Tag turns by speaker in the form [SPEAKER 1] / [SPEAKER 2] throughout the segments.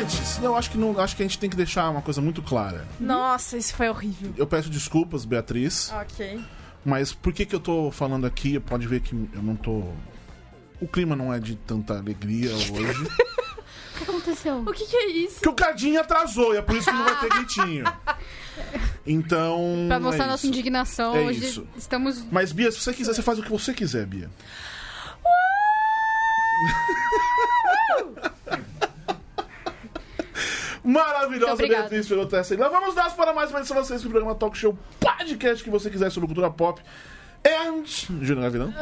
[SPEAKER 1] Antes, não, acho que não, acho que a gente tem que deixar uma coisa muito clara.
[SPEAKER 2] Nossa, isso foi horrível.
[SPEAKER 1] Eu peço desculpas, Beatriz,
[SPEAKER 2] Ok.
[SPEAKER 1] mas por que que eu tô falando aqui? Pode ver que eu não tô o clima não é de tanta alegria hoje.
[SPEAKER 3] O que aconteceu?
[SPEAKER 2] O que, que é isso?
[SPEAKER 1] que o Cadinho atrasou, e é por isso que não vai ter gritinho. Então,
[SPEAKER 3] Pra mostrar
[SPEAKER 1] é
[SPEAKER 3] nossa
[SPEAKER 1] isso.
[SPEAKER 3] indignação,
[SPEAKER 1] É
[SPEAKER 3] hoje
[SPEAKER 1] isso.
[SPEAKER 3] estamos.
[SPEAKER 1] Mas Bia, se você quiser, você faz o que você quiser, Bia.
[SPEAKER 3] Muito
[SPEAKER 1] Maravilhosa
[SPEAKER 3] obrigada.
[SPEAKER 1] Beatriz Ferrota essa aí. Lá vamos nós para mais uma edição vocês do programa Talk Show Podcast que você quiser sobre cultura pop. And. Júnior Gavilão.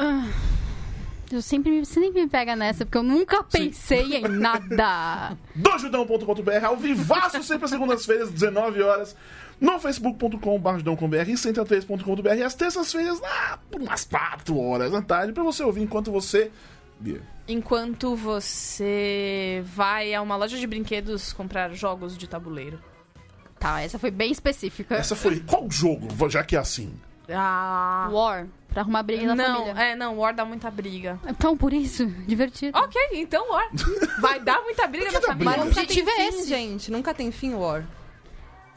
[SPEAKER 3] Eu sempre me, você sempre me pega nessa, porque eu nunca pensei em nada.
[SPEAKER 1] Dojudão.com.br, ao vivaço, sempre às segundas-feiras, 19 horas, no facebook.com.br, judão.com.br e 103.com.br, e às terças-feiras, lá por umas 4 horas da tarde, pra você ouvir enquanto você. Bia.
[SPEAKER 2] Enquanto você vai a uma loja de brinquedos comprar jogos de tabuleiro.
[SPEAKER 3] Tá, essa foi bem específica.
[SPEAKER 1] Essa foi. Qual jogo? Já que é assim.
[SPEAKER 2] Ah.
[SPEAKER 3] War, pra arrumar briga na
[SPEAKER 2] Não,
[SPEAKER 3] família.
[SPEAKER 2] é, não, War dá muita briga.
[SPEAKER 3] Então, por isso, divertido.
[SPEAKER 2] Ok, então War. Vai dar muita briga na
[SPEAKER 1] dá
[SPEAKER 2] família.
[SPEAKER 4] Mas
[SPEAKER 1] briga?
[SPEAKER 4] o
[SPEAKER 3] Nunca
[SPEAKER 4] objetivo
[SPEAKER 3] tem
[SPEAKER 4] é
[SPEAKER 3] fim,
[SPEAKER 4] esse, gente. Nunca tem fim, War.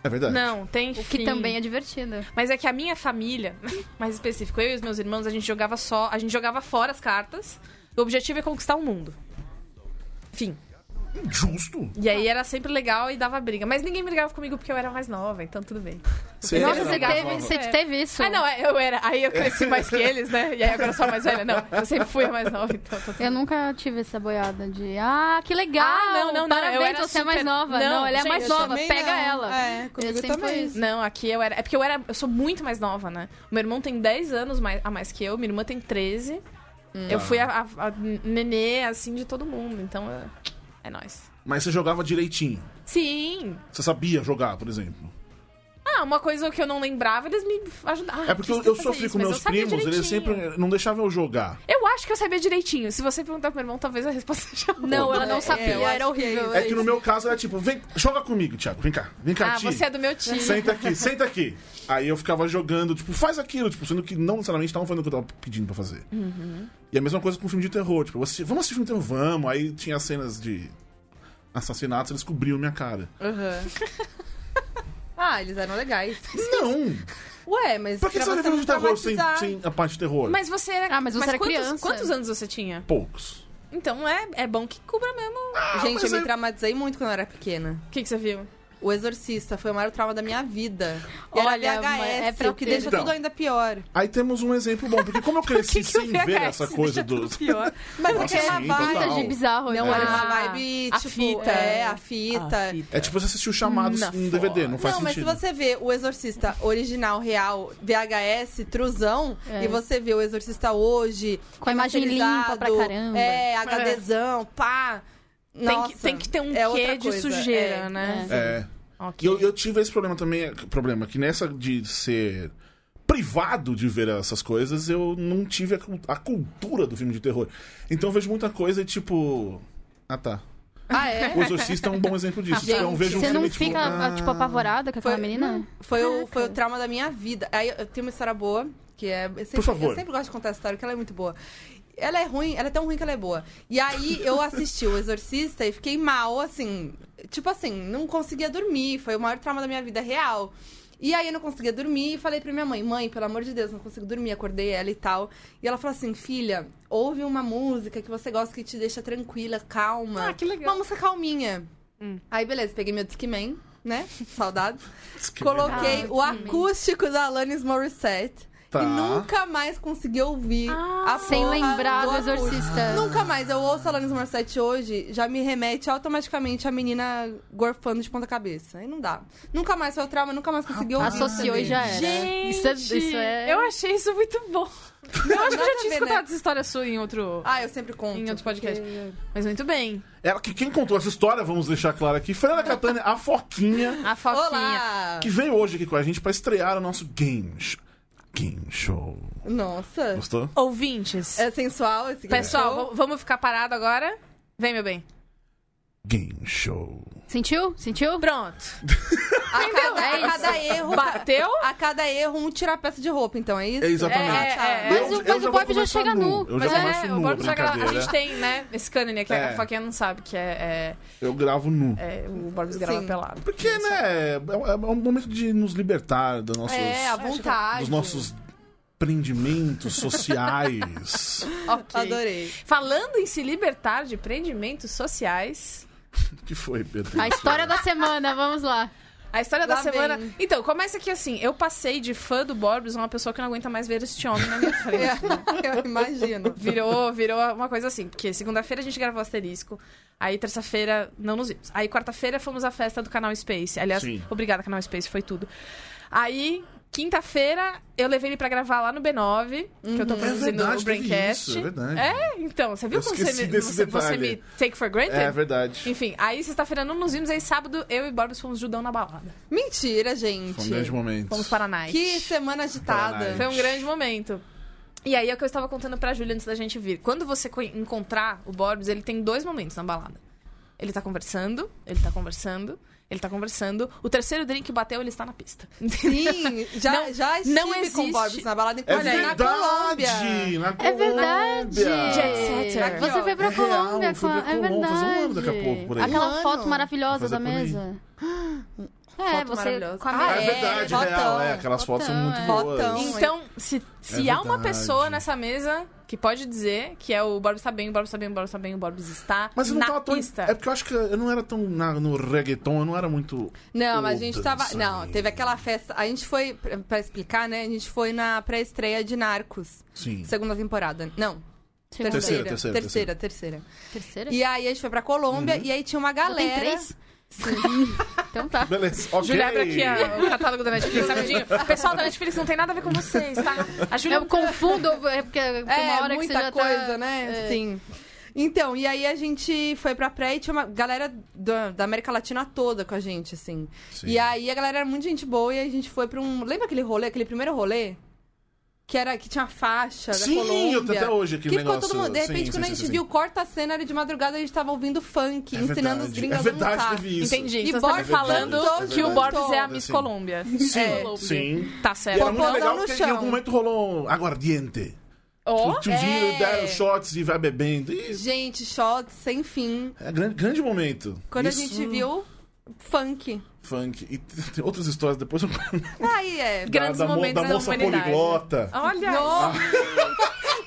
[SPEAKER 1] É verdade.
[SPEAKER 2] Não, tem
[SPEAKER 3] O que também é divertido.
[SPEAKER 2] Mas é que a minha família, mais específico, eu e os meus irmãos, a gente jogava só, a gente jogava fora as cartas. O objetivo é conquistar o mundo. Enfim.
[SPEAKER 1] Justo.
[SPEAKER 2] E aí era sempre legal e dava briga. Mas ninguém brigava comigo porque eu era mais nova, então tudo bem.
[SPEAKER 1] Você
[SPEAKER 3] Nossa,
[SPEAKER 2] era
[SPEAKER 3] você
[SPEAKER 2] legal.
[SPEAKER 3] teve, você
[SPEAKER 2] É.
[SPEAKER 3] teve isso.
[SPEAKER 2] Ah, não, é, eu era. Aí eu cresci mais que eles, né? E aí agora eu sou a mais velha. Não, eu sempre fui a mais nova, então tô tudo
[SPEAKER 3] Eu nunca tive essa boiada de, ah, que legal!
[SPEAKER 2] Ah, não, não, não, eu
[SPEAKER 3] Parabéns,
[SPEAKER 2] era
[SPEAKER 3] você é mais
[SPEAKER 2] super-
[SPEAKER 3] nova.
[SPEAKER 2] Não,
[SPEAKER 3] Não, ela é
[SPEAKER 2] gente,
[SPEAKER 3] mais
[SPEAKER 2] eu
[SPEAKER 3] nova,
[SPEAKER 4] também
[SPEAKER 3] pega
[SPEAKER 4] não.
[SPEAKER 3] ela.
[SPEAKER 4] É, comigo
[SPEAKER 3] Eu sempre
[SPEAKER 4] também.
[SPEAKER 3] foi isso.
[SPEAKER 2] Não, aqui eu era. É porque eu era. Eu sou muito mais nova, né? O meu irmão tem 10 anos mais, a mais que eu, minha irmã tem 13.
[SPEAKER 3] Hum.
[SPEAKER 2] Eu
[SPEAKER 3] Tá.
[SPEAKER 2] fui a, a- a nenê, assim, de todo mundo. Então é, é nóis.
[SPEAKER 1] Mas você jogava direitinho.
[SPEAKER 2] Sim!
[SPEAKER 1] Você sabia jogar, por exemplo.
[SPEAKER 2] Ah, uma coisa que eu não lembrava, eles me ajudaram. Ah,
[SPEAKER 1] É porque eu, eu sofri com meus primos, eles sempre não deixavam eu jogar.
[SPEAKER 2] Eu acho que eu sabia direitinho. Se você perguntar pro meu irmão, talvez a resposta seja
[SPEAKER 3] Não, ela não
[SPEAKER 4] É,
[SPEAKER 3] sabia,
[SPEAKER 4] eu acho que
[SPEAKER 3] era
[SPEAKER 4] é
[SPEAKER 3] horrível.
[SPEAKER 4] isso.
[SPEAKER 1] É que no meu caso era tipo, vem, joga comigo, Thiago, vem cá, vem cá,
[SPEAKER 2] Ah,
[SPEAKER 1] Ti.
[SPEAKER 2] você é do meu time.
[SPEAKER 1] Senta aqui, senta aqui. Aí eu ficava jogando, tipo, faz aquilo, tipo, sendo que não necessariamente estavam fazendo o que eu tava pedindo pra fazer. E a mesma coisa com filme de terror, tipo, eu assisti, vamos assistir filme de terror, vamos. Aí tinha cenas de assassinatos, eles cobriam minha cara.
[SPEAKER 4] ah, eles eram legais.
[SPEAKER 1] Não!
[SPEAKER 4] Ué, mas
[SPEAKER 1] Pra que
[SPEAKER 4] pra
[SPEAKER 1] você vai
[SPEAKER 4] você
[SPEAKER 1] ver filme
[SPEAKER 4] não
[SPEAKER 1] de terror sem,
[SPEAKER 4] traumatizar-
[SPEAKER 1] sem a parte de terror?
[SPEAKER 2] Mas você era.
[SPEAKER 3] Ah, mas você era
[SPEAKER 2] quantos,
[SPEAKER 3] criança.
[SPEAKER 2] Quantos anos você tinha?
[SPEAKER 1] Poucos.
[SPEAKER 2] Então é, é bom que cubra mesmo.
[SPEAKER 4] Gente,
[SPEAKER 1] mas
[SPEAKER 4] eu
[SPEAKER 1] é-
[SPEAKER 4] me traumatizei muito quando eu era pequena.
[SPEAKER 2] O que, que você viu?
[SPEAKER 4] O Exorcista foi o maior trauma da minha vida. E
[SPEAKER 3] Olha,
[SPEAKER 4] era VHS,
[SPEAKER 3] mãe, é pra
[SPEAKER 4] o que
[SPEAKER 3] ter.
[SPEAKER 4] deixa
[SPEAKER 1] Então.
[SPEAKER 4] tudo ainda pior.
[SPEAKER 1] Aí temos um exemplo bom, porque como eu cresci
[SPEAKER 2] que
[SPEAKER 1] sem
[SPEAKER 2] o VHS
[SPEAKER 1] ver essa coisa
[SPEAKER 2] deixa
[SPEAKER 1] do.
[SPEAKER 2] tudo pior?
[SPEAKER 4] Mas
[SPEAKER 1] Nossa,
[SPEAKER 4] é que é
[SPEAKER 1] sim,
[SPEAKER 4] uma vibe...
[SPEAKER 1] total.
[SPEAKER 3] Coisa de bizarro.
[SPEAKER 4] Não,
[SPEAKER 1] É.
[SPEAKER 4] era uma
[SPEAKER 2] Ah,
[SPEAKER 4] vibe,
[SPEAKER 2] a
[SPEAKER 4] tipo...
[SPEAKER 2] fita.
[SPEAKER 4] É, a fita.
[SPEAKER 1] É tipo você assistir o chamado
[SPEAKER 2] Na
[SPEAKER 1] em DVD, não faz
[SPEAKER 4] não, mas se
[SPEAKER 1] sentido.
[SPEAKER 4] você vê o Exorcista original, real, VHS, truzão,
[SPEAKER 3] É.
[SPEAKER 4] e você vê o Exorcista hoje...
[SPEAKER 3] Com a imagem
[SPEAKER 4] remasterizado,
[SPEAKER 3] limpa pra caramba.
[SPEAKER 4] É, HDzão, pá...
[SPEAKER 2] Tem que,
[SPEAKER 4] Nossa,
[SPEAKER 2] tem que ter um
[SPEAKER 4] é outra
[SPEAKER 2] quê de
[SPEAKER 4] coisa,
[SPEAKER 2] sujeira,
[SPEAKER 4] é.
[SPEAKER 2] né?
[SPEAKER 1] É. E
[SPEAKER 2] Ok.
[SPEAKER 1] eu, eu tive esse problema também, é, problema que nessa de ser privado de ver essas coisas, eu não tive a, cul- a cultura do filme de terror. Então eu vejo muita coisa e tipo, ah tá.
[SPEAKER 4] Ah, é?
[SPEAKER 1] O Exorcista é um bom exemplo disso.
[SPEAKER 4] Gente,
[SPEAKER 1] então eu vejo um
[SPEAKER 3] Você
[SPEAKER 1] filme
[SPEAKER 3] não
[SPEAKER 1] tipo,
[SPEAKER 3] fica,
[SPEAKER 1] ah,
[SPEAKER 3] tipo, apavorada com aquela
[SPEAKER 4] Foi-
[SPEAKER 3] menina?
[SPEAKER 4] Foi o, foi o trauma da minha vida. Aí eu tenho uma história boa, que é. eu sempre-
[SPEAKER 1] Por favor.
[SPEAKER 4] Eu sempre gosto de contar essa história, porque ela é muito boa. Ela é ruim, ela é tão ruim que ela é boa. E aí eu assisti o Exorcista e fiquei mal, assim. Tipo assim, não conseguia dormir. Foi o maior trauma da minha vida real. E aí eu não conseguia dormir e falei pra minha mãe, mãe, pelo amor de Deus, não consigo dormir, acordei ela e tal. E ela falou assim, filha, ouve uma música que você gosta que te deixa tranquila, calma.
[SPEAKER 2] Ah, que legal. Hum.
[SPEAKER 4] Uma música calminha. Aí beleza, peguei meu Discman, né? Saudades. Coloquei
[SPEAKER 3] Ah,
[SPEAKER 4] o acústico da Alanis Morissette.
[SPEAKER 1] Tá.
[SPEAKER 4] E nunca mais consegui ouvir a
[SPEAKER 3] Ah, sem
[SPEAKER 4] porra
[SPEAKER 3] lembrar do
[SPEAKER 4] acústico.
[SPEAKER 3] Exorcista.
[SPEAKER 4] Nunca mais. Eu ouço a Alanis Morissette hoje, já me remete automaticamente a menina gorfando de ponta cabeça. Aí não dá. Nunca mais foi o trauma, nunca mais consegui ouvir.
[SPEAKER 3] Associou e já era.
[SPEAKER 2] Gente,
[SPEAKER 3] isso, é, isso é...
[SPEAKER 2] eu achei isso muito bom. Eu acho que eu
[SPEAKER 4] nada
[SPEAKER 2] já
[SPEAKER 4] a
[SPEAKER 2] tinha
[SPEAKER 4] ver,
[SPEAKER 2] escutado
[SPEAKER 4] né?
[SPEAKER 2] essa história sua em outro,
[SPEAKER 4] Ah, eu sempre conto.
[SPEAKER 2] em outro podcast.
[SPEAKER 4] porque-
[SPEAKER 2] Mas muito bem.
[SPEAKER 1] Ela É, que quem contou essa história, vamos deixar claro aqui, foi a Ana Catânia, a foquinha
[SPEAKER 2] A foquinha.
[SPEAKER 4] Olá!
[SPEAKER 1] que veio hoje aqui com a gente pra estrear o nosso game sh- game show.
[SPEAKER 4] Nossa.
[SPEAKER 1] Gostou?
[SPEAKER 2] Ouvintes.
[SPEAKER 4] É sensual esse
[SPEAKER 2] Pessoal, v- vamos ficar parado agora? Vem, meu bem.
[SPEAKER 1] Game show.
[SPEAKER 3] Sentiu? Sentiu?
[SPEAKER 2] Pronto.
[SPEAKER 4] A cada,
[SPEAKER 3] É
[SPEAKER 4] a cada erro.
[SPEAKER 2] Bateu?
[SPEAKER 4] A cada erro, um tira a peça de roupa, então, é isso?
[SPEAKER 1] É, exatamente.
[SPEAKER 2] É, é, é.
[SPEAKER 1] Eu-
[SPEAKER 3] Mas o-
[SPEAKER 1] eu
[SPEAKER 3] mas o
[SPEAKER 1] vou
[SPEAKER 3] Bob já
[SPEAKER 1] começar
[SPEAKER 3] chega nu.
[SPEAKER 1] Eu
[SPEAKER 2] Mas
[SPEAKER 1] já começo
[SPEAKER 2] é,
[SPEAKER 1] nu
[SPEAKER 2] o
[SPEAKER 1] a
[SPEAKER 2] Bob já grava. A
[SPEAKER 1] brincadeira.
[SPEAKER 2] gente tem, né? Esse cânone aqui,
[SPEAKER 1] É.
[SPEAKER 2] a Faquinha não sabe que é,
[SPEAKER 3] tá-
[SPEAKER 1] Eu gravo nu.
[SPEAKER 2] é, é o Bob grava
[SPEAKER 4] Sim.
[SPEAKER 2] pelado.
[SPEAKER 1] Porque, né, é, é um momento de nos libertar dos nossos,
[SPEAKER 4] É, à vontade.
[SPEAKER 1] dos nossos prendimentos sociais.
[SPEAKER 2] Ok.
[SPEAKER 4] Adorei.
[SPEAKER 2] Falando em se libertar de prendimentos sociais,
[SPEAKER 1] O que foi, Pedro?
[SPEAKER 3] A história da semana, vamos lá.
[SPEAKER 2] a história
[SPEAKER 4] Lá
[SPEAKER 2] da semana.
[SPEAKER 4] vem.
[SPEAKER 2] Então, começa aqui assim: eu passei de fã do Borbs a uma pessoa que não aguenta mais ver este homem na minha frente.
[SPEAKER 4] É, eu imagino.
[SPEAKER 2] Virou, virou uma coisa assim, porque segunda-feira a gente gravou asterisco, aí terça-feira não nos vimos. Aí quarta-feira fomos à festa do canal Space. Aliás,
[SPEAKER 1] Sim.
[SPEAKER 2] obrigada, canal Space, foi tudo. Aí, quinta-feira, eu levei ele pra gravar lá no B9, que eu tô
[SPEAKER 1] É
[SPEAKER 2] produzindo
[SPEAKER 1] verdade,
[SPEAKER 2] o
[SPEAKER 1] teve
[SPEAKER 2] Braincast.
[SPEAKER 1] isso, é verdade.
[SPEAKER 2] É, então, você viu
[SPEAKER 1] Eu
[SPEAKER 2] como
[SPEAKER 1] esqueci
[SPEAKER 2] você me,
[SPEAKER 1] desse
[SPEAKER 2] você, você
[SPEAKER 1] detalhe.
[SPEAKER 2] me take for granted?
[SPEAKER 1] É verdade.
[SPEAKER 2] Enfim, aí sexta-feira não nos vimos, aí sábado eu e Borbs fomos judão na balada.
[SPEAKER 4] Mentira, gente.
[SPEAKER 1] Foi um grande momento.
[SPEAKER 2] Fomos para a night.
[SPEAKER 4] Que semana agitada.
[SPEAKER 1] Caralho.
[SPEAKER 2] Foi um grande momento. E aí é o que eu estava contando pra Júlia antes da gente vir. Quando você co- encontrar o Borbs, ele tem dois momentos na balada. Ele tá conversando, ele tá conversando, ele tá conversando. O terceiro drink bateu, ele está na pista.
[SPEAKER 4] Sim, já,
[SPEAKER 2] Não-
[SPEAKER 4] já estive
[SPEAKER 2] não
[SPEAKER 4] com
[SPEAKER 2] existe.
[SPEAKER 4] o Borbs na balada,
[SPEAKER 1] É
[SPEAKER 4] inclusive na
[SPEAKER 1] verdade!
[SPEAKER 4] Colômbia.
[SPEAKER 1] Na
[SPEAKER 3] É
[SPEAKER 1] Colômbia.
[SPEAKER 3] verdade.
[SPEAKER 4] é
[SPEAKER 2] Jet setter.
[SPEAKER 3] Você foi pra
[SPEAKER 1] É real,
[SPEAKER 3] Colômbia,
[SPEAKER 1] fui pra
[SPEAKER 3] com a- é
[SPEAKER 1] Colômbia, fazer um
[SPEAKER 3] verdade.
[SPEAKER 1] ano daqui a pouco, por aí.
[SPEAKER 3] Aquela
[SPEAKER 4] Um ano.
[SPEAKER 3] foto maravilhosa
[SPEAKER 1] Fazer
[SPEAKER 3] da
[SPEAKER 1] por aí.
[SPEAKER 3] mesa. É,
[SPEAKER 2] Foto
[SPEAKER 3] você
[SPEAKER 2] maravilhosa.
[SPEAKER 3] com a
[SPEAKER 4] Ah,
[SPEAKER 1] Ah,
[SPEAKER 3] mesa.
[SPEAKER 1] é,
[SPEAKER 4] É,
[SPEAKER 1] verdade,
[SPEAKER 4] fotão,
[SPEAKER 1] real. É, aquelas fotos são muito
[SPEAKER 3] é.
[SPEAKER 1] boas.
[SPEAKER 4] Fotão.
[SPEAKER 2] Então, se, se há uma
[SPEAKER 1] É verdade.
[SPEAKER 2] pessoa nessa mesa que pode dizer que é o Borbs tá bem, o Borbs tá bem, o Borbs tá bem, o Borbs está
[SPEAKER 1] Mas eu não
[SPEAKER 2] na
[SPEAKER 1] tava tão.
[SPEAKER 2] pista.
[SPEAKER 1] É porque eu acho que eu não era tão na- no reggaeton, eu não era muito.
[SPEAKER 4] Não, mas a
[SPEAKER 1] Ô,
[SPEAKER 4] gente tava.
[SPEAKER 1] dançarino.
[SPEAKER 4] Não, teve aquela festa. A gente foi, pra- pra explicar, né? A gente foi na pré-estreia de Narcos,
[SPEAKER 1] Sim.
[SPEAKER 4] segunda temporada. Não,
[SPEAKER 3] Segunda.
[SPEAKER 4] terceira.
[SPEAKER 1] Hum. Terceira, terceira,
[SPEAKER 4] Terceira, terceira.
[SPEAKER 3] Terceira?
[SPEAKER 4] E aí a gente foi pra Colômbia e aí tinha uma
[SPEAKER 3] Ah, Tem
[SPEAKER 4] galera.
[SPEAKER 3] três? então tá.
[SPEAKER 1] Beleza, ok.
[SPEAKER 2] Júlia abre aqui a- o catálogo da Netflix rapidinho. O pessoal da Netflix não tem nada a ver com vocês, tá? A Júlia
[SPEAKER 3] Eu confundo, é porque tem uma hora que você
[SPEAKER 4] muita
[SPEAKER 3] já tá-
[SPEAKER 4] coisa, né?
[SPEAKER 3] é.
[SPEAKER 4] Sim. Então, e aí a gente foi pra pré e tinha uma galera da, da América Latina toda com a gente, assim.
[SPEAKER 1] Sim.
[SPEAKER 4] E aí a galera era muito gente boa e a gente foi pra um... Lembra aquele rolê, aquele primeiro rolê? Que, era, que tinha a faixa
[SPEAKER 1] Sim,
[SPEAKER 4] da Colômbia.
[SPEAKER 1] eu tenho até hoje
[SPEAKER 4] Que
[SPEAKER 1] aquele
[SPEAKER 4] ficou
[SPEAKER 1] negócio.
[SPEAKER 4] todo mundo... De
[SPEAKER 1] Sim,
[SPEAKER 4] repente,
[SPEAKER 1] sim,
[SPEAKER 4] quando a
[SPEAKER 1] sim,
[SPEAKER 4] gente
[SPEAKER 1] sim.
[SPEAKER 4] viu corta a cena, era de madrugada, a gente tava ouvindo funk,
[SPEAKER 1] É
[SPEAKER 4] ensinando os
[SPEAKER 1] verdade,
[SPEAKER 4] gringos
[SPEAKER 1] É verdade,
[SPEAKER 4] a dançar.
[SPEAKER 1] teve isso.
[SPEAKER 2] Entendi.
[SPEAKER 4] E
[SPEAKER 2] Então você tá
[SPEAKER 4] Borbs
[SPEAKER 2] falando
[SPEAKER 1] juntou, é
[SPEAKER 2] que o
[SPEAKER 1] verdade.
[SPEAKER 2] Borbs é a
[SPEAKER 1] Juntou,
[SPEAKER 2] Miss
[SPEAKER 1] assim.
[SPEAKER 2] Colômbia.
[SPEAKER 1] Sim,
[SPEAKER 2] É.
[SPEAKER 1] sim.
[SPEAKER 2] Tá
[SPEAKER 1] E era
[SPEAKER 2] certo.
[SPEAKER 1] muito
[SPEAKER 4] Popozão
[SPEAKER 1] legal
[SPEAKER 4] no
[SPEAKER 1] porque em
[SPEAKER 4] chão.
[SPEAKER 1] algum momento rolou um aguardiente.
[SPEAKER 2] Ó,
[SPEAKER 1] Os tiozinhos
[SPEAKER 4] é.
[SPEAKER 1] deram shots e vai bebendo. E
[SPEAKER 4] Gente, shots sem fim.
[SPEAKER 1] é grande, grande momento.
[SPEAKER 4] Quando
[SPEAKER 1] Isso,
[SPEAKER 4] a gente viu, funk.
[SPEAKER 1] Funk. E tem outras histórias depois eu conto
[SPEAKER 4] Aí é...
[SPEAKER 1] da,
[SPEAKER 2] Grandes
[SPEAKER 1] da, mo-
[SPEAKER 2] momentos
[SPEAKER 1] da
[SPEAKER 2] da
[SPEAKER 1] moça
[SPEAKER 2] humanidade.
[SPEAKER 1] poliglota.
[SPEAKER 3] Ah,
[SPEAKER 2] olha.
[SPEAKER 4] Nossa!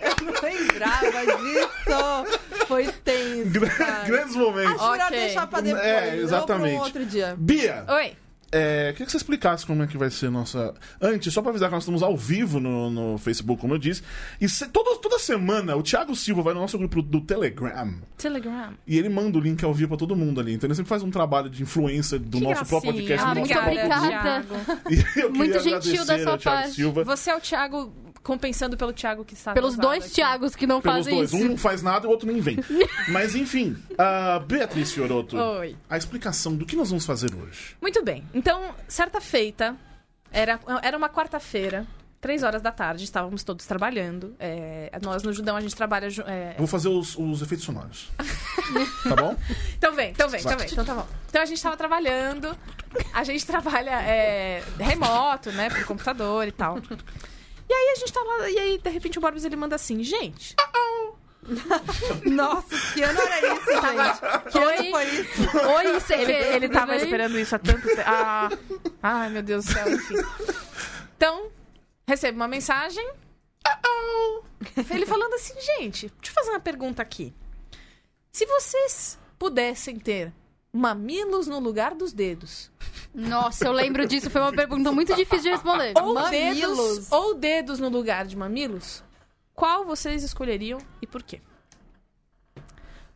[SPEAKER 4] Eu não lembrava disso! Foi tenso.
[SPEAKER 1] Gra-
[SPEAKER 4] cara.
[SPEAKER 1] Grandes momentos.
[SPEAKER 4] Acho melhor
[SPEAKER 2] Ok.
[SPEAKER 4] deixar pra depois.
[SPEAKER 1] É,
[SPEAKER 4] ou pra um
[SPEAKER 1] exatamente.
[SPEAKER 4] outro
[SPEAKER 3] Ah,
[SPEAKER 4] dia.
[SPEAKER 1] Bia,
[SPEAKER 2] Oi.
[SPEAKER 1] é, queria que você explicasse como é que vai ser nossa. Antes, só pra avisar que nós estamos ao vivo no, no Facebook, como eu disse. E se- todo- toda semana o Thiago Silva vai no nosso grupo do Telegram.
[SPEAKER 2] Telegram.
[SPEAKER 1] E ele manda o link ao vivo pra todo mundo ali. Então ele sempre faz um trabalho de influência do
[SPEAKER 2] Que
[SPEAKER 1] nosso próprio
[SPEAKER 2] gracinha.
[SPEAKER 1] podcast.
[SPEAKER 3] Ah,
[SPEAKER 1] do nosso
[SPEAKER 3] obrigada,
[SPEAKER 1] próprio grupo.
[SPEAKER 2] Thiago.
[SPEAKER 1] E eu
[SPEAKER 3] Muito
[SPEAKER 1] queria
[SPEAKER 3] gentil
[SPEAKER 1] agradecer
[SPEAKER 3] da sua
[SPEAKER 1] ao Thiago
[SPEAKER 3] parte.
[SPEAKER 1] Silva.
[SPEAKER 2] Você é o Thiago compensando pelo Thiago que está
[SPEAKER 3] Pelos
[SPEAKER 2] atrasado
[SPEAKER 3] dois
[SPEAKER 2] aqui.
[SPEAKER 3] Thiagos que não
[SPEAKER 1] Pelos
[SPEAKER 3] fazem
[SPEAKER 1] dois.
[SPEAKER 3] isso.
[SPEAKER 1] Um não faz nada e o outro nem vem. Mas enfim, ah, Beatriz Fioroto,
[SPEAKER 2] Oi.
[SPEAKER 1] a explicação do que nós vamos fazer hoje.
[SPEAKER 2] Muito bem. Então, certa feita, era, era uma quarta-feira, três horas da tarde, estávamos todos trabalhando. É, nós no Judão a gente trabalha. ju- é,
[SPEAKER 1] Eu vou fazer os, os efeitos sonoros. tá bom?
[SPEAKER 2] Então vem, então vem, então vem. Então tá bom. Então a gente tava trabalhando, a gente trabalha é, remoto, né, por computador e tal. E aí a gente tá lá, e aí de repente o Borbs ele manda assim, gente,
[SPEAKER 4] Nossa, que ano era isso,
[SPEAKER 2] Tá
[SPEAKER 4] gente? Que ano
[SPEAKER 3] Oi.
[SPEAKER 4] foi isso?
[SPEAKER 3] Oi, isso
[SPEAKER 2] ele, ele tava esperando isso há tanto tempo. Ah, ai, meu Deus do céu, enfim. Então, recebo uma mensagem. "Uh-oh." Ele falando assim, gente, deixa eu fazer uma pergunta aqui. Se vocês pudessem ter mamilos no lugar dos dedos,
[SPEAKER 3] Nossa, eu lembro disso. Foi uma pergunta muito difícil de responder.
[SPEAKER 2] ou
[SPEAKER 4] Mamilos.
[SPEAKER 2] dedos ou dedos no lugar de mamilos, qual vocês escolheriam e por quê?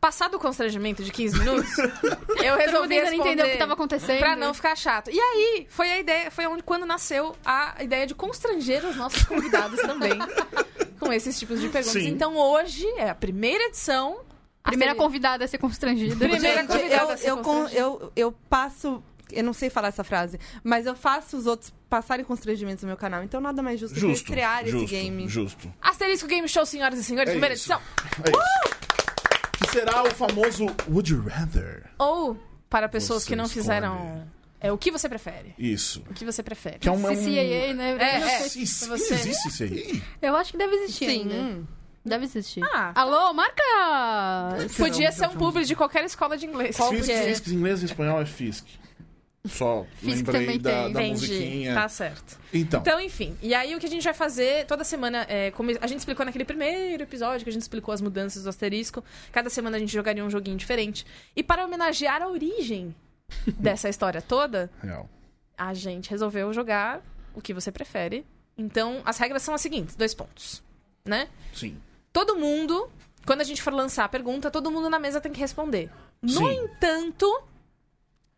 [SPEAKER 2] Passado o constrangimento de 15 minutos, eu
[SPEAKER 3] Eu tava
[SPEAKER 2] resolvi
[SPEAKER 3] tentando entender o que
[SPEAKER 2] responder
[SPEAKER 3] tava acontecendo.
[SPEAKER 2] pra não ficar chato. E aí, foi a ideia, foi onde quando nasceu a ideia de constranger os nossos convidados também com esses tipos de perguntas.
[SPEAKER 1] Sim.
[SPEAKER 2] Então hoje é a primeira edição.
[SPEAKER 3] Primeira
[SPEAKER 2] Asterisco.
[SPEAKER 3] convidada a ser constrangida.
[SPEAKER 2] Primeira
[SPEAKER 4] Gente,
[SPEAKER 2] convidada
[SPEAKER 4] eu,
[SPEAKER 2] a ser
[SPEAKER 4] eu, con-
[SPEAKER 2] constrangida.
[SPEAKER 4] eu, eu passo... Eu não sei falar essa frase, mas eu faço os outros passarem constrangimentos no meu canal. Então nada mais justo, que
[SPEAKER 1] Justo.
[SPEAKER 4] estrear
[SPEAKER 1] justo,
[SPEAKER 4] esse game.
[SPEAKER 1] Justo.
[SPEAKER 2] Asterisco Game Show, senhoras e senhores,
[SPEAKER 1] É
[SPEAKER 2] primeira
[SPEAKER 1] isso.
[SPEAKER 2] edição.
[SPEAKER 1] É isso. Que será o famoso Would You Rather?
[SPEAKER 2] Ou para pessoas
[SPEAKER 1] Você
[SPEAKER 2] que não
[SPEAKER 1] escolhe.
[SPEAKER 2] fizeram. É o que você prefere.
[SPEAKER 1] Isso.
[SPEAKER 2] O que você prefere.
[SPEAKER 1] Que é uma.
[SPEAKER 3] CCAA, né?
[SPEAKER 2] É,
[SPEAKER 3] Eu,
[SPEAKER 1] Um...
[SPEAKER 3] não
[SPEAKER 1] É,
[SPEAKER 3] sei.
[SPEAKER 1] se, se
[SPEAKER 2] você-
[SPEAKER 1] existe isso aí.
[SPEAKER 3] Eu acho que deve existir
[SPEAKER 4] Sim.
[SPEAKER 3] ainda. Deve existir.
[SPEAKER 2] Ah.
[SPEAKER 3] Alô, marca!
[SPEAKER 2] Podia ser um publi de qualquer escola de inglês.
[SPEAKER 1] Fisk,
[SPEAKER 3] que é?
[SPEAKER 1] Fisk, em inglês e espanhol é Fisk. Só
[SPEAKER 3] Fisk
[SPEAKER 1] lembrei
[SPEAKER 3] também
[SPEAKER 1] da,
[SPEAKER 3] tem.
[SPEAKER 1] da
[SPEAKER 2] Entendi.
[SPEAKER 1] musiquinha.
[SPEAKER 2] Tá certo.
[SPEAKER 1] Então,
[SPEAKER 2] Então, enfim. E aí, o que a gente vai fazer toda semana, é, como a gente explicou naquele primeiro episódio, que a gente explicou as mudanças do asterisco, cada semana a gente jogaria um joguinho diferente. E para homenagear a origem dessa história toda,
[SPEAKER 1] real.
[SPEAKER 2] a gente resolveu jogar o que você prefere. Então, as regras são as seguintes: dois pontos. Né?
[SPEAKER 1] Sim.
[SPEAKER 2] Todo mundo, quando a gente for lançar a pergunta, todo mundo na mesa tem que responder. No
[SPEAKER 1] Sim.
[SPEAKER 2] entanto,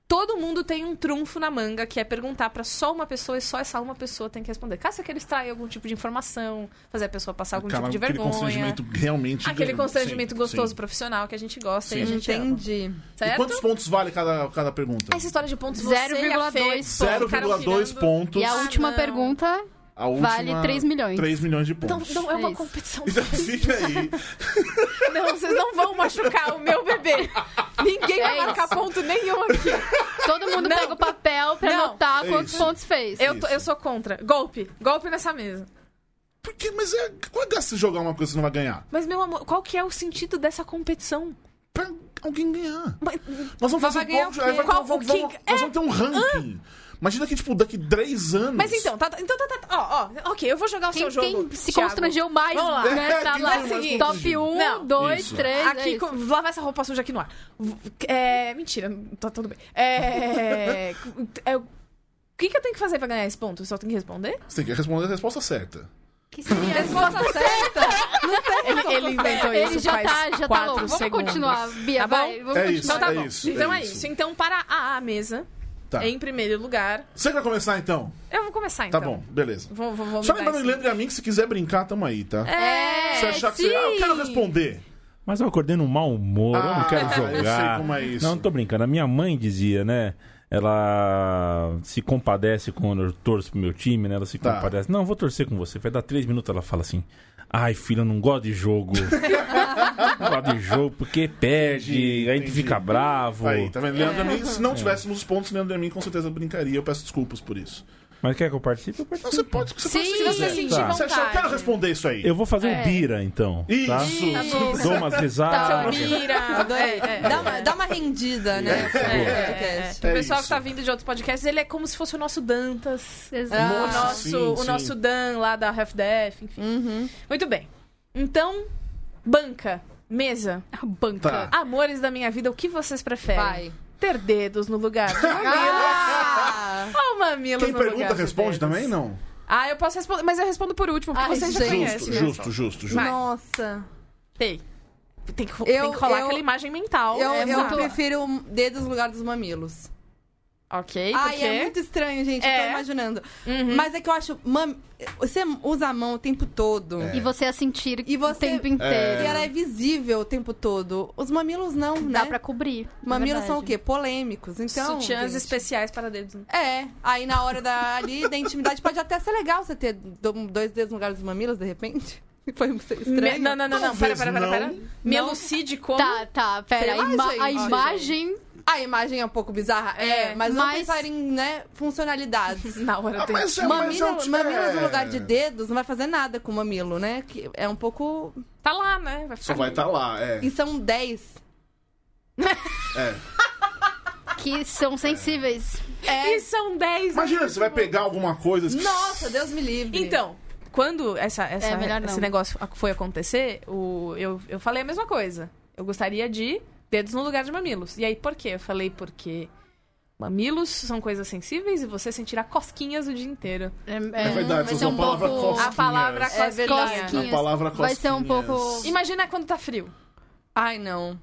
[SPEAKER 2] todo mundo tem um trunfo na manga, que é perguntar pra só uma pessoa e só essa uma pessoa tem que responder. Caso aquele extrair algum tipo de informação, fazer a pessoa passar algum
[SPEAKER 1] Cara,
[SPEAKER 2] tipo de
[SPEAKER 1] aquele
[SPEAKER 2] vergonha.
[SPEAKER 1] constrangimento realmente.
[SPEAKER 2] Aquele
[SPEAKER 1] sim,
[SPEAKER 2] constrangimento
[SPEAKER 1] sim.
[SPEAKER 2] gostoso profissional que a gente gosta e a
[SPEAKER 1] Sim. é.
[SPEAKER 2] gente ama.
[SPEAKER 4] Entendi.
[SPEAKER 1] E
[SPEAKER 2] Certo? Ah,
[SPEAKER 1] quantos pontos vale cada, cada pergunta?
[SPEAKER 2] Essa história de pontos você e
[SPEAKER 3] 0,2
[SPEAKER 2] a Fê ficaram
[SPEAKER 1] 0,2
[SPEAKER 2] virando-
[SPEAKER 1] pontos.
[SPEAKER 3] E a
[SPEAKER 2] Ah,
[SPEAKER 3] última
[SPEAKER 2] não.
[SPEAKER 3] pergunta
[SPEAKER 1] a última,
[SPEAKER 3] vale 3 milhões.
[SPEAKER 1] 3 milhões de
[SPEAKER 2] Então,
[SPEAKER 1] pontos.
[SPEAKER 2] então é
[SPEAKER 3] É
[SPEAKER 2] uma
[SPEAKER 3] isso.
[SPEAKER 2] competição.
[SPEAKER 1] Então fica aí.
[SPEAKER 2] Não, vocês não vão machucar o meu bebê. Ninguém vai
[SPEAKER 3] É
[SPEAKER 2] marcar ponto nenhum aqui.
[SPEAKER 3] Todo mundo
[SPEAKER 2] Não.
[SPEAKER 3] pega o papel pra
[SPEAKER 2] Não.
[SPEAKER 3] anotar
[SPEAKER 1] É
[SPEAKER 3] quantos
[SPEAKER 1] isso.
[SPEAKER 3] pontos fez.
[SPEAKER 2] Eu, tô-
[SPEAKER 1] Isso.
[SPEAKER 2] eu sou contra. Golpe. Golpe nessa mesa.
[SPEAKER 1] Porque, mas é, qual é a graça de jogar uma coisa que você não vai ganhar?
[SPEAKER 2] Mas, meu amor, qual que é o sentido dessa competição?
[SPEAKER 1] Pra alguém ganhar.
[SPEAKER 2] Mas-
[SPEAKER 1] Nós vamos
[SPEAKER 2] Vai
[SPEAKER 1] fazer
[SPEAKER 2] ganhar
[SPEAKER 1] golpe,
[SPEAKER 2] o quê?
[SPEAKER 1] aí vai- um
[SPEAKER 2] Qual-
[SPEAKER 1] vamos-
[SPEAKER 2] o que-
[SPEAKER 1] vamos- Nós vamos ter um ranking. Imagina que, tipo, daqui 3 anos.
[SPEAKER 2] Mas então, tá, tá- então tá, tá- ó, ó, ok, eu vou jogar o
[SPEAKER 3] quem,
[SPEAKER 2] seu é um jogo.
[SPEAKER 3] quem se
[SPEAKER 2] Thiago.
[SPEAKER 3] constrangeu mais,
[SPEAKER 2] Vamos lá. É
[SPEAKER 3] né? Tá
[SPEAKER 1] Quem
[SPEAKER 3] lá.
[SPEAKER 1] foi mais
[SPEAKER 3] Top
[SPEAKER 1] constrangido?
[SPEAKER 3] 1,
[SPEAKER 2] Não.
[SPEAKER 3] 2,
[SPEAKER 1] Isso.
[SPEAKER 3] 3.
[SPEAKER 2] Aqui, com- lavar essa roupa suja aqui no ar. V- É, mentira, tá tudo bem. É, é, o que, que eu tenho que fazer pra ganhar esse ponto? Eu só tenho que responder?
[SPEAKER 1] Você tem que responder a resposta certa.
[SPEAKER 3] Que seria
[SPEAKER 4] Resposta certa.
[SPEAKER 2] Ele, ele inventou Então, isso
[SPEAKER 3] Tá Ele já tá,
[SPEAKER 2] faz
[SPEAKER 3] já tá
[SPEAKER 2] quatro
[SPEAKER 3] louco. Vamos
[SPEAKER 2] segundos.
[SPEAKER 3] continuar, Bia,
[SPEAKER 2] Tá bom?
[SPEAKER 3] vai. Vamos
[SPEAKER 1] É
[SPEAKER 3] continuar.
[SPEAKER 2] Então tá
[SPEAKER 1] É
[SPEAKER 2] bom.
[SPEAKER 1] isso, é
[SPEAKER 2] então é
[SPEAKER 1] isso.
[SPEAKER 2] isso. Então, para a mesa,
[SPEAKER 1] Tá.
[SPEAKER 2] em primeiro lugar,
[SPEAKER 1] Você quer começar então?
[SPEAKER 2] eu vou começar
[SPEAKER 1] Tá
[SPEAKER 2] então.
[SPEAKER 1] bom, beleza.
[SPEAKER 2] Vou, vou, vou
[SPEAKER 1] Só
[SPEAKER 2] mudar
[SPEAKER 1] lembrando,
[SPEAKER 2] isso.
[SPEAKER 1] lembre a mim que se quiser brincar, tamo aí, tá?
[SPEAKER 3] É,
[SPEAKER 1] Se achar que você. Ah, eu quero responder.
[SPEAKER 5] Mas eu acordei num mau humor, eu não quero
[SPEAKER 1] Ah,
[SPEAKER 5] jogar.
[SPEAKER 1] Eu sei como é isso.
[SPEAKER 5] Não, tô brincando. A minha mãe dizia, né? Ela se compadece quando eu torço pro meu time, né? Ela se
[SPEAKER 1] Tá.
[SPEAKER 5] compadece. Não, vou torcer com você. Vai dar três minutos. Ela fala assim: Ai, filho, eu não gosto de jogo. não gosto de jogo porque perde,
[SPEAKER 1] Entendi,
[SPEAKER 5] a gente
[SPEAKER 1] entendi.
[SPEAKER 5] fica bravo.
[SPEAKER 1] Aí, tá vendo? Leandro Amin, se não tivéssemos os pontos, Leandro Amin com certeza brincaria. Eu peço desculpas por isso.
[SPEAKER 5] Mas quer que eu participe? Eu
[SPEAKER 1] Não,
[SPEAKER 5] participo.
[SPEAKER 1] você pode, você
[SPEAKER 3] Sim,
[SPEAKER 1] pode se
[SPEAKER 3] se
[SPEAKER 1] quiser.
[SPEAKER 2] você
[SPEAKER 5] sentir
[SPEAKER 1] Você achar, eu quero
[SPEAKER 2] vontade.
[SPEAKER 1] responder isso aí.
[SPEAKER 5] Eu vou fazer
[SPEAKER 3] É.
[SPEAKER 5] um bira, então.
[SPEAKER 1] Isso!
[SPEAKER 5] Tá?
[SPEAKER 3] Isso.
[SPEAKER 5] Dou umas
[SPEAKER 1] Ah,
[SPEAKER 5] risadas.
[SPEAKER 3] Tá.
[SPEAKER 2] Mira,
[SPEAKER 4] Adorei.
[SPEAKER 2] é, é,
[SPEAKER 4] dá, uma,
[SPEAKER 2] é.
[SPEAKER 4] dá uma rendida, né?
[SPEAKER 5] É,
[SPEAKER 4] no
[SPEAKER 5] é,
[SPEAKER 4] podcast.
[SPEAKER 2] O
[SPEAKER 1] É
[SPEAKER 2] pessoal
[SPEAKER 1] isso.
[SPEAKER 2] que tá vindo de outros podcasts, ele é como se fosse o nosso Dantas.
[SPEAKER 3] Exato.
[SPEAKER 2] o
[SPEAKER 4] Ah,
[SPEAKER 2] nosso,
[SPEAKER 1] sim,
[SPEAKER 2] o
[SPEAKER 1] sim.
[SPEAKER 2] nosso Dan lá da Half Death, enfim.
[SPEAKER 4] Uhum.
[SPEAKER 2] Muito bem. Então, banca, mesa,
[SPEAKER 3] A banca.
[SPEAKER 1] Tá.
[SPEAKER 2] amores da minha vida, o que vocês preferem?
[SPEAKER 4] Vai.
[SPEAKER 2] Ter dedos no lugar de mamilos.
[SPEAKER 4] Ah!
[SPEAKER 2] Ou mamilos
[SPEAKER 1] Quem
[SPEAKER 2] no
[SPEAKER 1] pergunta
[SPEAKER 2] lugar de
[SPEAKER 1] responde
[SPEAKER 2] dedos?
[SPEAKER 1] também? Não.
[SPEAKER 2] Ah, eu posso responder, mas eu respondo por último, porque
[SPEAKER 4] Ai,
[SPEAKER 2] vocês já
[SPEAKER 4] gente.
[SPEAKER 1] Justo,
[SPEAKER 2] conhecem.
[SPEAKER 1] justo, justo, justo.
[SPEAKER 2] Vai.
[SPEAKER 4] Nossa.
[SPEAKER 2] Tem. Tem que, ro-
[SPEAKER 4] Eu-
[SPEAKER 2] tem que rolar
[SPEAKER 4] eu-
[SPEAKER 2] aquela imagem mental.
[SPEAKER 4] Eu,
[SPEAKER 2] É
[SPEAKER 4] eu
[SPEAKER 2] muito-
[SPEAKER 4] prefiro dedos no lugar dos mamilos.
[SPEAKER 2] Ok,
[SPEAKER 4] Ai,
[SPEAKER 2] porque...
[SPEAKER 4] é muito estranho, gente. Eu
[SPEAKER 2] É.
[SPEAKER 4] tô imaginando.
[SPEAKER 2] Uhum.
[SPEAKER 4] Mas é que eu acho. mam- Você usa a mão o tempo todo.
[SPEAKER 3] E você a sentir
[SPEAKER 4] E você-
[SPEAKER 3] o tempo inteiro.
[SPEAKER 4] E ela é visível o tempo todo. Os mamilos não, né?
[SPEAKER 3] Dá pra cobrir. é
[SPEAKER 4] Mamilos
[SPEAKER 3] verdade.
[SPEAKER 4] são o quê? Polêmicos. Então.
[SPEAKER 2] Sutiãs
[SPEAKER 4] gente,
[SPEAKER 2] especiais para dedos.
[SPEAKER 4] É. Aí na hora da, ali, da intimidade pode até ser legal você ter do- dois dedos no lugar dos mamilos, de repente. Foi
[SPEAKER 2] Me-
[SPEAKER 4] estranho.
[SPEAKER 2] não, não, não, não. Pera,
[SPEAKER 1] Talvez
[SPEAKER 2] pera, pera, pera.
[SPEAKER 1] não.
[SPEAKER 2] Me
[SPEAKER 4] Não.
[SPEAKER 2] elucide como.
[SPEAKER 3] Tá, tá, pera.
[SPEAKER 4] Sei
[SPEAKER 3] A,
[SPEAKER 4] lá,
[SPEAKER 3] ima-
[SPEAKER 4] gente.
[SPEAKER 3] a imagem.
[SPEAKER 4] A imagem é um pouco bizarra, é,
[SPEAKER 2] É,
[SPEAKER 4] mas, não
[SPEAKER 3] mas-
[SPEAKER 4] pensar em, né, funcionalidades.
[SPEAKER 2] Na hora
[SPEAKER 1] Ah,
[SPEAKER 2] tem.
[SPEAKER 1] mas é- mas é um-
[SPEAKER 4] Mamilo, mamilos
[SPEAKER 1] é.
[SPEAKER 4] no lugar de dedos não vai fazer nada com o mamilo, né? Que é um pouco.
[SPEAKER 2] Tá lá, né? Vai
[SPEAKER 1] Só
[SPEAKER 2] ficar.
[SPEAKER 1] vai estar lá, é.
[SPEAKER 4] E são 10.
[SPEAKER 1] é.
[SPEAKER 3] Que são sensíveis.
[SPEAKER 2] E são 10.
[SPEAKER 1] Imagina, você vai pegar alguma coisa.
[SPEAKER 4] Nossa, Deus me livre.
[SPEAKER 2] Então, quando essa, essa-
[SPEAKER 3] É, melhor não.
[SPEAKER 2] esse negócio ac- foi acontecer, o, eu, eu falei a mesma coisa. Eu gostaria de dedos no lugar de mamilos. E aí, por quê? Eu falei porque mamilos são coisas sensíveis e você sentirá cosquinhas o dia inteiro.
[SPEAKER 3] É,
[SPEAKER 1] É verdade,
[SPEAKER 3] vai
[SPEAKER 1] você
[SPEAKER 3] ser
[SPEAKER 1] usou
[SPEAKER 3] um
[SPEAKER 1] a palavra
[SPEAKER 3] pouco-
[SPEAKER 1] cosquinha.
[SPEAKER 2] A palavra
[SPEAKER 1] Cosquinhas.
[SPEAKER 2] cosquinha.
[SPEAKER 4] É verdade.
[SPEAKER 1] A palavra cosquinha.
[SPEAKER 3] Vai ser um pouco-
[SPEAKER 2] Imagina quando tá frio. O
[SPEAKER 4] Ai, não.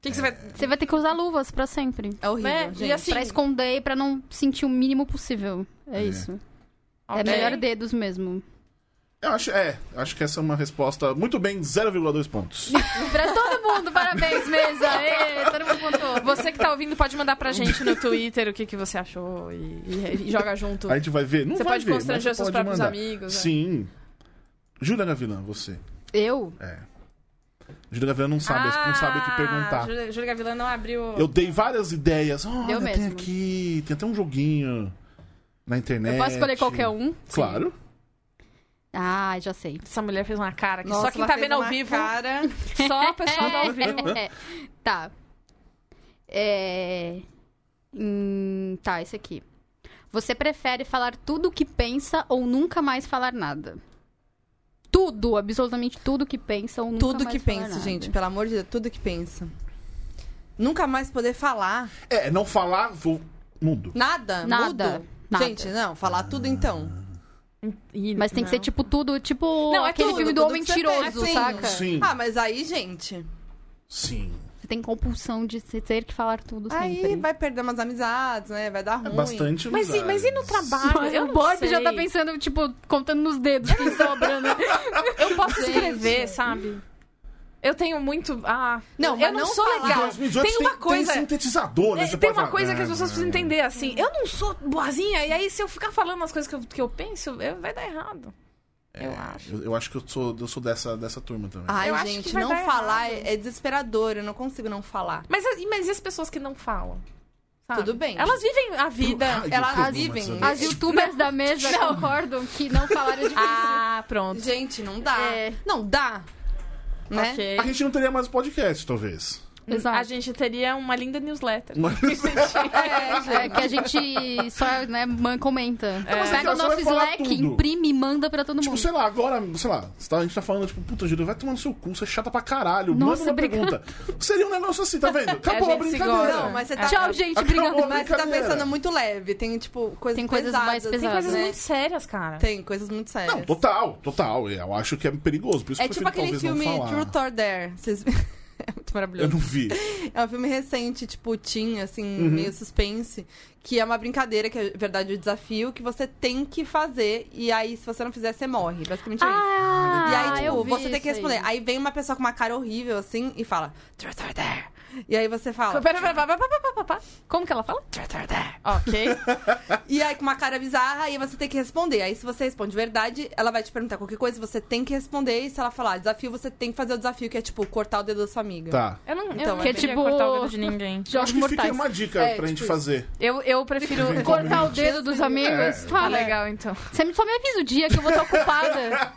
[SPEAKER 2] que, que você
[SPEAKER 1] É.
[SPEAKER 2] vai.
[SPEAKER 3] Ah, Você vai ter que usar luvas pra sempre.
[SPEAKER 4] É horrível,
[SPEAKER 2] Né? E
[SPEAKER 4] gente.
[SPEAKER 2] assim-
[SPEAKER 3] Pra esconder e pra não sentir o mínimo possível. É, isso. É
[SPEAKER 2] Ok.
[SPEAKER 3] melhor dedos mesmo.
[SPEAKER 1] Eu acho, é, acho que essa é uma resposta muito bem, 0,2 pontos.
[SPEAKER 3] Pra todo mundo, parabéns, mesa! Ê, todo mundo pontuou.
[SPEAKER 2] Você que tá ouvindo pode mandar pra gente no Twitter o que, que você achou e, e- e joga junto.
[SPEAKER 1] A gente vai ver. Não
[SPEAKER 2] Você
[SPEAKER 1] vai
[SPEAKER 2] pode
[SPEAKER 1] ver,
[SPEAKER 2] constranger
[SPEAKER 1] mas
[SPEAKER 2] seus
[SPEAKER 1] pode
[SPEAKER 2] próprios
[SPEAKER 1] mandar.
[SPEAKER 2] amigos, né?
[SPEAKER 1] Sim. Júlia Gavilã, você.
[SPEAKER 3] Eu?
[SPEAKER 1] É. Júlia Gavilã não sabe,
[SPEAKER 2] Ah,
[SPEAKER 1] não sabe o que perguntar.
[SPEAKER 2] Júlia, Júlia Gavilã não abriu.
[SPEAKER 1] Eu dei várias ideias. Olha,
[SPEAKER 3] Deu
[SPEAKER 1] tem
[SPEAKER 3] mesmo.
[SPEAKER 1] aqui, tem até um joguinho na internet.
[SPEAKER 3] Eu posso escolher qualquer um?
[SPEAKER 1] Claro.
[SPEAKER 3] Ah, já sei.
[SPEAKER 2] Essa mulher fez uma cara que
[SPEAKER 4] Nossa,
[SPEAKER 2] só quem
[SPEAKER 4] ela
[SPEAKER 2] tá
[SPEAKER 4] fez
[SPEAKER 2] vendo ao
[SPEAKER 4] uma
[SPEAKER 2] vivo.
[SPEAKER 4] Cara...
[SPEAKER 2] Só o pessoal do ao vivo.
[SPEAKER 3] tá. É... hum, tá, esse aqui. Você prefere falar tudo o que pensa ou nunca mais falar nada? Tudo, absolutamente tudo que pensa ou nunca
[SPEAKER 4] Tudo
[SPEAKER 3] mais
[SPEAKER 4] que
[SPEAKER 3] falar
[SPEAKER 4] pensa,
[SPEAKER 3] nada.
[SPEAKER 4] gente. Pelo amor de Deus, tudo que pensa. Nunca mais poder falar.
[SPEAKER 1] É, não falar, vou. Mudo.
[SPEAKER 4] Nada.
[SPEAKER 3] Nada,
[SPEAKER 4] Mudo.
[SPEAKER 3] nada.
[SPEAKER 4] Gente, não. Falar tudo então.
[SPEAKER 2] Ih,
[SPEAKER 3] Mas tem que ser
[SPEAKER 2] não.
[SPEAKER 3] tipo tudo, tipo
[SPEAKER 2] Não, é
[SPEAKER 3] aquele
[SPEAKER 2] tudo,
[SPEAKER 3] filme do
[SPEAKER 4] tudo
[SPEAKER 3] homem
[SPEAKER 4] que você
[SPEAKER 3] mentiroso,
[SPEAKER 4] pensa.
[SPEAKER 3] saca?
[SPEAKER 1] Sim,
[SPEAKER 4] Ah, mas aí, gente.
[SPEAKER 1] sim.
[SPEAKER 3] Você tem compulsão de se- ter que falar tudo sempre.
[SPEAKER 4] Aí vai perder umas amizades, né? Vai dar
[SPEAKER 1] É
[SPEAKER 4] ruim.
[SPEAKER 1] bastante.
[SPEAKER 2] Mas e, mas e no trabalho?
[SPEAKER 3] Mas
[SPEAKER 2] eu
[SPEAKER 3] o
[SPEAKER 2] não
[SPEAKER 3] Bob
[SPEAKER 2] sei.
[SPEAKER 3] já tá pensando, tipo, contando nos dedos que sobra, né?
[SPEAKER 2] Eu posso escrever, sabe? Eu tenho muito. Ah,
[SPEAKER 4] Não,
[SPEAKER 2] eu
[SPEAKER 4] mas
[SPEAKER 2] não
[SPEAKER 4] não
[SPEAKER 2] sou
[SPEAKER 4] falar.
[SPEAKER 2] legal. Tem uma coisa.
[SPEAKER 1] Tem sintetizador, né?
[SPEAKER 2] É,
[SPEAKER 1] Você
[SPEAKER 2] tem
[SPEAKER 1] pode
[SPEAKER 2] uma
[SPEAKER 1] falar,
[SPEAKER 2] coisa que as
[SPEAKER 1] "Ah,
[SPEAKER 2] pessoas precisam entender, assim. Eu não sou boazinha, e aí se eu ficar falando as coisas que eu, que eu penso, eu- vai dar errado.
[SPEAKER 1] É.
[SPEAKER 2] Eu acho.
[SPEAKER 1] Eu, eu acho que eu sou, eu sou dessa, dessa turma também.
[SPEAKER 4] Ai,
[SPEAKER 2] Eu acho que
[SPEAKER 4] gente,
[SPEAKER 2] vai
[SPEAKER 4] não
[SPEAKER 2] dar
[SPEAKER 4] falar
[SPEAKER 2] errado.
[SPEAKER 4] é, é desesperador. Eu não consigo não falar.
[SPEAKER 2] Mas, as- mas e as pessoas que não falam? Sabe?
[SPEAKER 4] Tudo bem.
[SPEAKER 2] Elas vivem a vida.
[SPEAKER 1] Ai, eu assim.
[SPEAKER 4] elas
[SPEAKER 1] como, mas
[SPEAKER 4] vivem.
[SPEAKER 1] eu-
[SPEAKER 3] As youtubers da mesa concordam que não falaram de
[SPEAKER 2] Ah, pronto.
[SPEAKER 4] Gente, não dá.
[SPEAKER 3] É.
[SPEAKER 4] Não dá. Né?
[SPEAKER 2] Ok.
[SPEAKER 1] A gente não teria mais podcast, talvez.
[SPEAKER 3] Exato.
[SPEAKER 2] A gente teria uma linda newsletter.
[SPEAKER 1] Mas-
[SPEAKER 4] É,
[SPEAKER 3] É
[SPEAKER 4] gente.
[SPEAKER 3] que a gente só, né, man-
[SPEAKER 2] É.
[SPEAKER 3] comenta.
[SPEAKER 1] mas
[SPEAKER 3] Pega
[SPEAKER 1] ela
[SPEAKER 3] o
[SPEAKER 1] só
[SPEAKER 3] nosso
[SPEAKER 1] vai falar
[SPEAKER 3] Slack,
[SPEAKER 1] tudo.
[SPEAKER 3] imprime e manda pra todo
[SPEAKER 1] Tipo,
[SPEAKER 3] mundo.
[SPEAKER 1] sei lá, agora, sei lá, você tá- a gente tá falando, tipo, puta, Júlio, vai tomar no seu cu, você é chata pra caralho,
[SPEAKER 3] Nossa,
[SPEAKER 1] manda uma
[SPEAKER 3] obrigada.
[SPEAKER 1] pergunta. Seria um negócio assim, tá vendo? Acabou a,
[SPEAKER 2] gente se
[SPEAKER 1] brincadeira.
[SPEAKER 2] gosta. É.
[SPEAKER 4] Não, mas você tá.
[SPEAKER 3] Tchau, gente.
[SPEAKER 1] Acabou a
[SPEAKER 3] Obrigada.
[SPEAKER 4] Mas você tá
[SPEAKER 1] brincadeira.
[SPEAKER 4] pensando muito leve. Tem, tipo, coisas
[SPEAKER 3] Tem coisas
[SPEAKER 4] pesadas,
[SPEAKER 3] mais
[SPEAKER 2] Tem
[SPEAKER 3] pesadas,
[SPEAKER 2] coisas
[SPEAKER 4] né?
[SPEAKER 2] muito sérias, cara.
[SPEAKER 4] Tem coisas muito sérias.
[SPEAKER 1] Não, total, total. Eu acho que é perigoso, por isso
[SPEAKER 4] é
[SPEAKER 1] que eu
[SPEAKER 4] tipo
[SPEAKER 1] prefiro
[SPEAKER 4] aquele
[SPEAKER 1] talvez não
[SPEAKER 4] filme
[SPEAKER 1] falar.
[SPEAKER 4] True or Dare. Vocês... é muito
[SPEAKER 1] Eu
[SPEAKER 4] maravilhoso.
[SPEAKER 1] não vi.
[SPEAKER 4] É um filme recente, tipo, teen, assim,
[SPEAKER 1] Uhum.
[SPEAKER 4] meio suspense, que é uma brincadeira, que é verdade o desafio, que você tem que fazer, e aí se você não fizer, você morre. Basicamente é isso.
[SPEAKER 3] Ah,
[SPEAKER 4] E aí, tipo,
[SPEAKER 3] eu vi
[SPEAKER 4] você tem
[SPEAKER 3] isso
[SPEAKER 4] que responder.
[SPEAKER 3] aí.
[SPEAKER 4] Aí. vem uma pessoa com uma cara horrível, assim, e fala, Truth or Dare. E aí você fala,
[SPEAKER 3] é
[SPEAKER 2] Pera, pera, pera, pera, pera, pera, pera, pera. Como que ela fala?
[SPEAKER 4] Truth or Dare.
[SPEAKER 2] Ok.
[SPEAKER 4] E aí, com uma cara bizarra, aí você tem que responder. Aí, se você responde verdade, ela vai te perguntar qualquer coisa, você tem que responder. E se ela falar "Ah, desafio, você tem que fazer o desafio, que é tipo, cortar o dedo da sua amiga.
[SPEAKER 1] Tá.
[SPEAKER 2] Eu não,
[SPEAKER 4] Então,
[SPEAKER 2] eu não
[SPEAKER 4] que é
[SPEAKER 2] queria
[SPEAKER 3] tipo-
[SPEAKER 2] cortar o dedo de ninguém.
[SPEAKER 3] Jogos
[SPEAKER 1] acho que fica aí
[SPEAKER 3] mortais.
[SPEAKER 1] uma dica
[SPEAKER 4] É,
[SPEAKER 1] pra
[SPEAKER 4] tipo
[SPEAKER 1] gente
[SPEAKER 4] isso.
[SPEAKER 1] fazer.
[SPEAKER 2] Eu, eu prefiro
[SPEAKER 3] Cortar o dedo dos amigos.
[SPEAKER 1] É.
[SPEAKER 3] Tá
[SPEAKER 2] Tá
[SPEAKER 3] legal.
[SPEAKER 2] legal, então.
[SPEAKER 3] Você me- só me avisa o dia que eu vou estar ocupada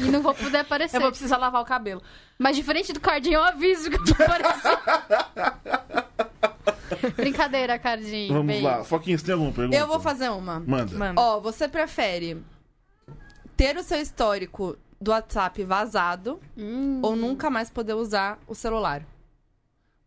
[SPEAKER 3] e não vou poder aparecer.
[SPEAKER 2] Eu vou precisar lavar o cabelo.
[SPEAKER 3] Mas diferente do Cardinho, eu aviso que eu vou aparecer. Brincadeira, Cardinho.
[SPEAKER 1] Vamos
[SPEAKER 3] Beijo.
[SPEAKER 1] lá. Foquinha, você tem alguma pergunta?
[SPEAKER 4] Eu vou fazer uma.
[SPEAKER 1] Manda.
[SPEAKER 2] Mano.
[SPEAKER 4] Ó, você prefere ter o seu histórico do WhatsApp vazado
[SPEAKER 3] Hum.
[SPEAKER 4] ou nunca mais poder usar o celular?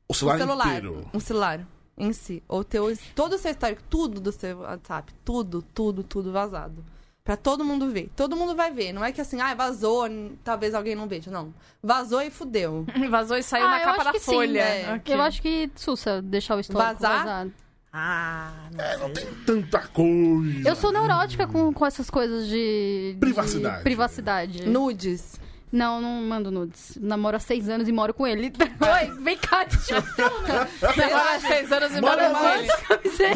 [SPEAKER 1] O celular,
[SPEAKER 4] o celular.
[SPEAKER 1] inteiro.
[SPEAKER 4] O celular em si. Ou ter o- todo o seu histórico, tudo do seu WhatsApp. Tudo, tudo, tudo vazado. Pra todo mundo ver. Todo mundo vai ver. Não é que assim, ah, vazou, n- talvez alguém não veja. Não. Vazou e fudeu.
[SPEAKER 2] Vazou e saiu
[SPEAKER 3] Ah,
[SPEAKER 2] na
[SPEAKER 3] eu
[SPEAKER 2] capa
[SPEAKER 3] acho
[SPEAKER 2] da
[SPEAKER 3] que sim,
[SPEAKER 2] folha.
[SPEAKER 4] né?
[SPEAKER 2] Ok.
[SPEAKER 3] Eu acho que, Sussa, deixar o histórico
[SPEAKER 4] Vazar?
[SPEAKER 3] vazado.
[SPEAKER 4] Ah,
[SPEAKER 1] É, não tem tanta coisa.
[SPEAKER 3] Eu sou neurótica com, com essas coisas de... de
[SPEAKER 1] Privacidade.
[SPEAKER 3] privacidade.
[SPEAKER 4] É. Nudes.
[SPEAKER 3] Não, não mando nudes. Namoro há seis anos e moro com ele. Oi, vem cá, deixa
[SPEAKER 2] Agora, seis anos e
[SPEAKER 1] Bora
[SPEAKER 2] bora
[SPEAKER 1] lá.
[SPEAKER 2] mais.
[SPEAKER 3] eu dizer.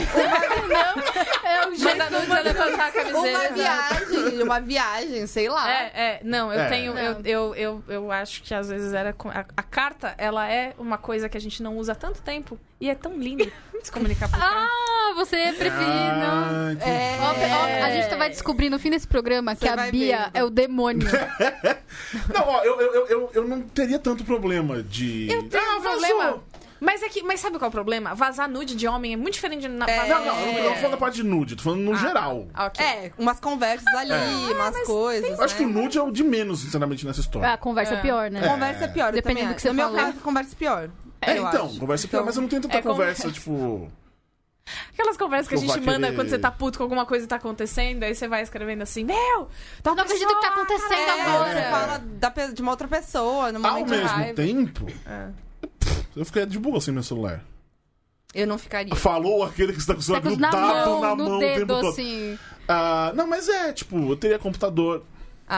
[SPEAKER 3] Não, é o jeito.
[SPEAKER 2] Manda nudes a levantar a
[SPEAKER 4] Uma
[SPEAKER 2] camiseta.
[SPEAKER 4] viagem, uma viagem, sei lá.
[SPEAKER 2] É, é, não, eu
[SPEAKER 1] É.
[SPEAKER 2] tenho, eu,
[SPEAKER 3] Não.
[SPEAKER 2] eu, eu, eu acho que às vezes era, com- a, a carta, ela é uma coisa que a gente não usa há tanto tempo, e é tão lindo se comunicar por carta.
[SPEAKER 3] Ah, você prefere, não.
[SPEAKER 1] Ah, entendi.
[SPEAKER 4] É.
[SPEAKER 3] Ó, ó, a gente vai descobrir no fim desse programa que
[SPEAKER 4] Você
[SPEAKER 3] a
[SPEAKER 4] vai
[SPEAKER 3] Bia
[SPEAKER 4] vendo.
[SPEAKER 3] é o demônio.
[SPEAKER 1] Não, ó, eu, eu, eu, eu, eu não teria tanto problema de.
[SPEAKER 2] Eu tenho
[SPEAKER 1] ah,
[SPEAKER 2] um
[SPEAKER 1] vazou.
[SPEAKER 2] problema. Mas é que, mas sabe qual é o problema? Vazar nude de homem é muito diferente de na- vazar
[SPEAKER 1] Não, não, eu
[SPEAKER 2] nude
[SPEAKER 1] não
[SPEAKER 2] de
[SPEAKER 1] tô
[SPEAKER 2] mulher.
[SPEAKER 1] falando da parte de nude, tô falando no geral.
[SPEAKER 2] Ah, ok.
[SPEAKER 4] É, umas conversas ali, umas coisas.
[SPEAKER 1] Eu acho que o
[SPEAKER 4] né?
[SPEAKER 1] nude é o de menos, sinceramente, nessa história.
[SPEAKER 3] A conversa é,
[SPEAKER 2] É.
[SPEAKER 3] pior, né?
[SPEAKER 4] Conversa é pior. eu
[SPEAKER 3] Dependendo
[SPEAKER 4] também
[SPEAKER 3] do que você
[SPEAKER 4] acho. No meu
[SPEAKER 3] falou.
[SPEAKER 4] caso, conversa é pior.
[SPEAKER 1] É,
[SPEAKER 4] eu
[SPEAKER 1] então,
[SPEAKER 4] acho.
[SPEAKER 1] conversa é pior,
[SPEAKER 4] Então,
[SPEAKER 1] mas eu não tenho tanta
[SPEAKER 2] é
[SPEAKER 1] conversa, tipo.
[SPEAKER 2] Aquelas conversas que a
[SPEAKER 1] Ou vai
[SPEAKER 2] gente manda
[SPEAKER 1] querer-
[SPEAKER 2] quando você tá puto com alguma coisa que tá acontecendo, aí você vai escrevendo assim, meu, tá
[SPEAKER 3] Não acredito que tá acontecendo
[SPEAKER 4] É,
[SPEAKER 3] agora.
[SPEAKER 4] você fala da pe- de uma outra pessoa, no
[SPEAKER 1] Ao
[SPEAKER 4] momento de
[SPEAKER 1] Tá mesmo
[SPEAKER 4] raiva.
[SPEAKER 1] tempo.
[SPEAKER 4] É.
[SPEAKER 1] Eu ficaria de boa sem meu celular.
[SPEAKER 4] Eu não ficaria.
[SPEAKER 1] Falou aquele que está com o
[SPEAKER 3] Tá
[SPEAKER 1] celular
[SPEAKER 3] com os na
[SPEAKER 1] grudado
[SPEAKER 3] mão,
[SPEAKER 1] na mão,
[SPEAKER 3] no
[SPEAKER 1] o tempo
[SPEAKER 3] dedo,
[SPEAKER 1] todo.
[SPEAKER 3] assim.
[SPEAKER 1] Ah, não, mas é, tipo, eu teria computador.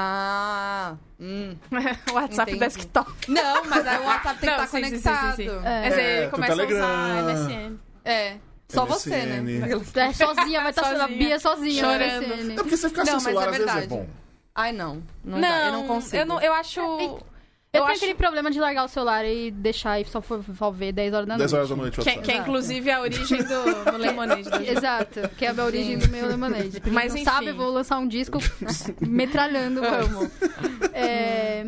[SPEAKER 4] Ah, hum.
[SPEAKER 2] WhatsApp
[SPEAKER 4] Entendi.
[SPEAKER 2] desktop.
[SPEAKER 4] Não, mas aí o WhatsApp tem que
[SPEAKER 2] Não,
[SPEAKER 4] estar
[SPEAKER 2] sim, sim, sim,
[SPEAKER 4] conectado.
[SPEAKER 2] sim, sim.
[SPEAKER 3] É.
[SPEAKER 2] Mas aí
[SPEAKER 1] É,
[SPEAKER 2] ele
[SPEAKER 1] tem
[SPEAKER 2] começa a usar
[SPEAKER 1] Telegram.
[SPEAKER 2] MSN.
[SPEAKER 4] É, só você, né?
[SPEAKER 1] MSN.
[SPEAKER 3] É, sozinha, vai estar
[SPEAKER 2] Sozinha.
[SPEAKER 3] a Bia sozinha. né?
[SPEAKER 2] Chorando.
[SPEAKER 3] vai ser-
[SPEAKER 1] É porque você ficar
[SPEAKER 4] Não,
[SPEAKER 1] sem
[SPEAKER 4] mas
[SPEAKER 1] celular
[SPEAKER 4] é
[SPEAKER 1] às vezes é
[SPEAKER 4] verdade.
[SPEAKER 1] bom.
[SPEAKER 4] Ai, não. Não,
[SPEAKER 2] Não,
[SPEAKER 4] dá, eu não consigo.
[SPEAKER 2] Eu, não- eu acho.
[SPEAKER 3] Eu,
[SPEAKER 2] Eu
[SPEAKER 3] tenho
[SPEAKER 2] acho-
[SPEAKER 3] É, aquele problema de largar o celular e deixar e só for for ver 10 horas da noite.
[SPEAKER 1] 10 horas da noite,
[SPEAKER 2] Que,
[SPEAKER 1] WhatsApp.
[SPEAKER 2] que é inclusive a origem do, do Lemonade. né? do-
[SPEAKER 3] Exato, que é a origem do meu Lemonade. Pra quem
[SPEAKER 2] Mas
[SPEAKER 3] não
[SPEAKER 2] enfim.
[SPEAKER 3] sabe, eu vou lançar um disco metralhando o ramo. É,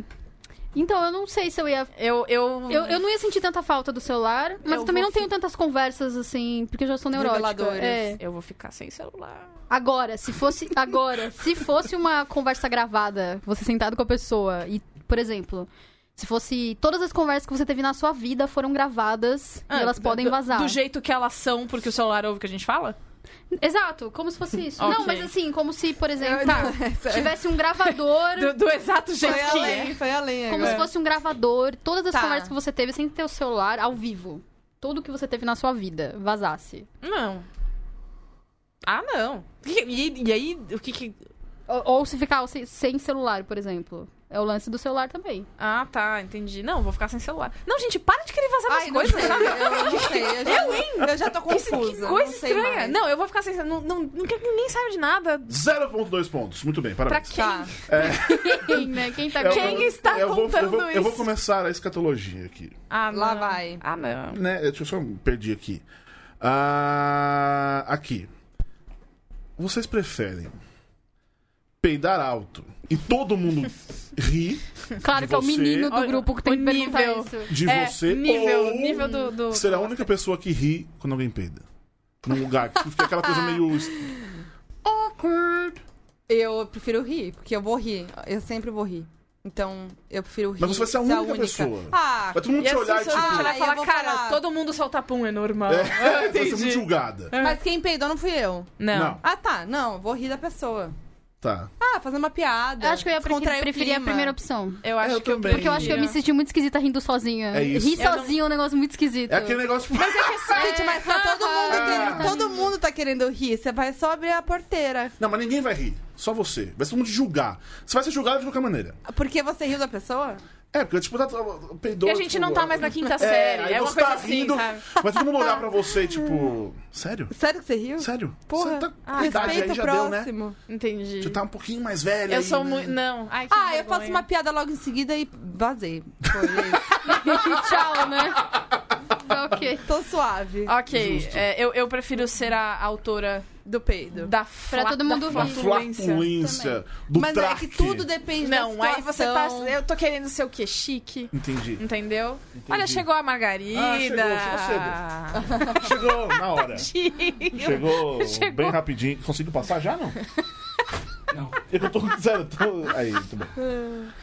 [SPEAKER 3] Então, eu não sei se eu ia...
[SPEAKER 2] Eu, eu,
[SPEAKER 3] Eu, eu não ia sentir tanta falta do celular, mas eu,
[SPEAKER 4] Eu
[SPEAKER 3] também
[SPEAKER 4] vou
[SPEAKER 3] não tenho tantas conversas, assim, porque eu já sou neurótica.
[SPEAKER 4] Reveladoras.
[SPEAKER 3] É.
[SPEAKER 2] eu vou ficar sem celular.
[SPEAKER 3] Agora, se fosse... Agora, se fosse uma conversa gravada, você sentado com a pessoa e, por exemplo... Se fosse todas as conversas que você teve na sua vida foram gravadas
[SPEAKER 2] Ah,
[SPEAKER 3] e elas
[SPEAKER 2] do-
[SPEAKER 3] podem
[SPEAKER 2] do-
[SPEAKER 3] vazar.
[SPEAKER 2] Do jeito que elas são, porque o celular ouve o que a gente fala?
[SPEAKER 3] Exato, como se fosse isso. Não,
[SPEAKER 2] Ok.
[SPEAKER 3] mas assim, como se, por exemplo, tá,
[SPEAKER 4] Eu-
[SPEAKER 2] Tá.
[SPEAKER 4] não,
[SPEAKER 3] tivesse um gravador.
[SPEAKER 2] Do, do exato jeito
[SPEAKER 4] Foi
[SPEAKER 2] que
[SPEAKER 4] além,
[SPEAKER 2] é.
[SPEAKER 4] foi além
[SPEAKER 3] Como
[SPEAKER 4] agora.
[SPEAKER 3] se fosse um gravador, todas as
[SPEAKER 4] Tá.
[SPEAKER 3] conversas que você teve sem ter o celular ao vivo. Tudo que você teve na sua vida vazasse.
[SPEAKER 2] Não. Ah, não. E, e- e aí, o que que...
[SPEAKER 3] Ou, ou se ficar se- sem celular, por exemplo. É o lance do celular também.
[SPEAKER 2] Ah, tá, entendi. Não, vou ficar sem celular. Não, gente, para de querer vazar
[SPEAKER 4] Ai,
[SPEAKER 2] as
[SPEAKER 4] não
[SPEAKER 2] coisas,
[SPEAKER 4] sei,
[SPEAKER 2] sabe?
[SPEAKER 4] eu não sei. Eu, já, eu, já tô
[SPEAKER 2] Isso,
[SPEAKER 4] confusa.
[SPEAKER 2] que coisa
[SPEAKER 4] não sei
[SPEAKER 2] estranha.
[SPEAKER 4] mais.
[SPEAKER 2] Não, eu vou ficar sem celular. Não, não, não quero que ninguém saiba de nada.
[SPEAKER 1] 0.2 pontos. Muito bem,
[SPEAKER 2] Pra
[SPEAKER 1] parabéns.
[SPEAKER 2] quem?
[SPEAKER 4] Tá.
[SPEAKER 3] Quem, né? Quem tá
[SPEAKER 1] Eu-
[SPEAKER 2] quem
[SPEAKER 1] eu-
[SPEAKER 2] está
[SPEAKER 1] eu vou- eu
[SPEAKER 2] contando
[SPEAKER 1] vou, Eu vou
[SPEAKER 2] isso?
[SPEAKER 1] começar a escatologia aqui.
[SPEAKER 2] Ah,
[SPEAKER 4] Lá
[SPEAKER 2] não.
[SPEAKER 4] vai.
[SPEAKER 2] Ah, não.
[SPEAKER 1] Né? Deixa eu só perdi aqui. Ah, aqui. Vocês preferem peidar alto e todo mundo ri
[SPEAKER 3] Claro
[SPEAKER 1] de
[SPEAKER 3] que é o
[SPEAKER 1] você-
[SPEAKER 3] menino do
[SPEAKER 2] Olha,
[SPEAKER 3] grupo que tem
[SPEAKER 2] o
[SPEAKER 3] que perguntar
[SPEAKER 2] nível.
[SPEAKER 3] isso.
[SPEAKER 1] de
[SPEAKER 2] é,
[SPEAKER 1] você
[SPEAKER 2] nível,
[SPEAKER 1] ou
[SPEAKER 2] nível do... do-
[SPEAKER 1] ser a única pessoa que ri quando alguém peida? Num lugar que fica aquela
[SPEAKER 2] Ah.
[SPEAKER 1] coisa meio... Awkward.
[SPEAKER 4] Eu prefiro rir, porque eu vou rir. Eu sempre vou rir. Então, eu prefiro rir.
[SPEAKER 1] Mas você vai ser a
[SPEAKER 4] ser
[SPEAKER 1] única pessoa.
[SPEAKER 4] Ah,
[SPEAKER 1] Vai todo mundo
[SPEAKER 2] E
[SPEAKER 1] te
[SPEAKER 2] as
[SPEAKER 1] olhar e
[SPEAKER 2] pessoas
[SPEAKER 1] tipo...
[SPEAKER 2] vão te olhar e
[SPEAKER 4] Ah,
[SPEAKER 2] falar,
[SPEAKER 4] eu vou
[SPEAKER 2] cara,
[SPEAKER 4] falar.
[SPEAKER 2] todo mundo solta pum, é normal.
[SPEAKER 1] É, vai ser
[SPEAKER 2] entendi.
[SPEAKER 1] muito julgada.
[SPEAKER 4] mas quem peidou não fui eu.
[SPEAKER 2] Não.
[SPEAKER 1] Não.
[SPEAKER 4] Ah, tá. Não, eu vou rir da pessoa.
[SPEAKER 1] Tá.
[SPEAKER 4] Ah, fazer uma piada.
[SPEAKER 3] Eu acho que eu ia
[SPEAKER 4] descontrair
[SPEAKER 3] preferir,
[SPEAKER 4] o
[SPEAKER 3] preferir a
[SPEAKER 4] clima.
[SPEAKER 3] primeira opção.
[SPEAKER 2] Eu acho
[SPEAKER 1] Eu
[SPEAKER 2] que eu
[SPEAKER 1] também.
[SPEAKER 3] Porque eu acho que eu me senti muito esquisita rindo sozinha.
[SPEAKER 1] É isso.
[SPEAKER 3] Rir
[SPEAKER 2] Eu não-
[SPEAKER 3] sozinho é um negócio muito esquisito.
[SPEAKER 1] É aquele negócio... Mas
[SPEAKER 2] é que assim,
[SPEAKER 4] Gente, mas tá todo mundo querendo, todo mundo tá querendo rir. Você vai só abrir a porteira.
[SPEAKER 1] Não, mas ninguém vai rir. Só você. Vai todo mundo te julgar. Você vai ser julgado de qualquer maneira.
[SPEAKER 4] Porque você riu da pessoa?
[SPEAKER 1] É, porque tipo, tá, tá- peidou.
[SPEAKER 2] E a gente
[SPEAKER 1] tipo,
[SPEAKER 2] não tá mais na quinta
[SPEAKER 1] É,
[SPEAKER 2] série.
[SPEAKER 1] aí
[SPEAKER 2] É, uma
[SPEAKER 1] você
[SPEAKER 2] coisa
[SPEAKER 1] tá
[SPEAKER 2] assim,
[SPEAKER 1] rindo,
[SPEAKER 2] sabe?
[SPEAKER 1] Vai todo mundo olhar pra você, tipo. Sério?
[SPEAKER 4] Sério que você riu?
[SPEAKER 1] Sério?
[SPEAKER 4] Porra.
[SPEAKER 1] Você tá com
[SPEAKER 4] Ah,
[SPEAKER 1] a idade aí
[SPEAKER 4] Respeita
[SPEAKER 1] já
[SPEAKER 4] o
[SPEAKER 1] deu, né?
[SPEAKER 4] próximo.
[SPEAKER 2] Entendi.
[SPEAKER 1] Você tá um pouquinho mais velha.
[SPEAKER 2] Eu
[SPEAKER 1] aí,
[SPEAKER 2] sou
[SPEAKER 1] né?
[SPEAKER 2] muito. Não. Ai, que
[SPEAKER 4] Ah, eu
[SPEAKER 2] é vergonha.
[SPEAKER 4] faço uma piada logo em seguida e vazei. Foi isso.
[SPEAKER 3] Tchau, né? Tá ok.
[SPEAKER 4] Tô suave
[SPEAKER 1] Ah,
[SPEAKER 2] Ok, é, eu, eu prefiro ser a autora
[SPEAKER 4] do peido.
[SPEAKER 2] da fla...
[SPEAKER 3] Pra todo mundo
[SPEAKER 2] da
[SPEAKER 1] Da
[SPEAKER 3] rir.
[SPEAKER 2] flatulência.
[SPEAKER 1] flatulência. Do
[SPEAKER 4] Mas
[SPEAKER 1] traque.
[SPEAKER 4] é que tudo depende
[SPEAKER 2] Não,
[SPEAKER 4] da
[SPEAKER 2] aí você tá.
[SPEAKER 4] situação.
[SPEAKER 2] Eu tô querendo ser o quê? Chique.
[SPEAKER 1] Entendi.
[SPEAKER 2] Entendeu?
[SPEAKER 1] Entendi.
[SPEAKER 2] Olha, chegou a Margarida.
[SPEAKER 1] Ah, chegou, Chegou na hora. Chegou,
[SPEAKER 2] Chegou.
[SPEAKER 1] bem rapidinho. Consigo passar já, não?
[SPEAKER 5] Não.
[SPEAKER 1] É que eu tô com zero. Tô... Aí, tudo bem. Muito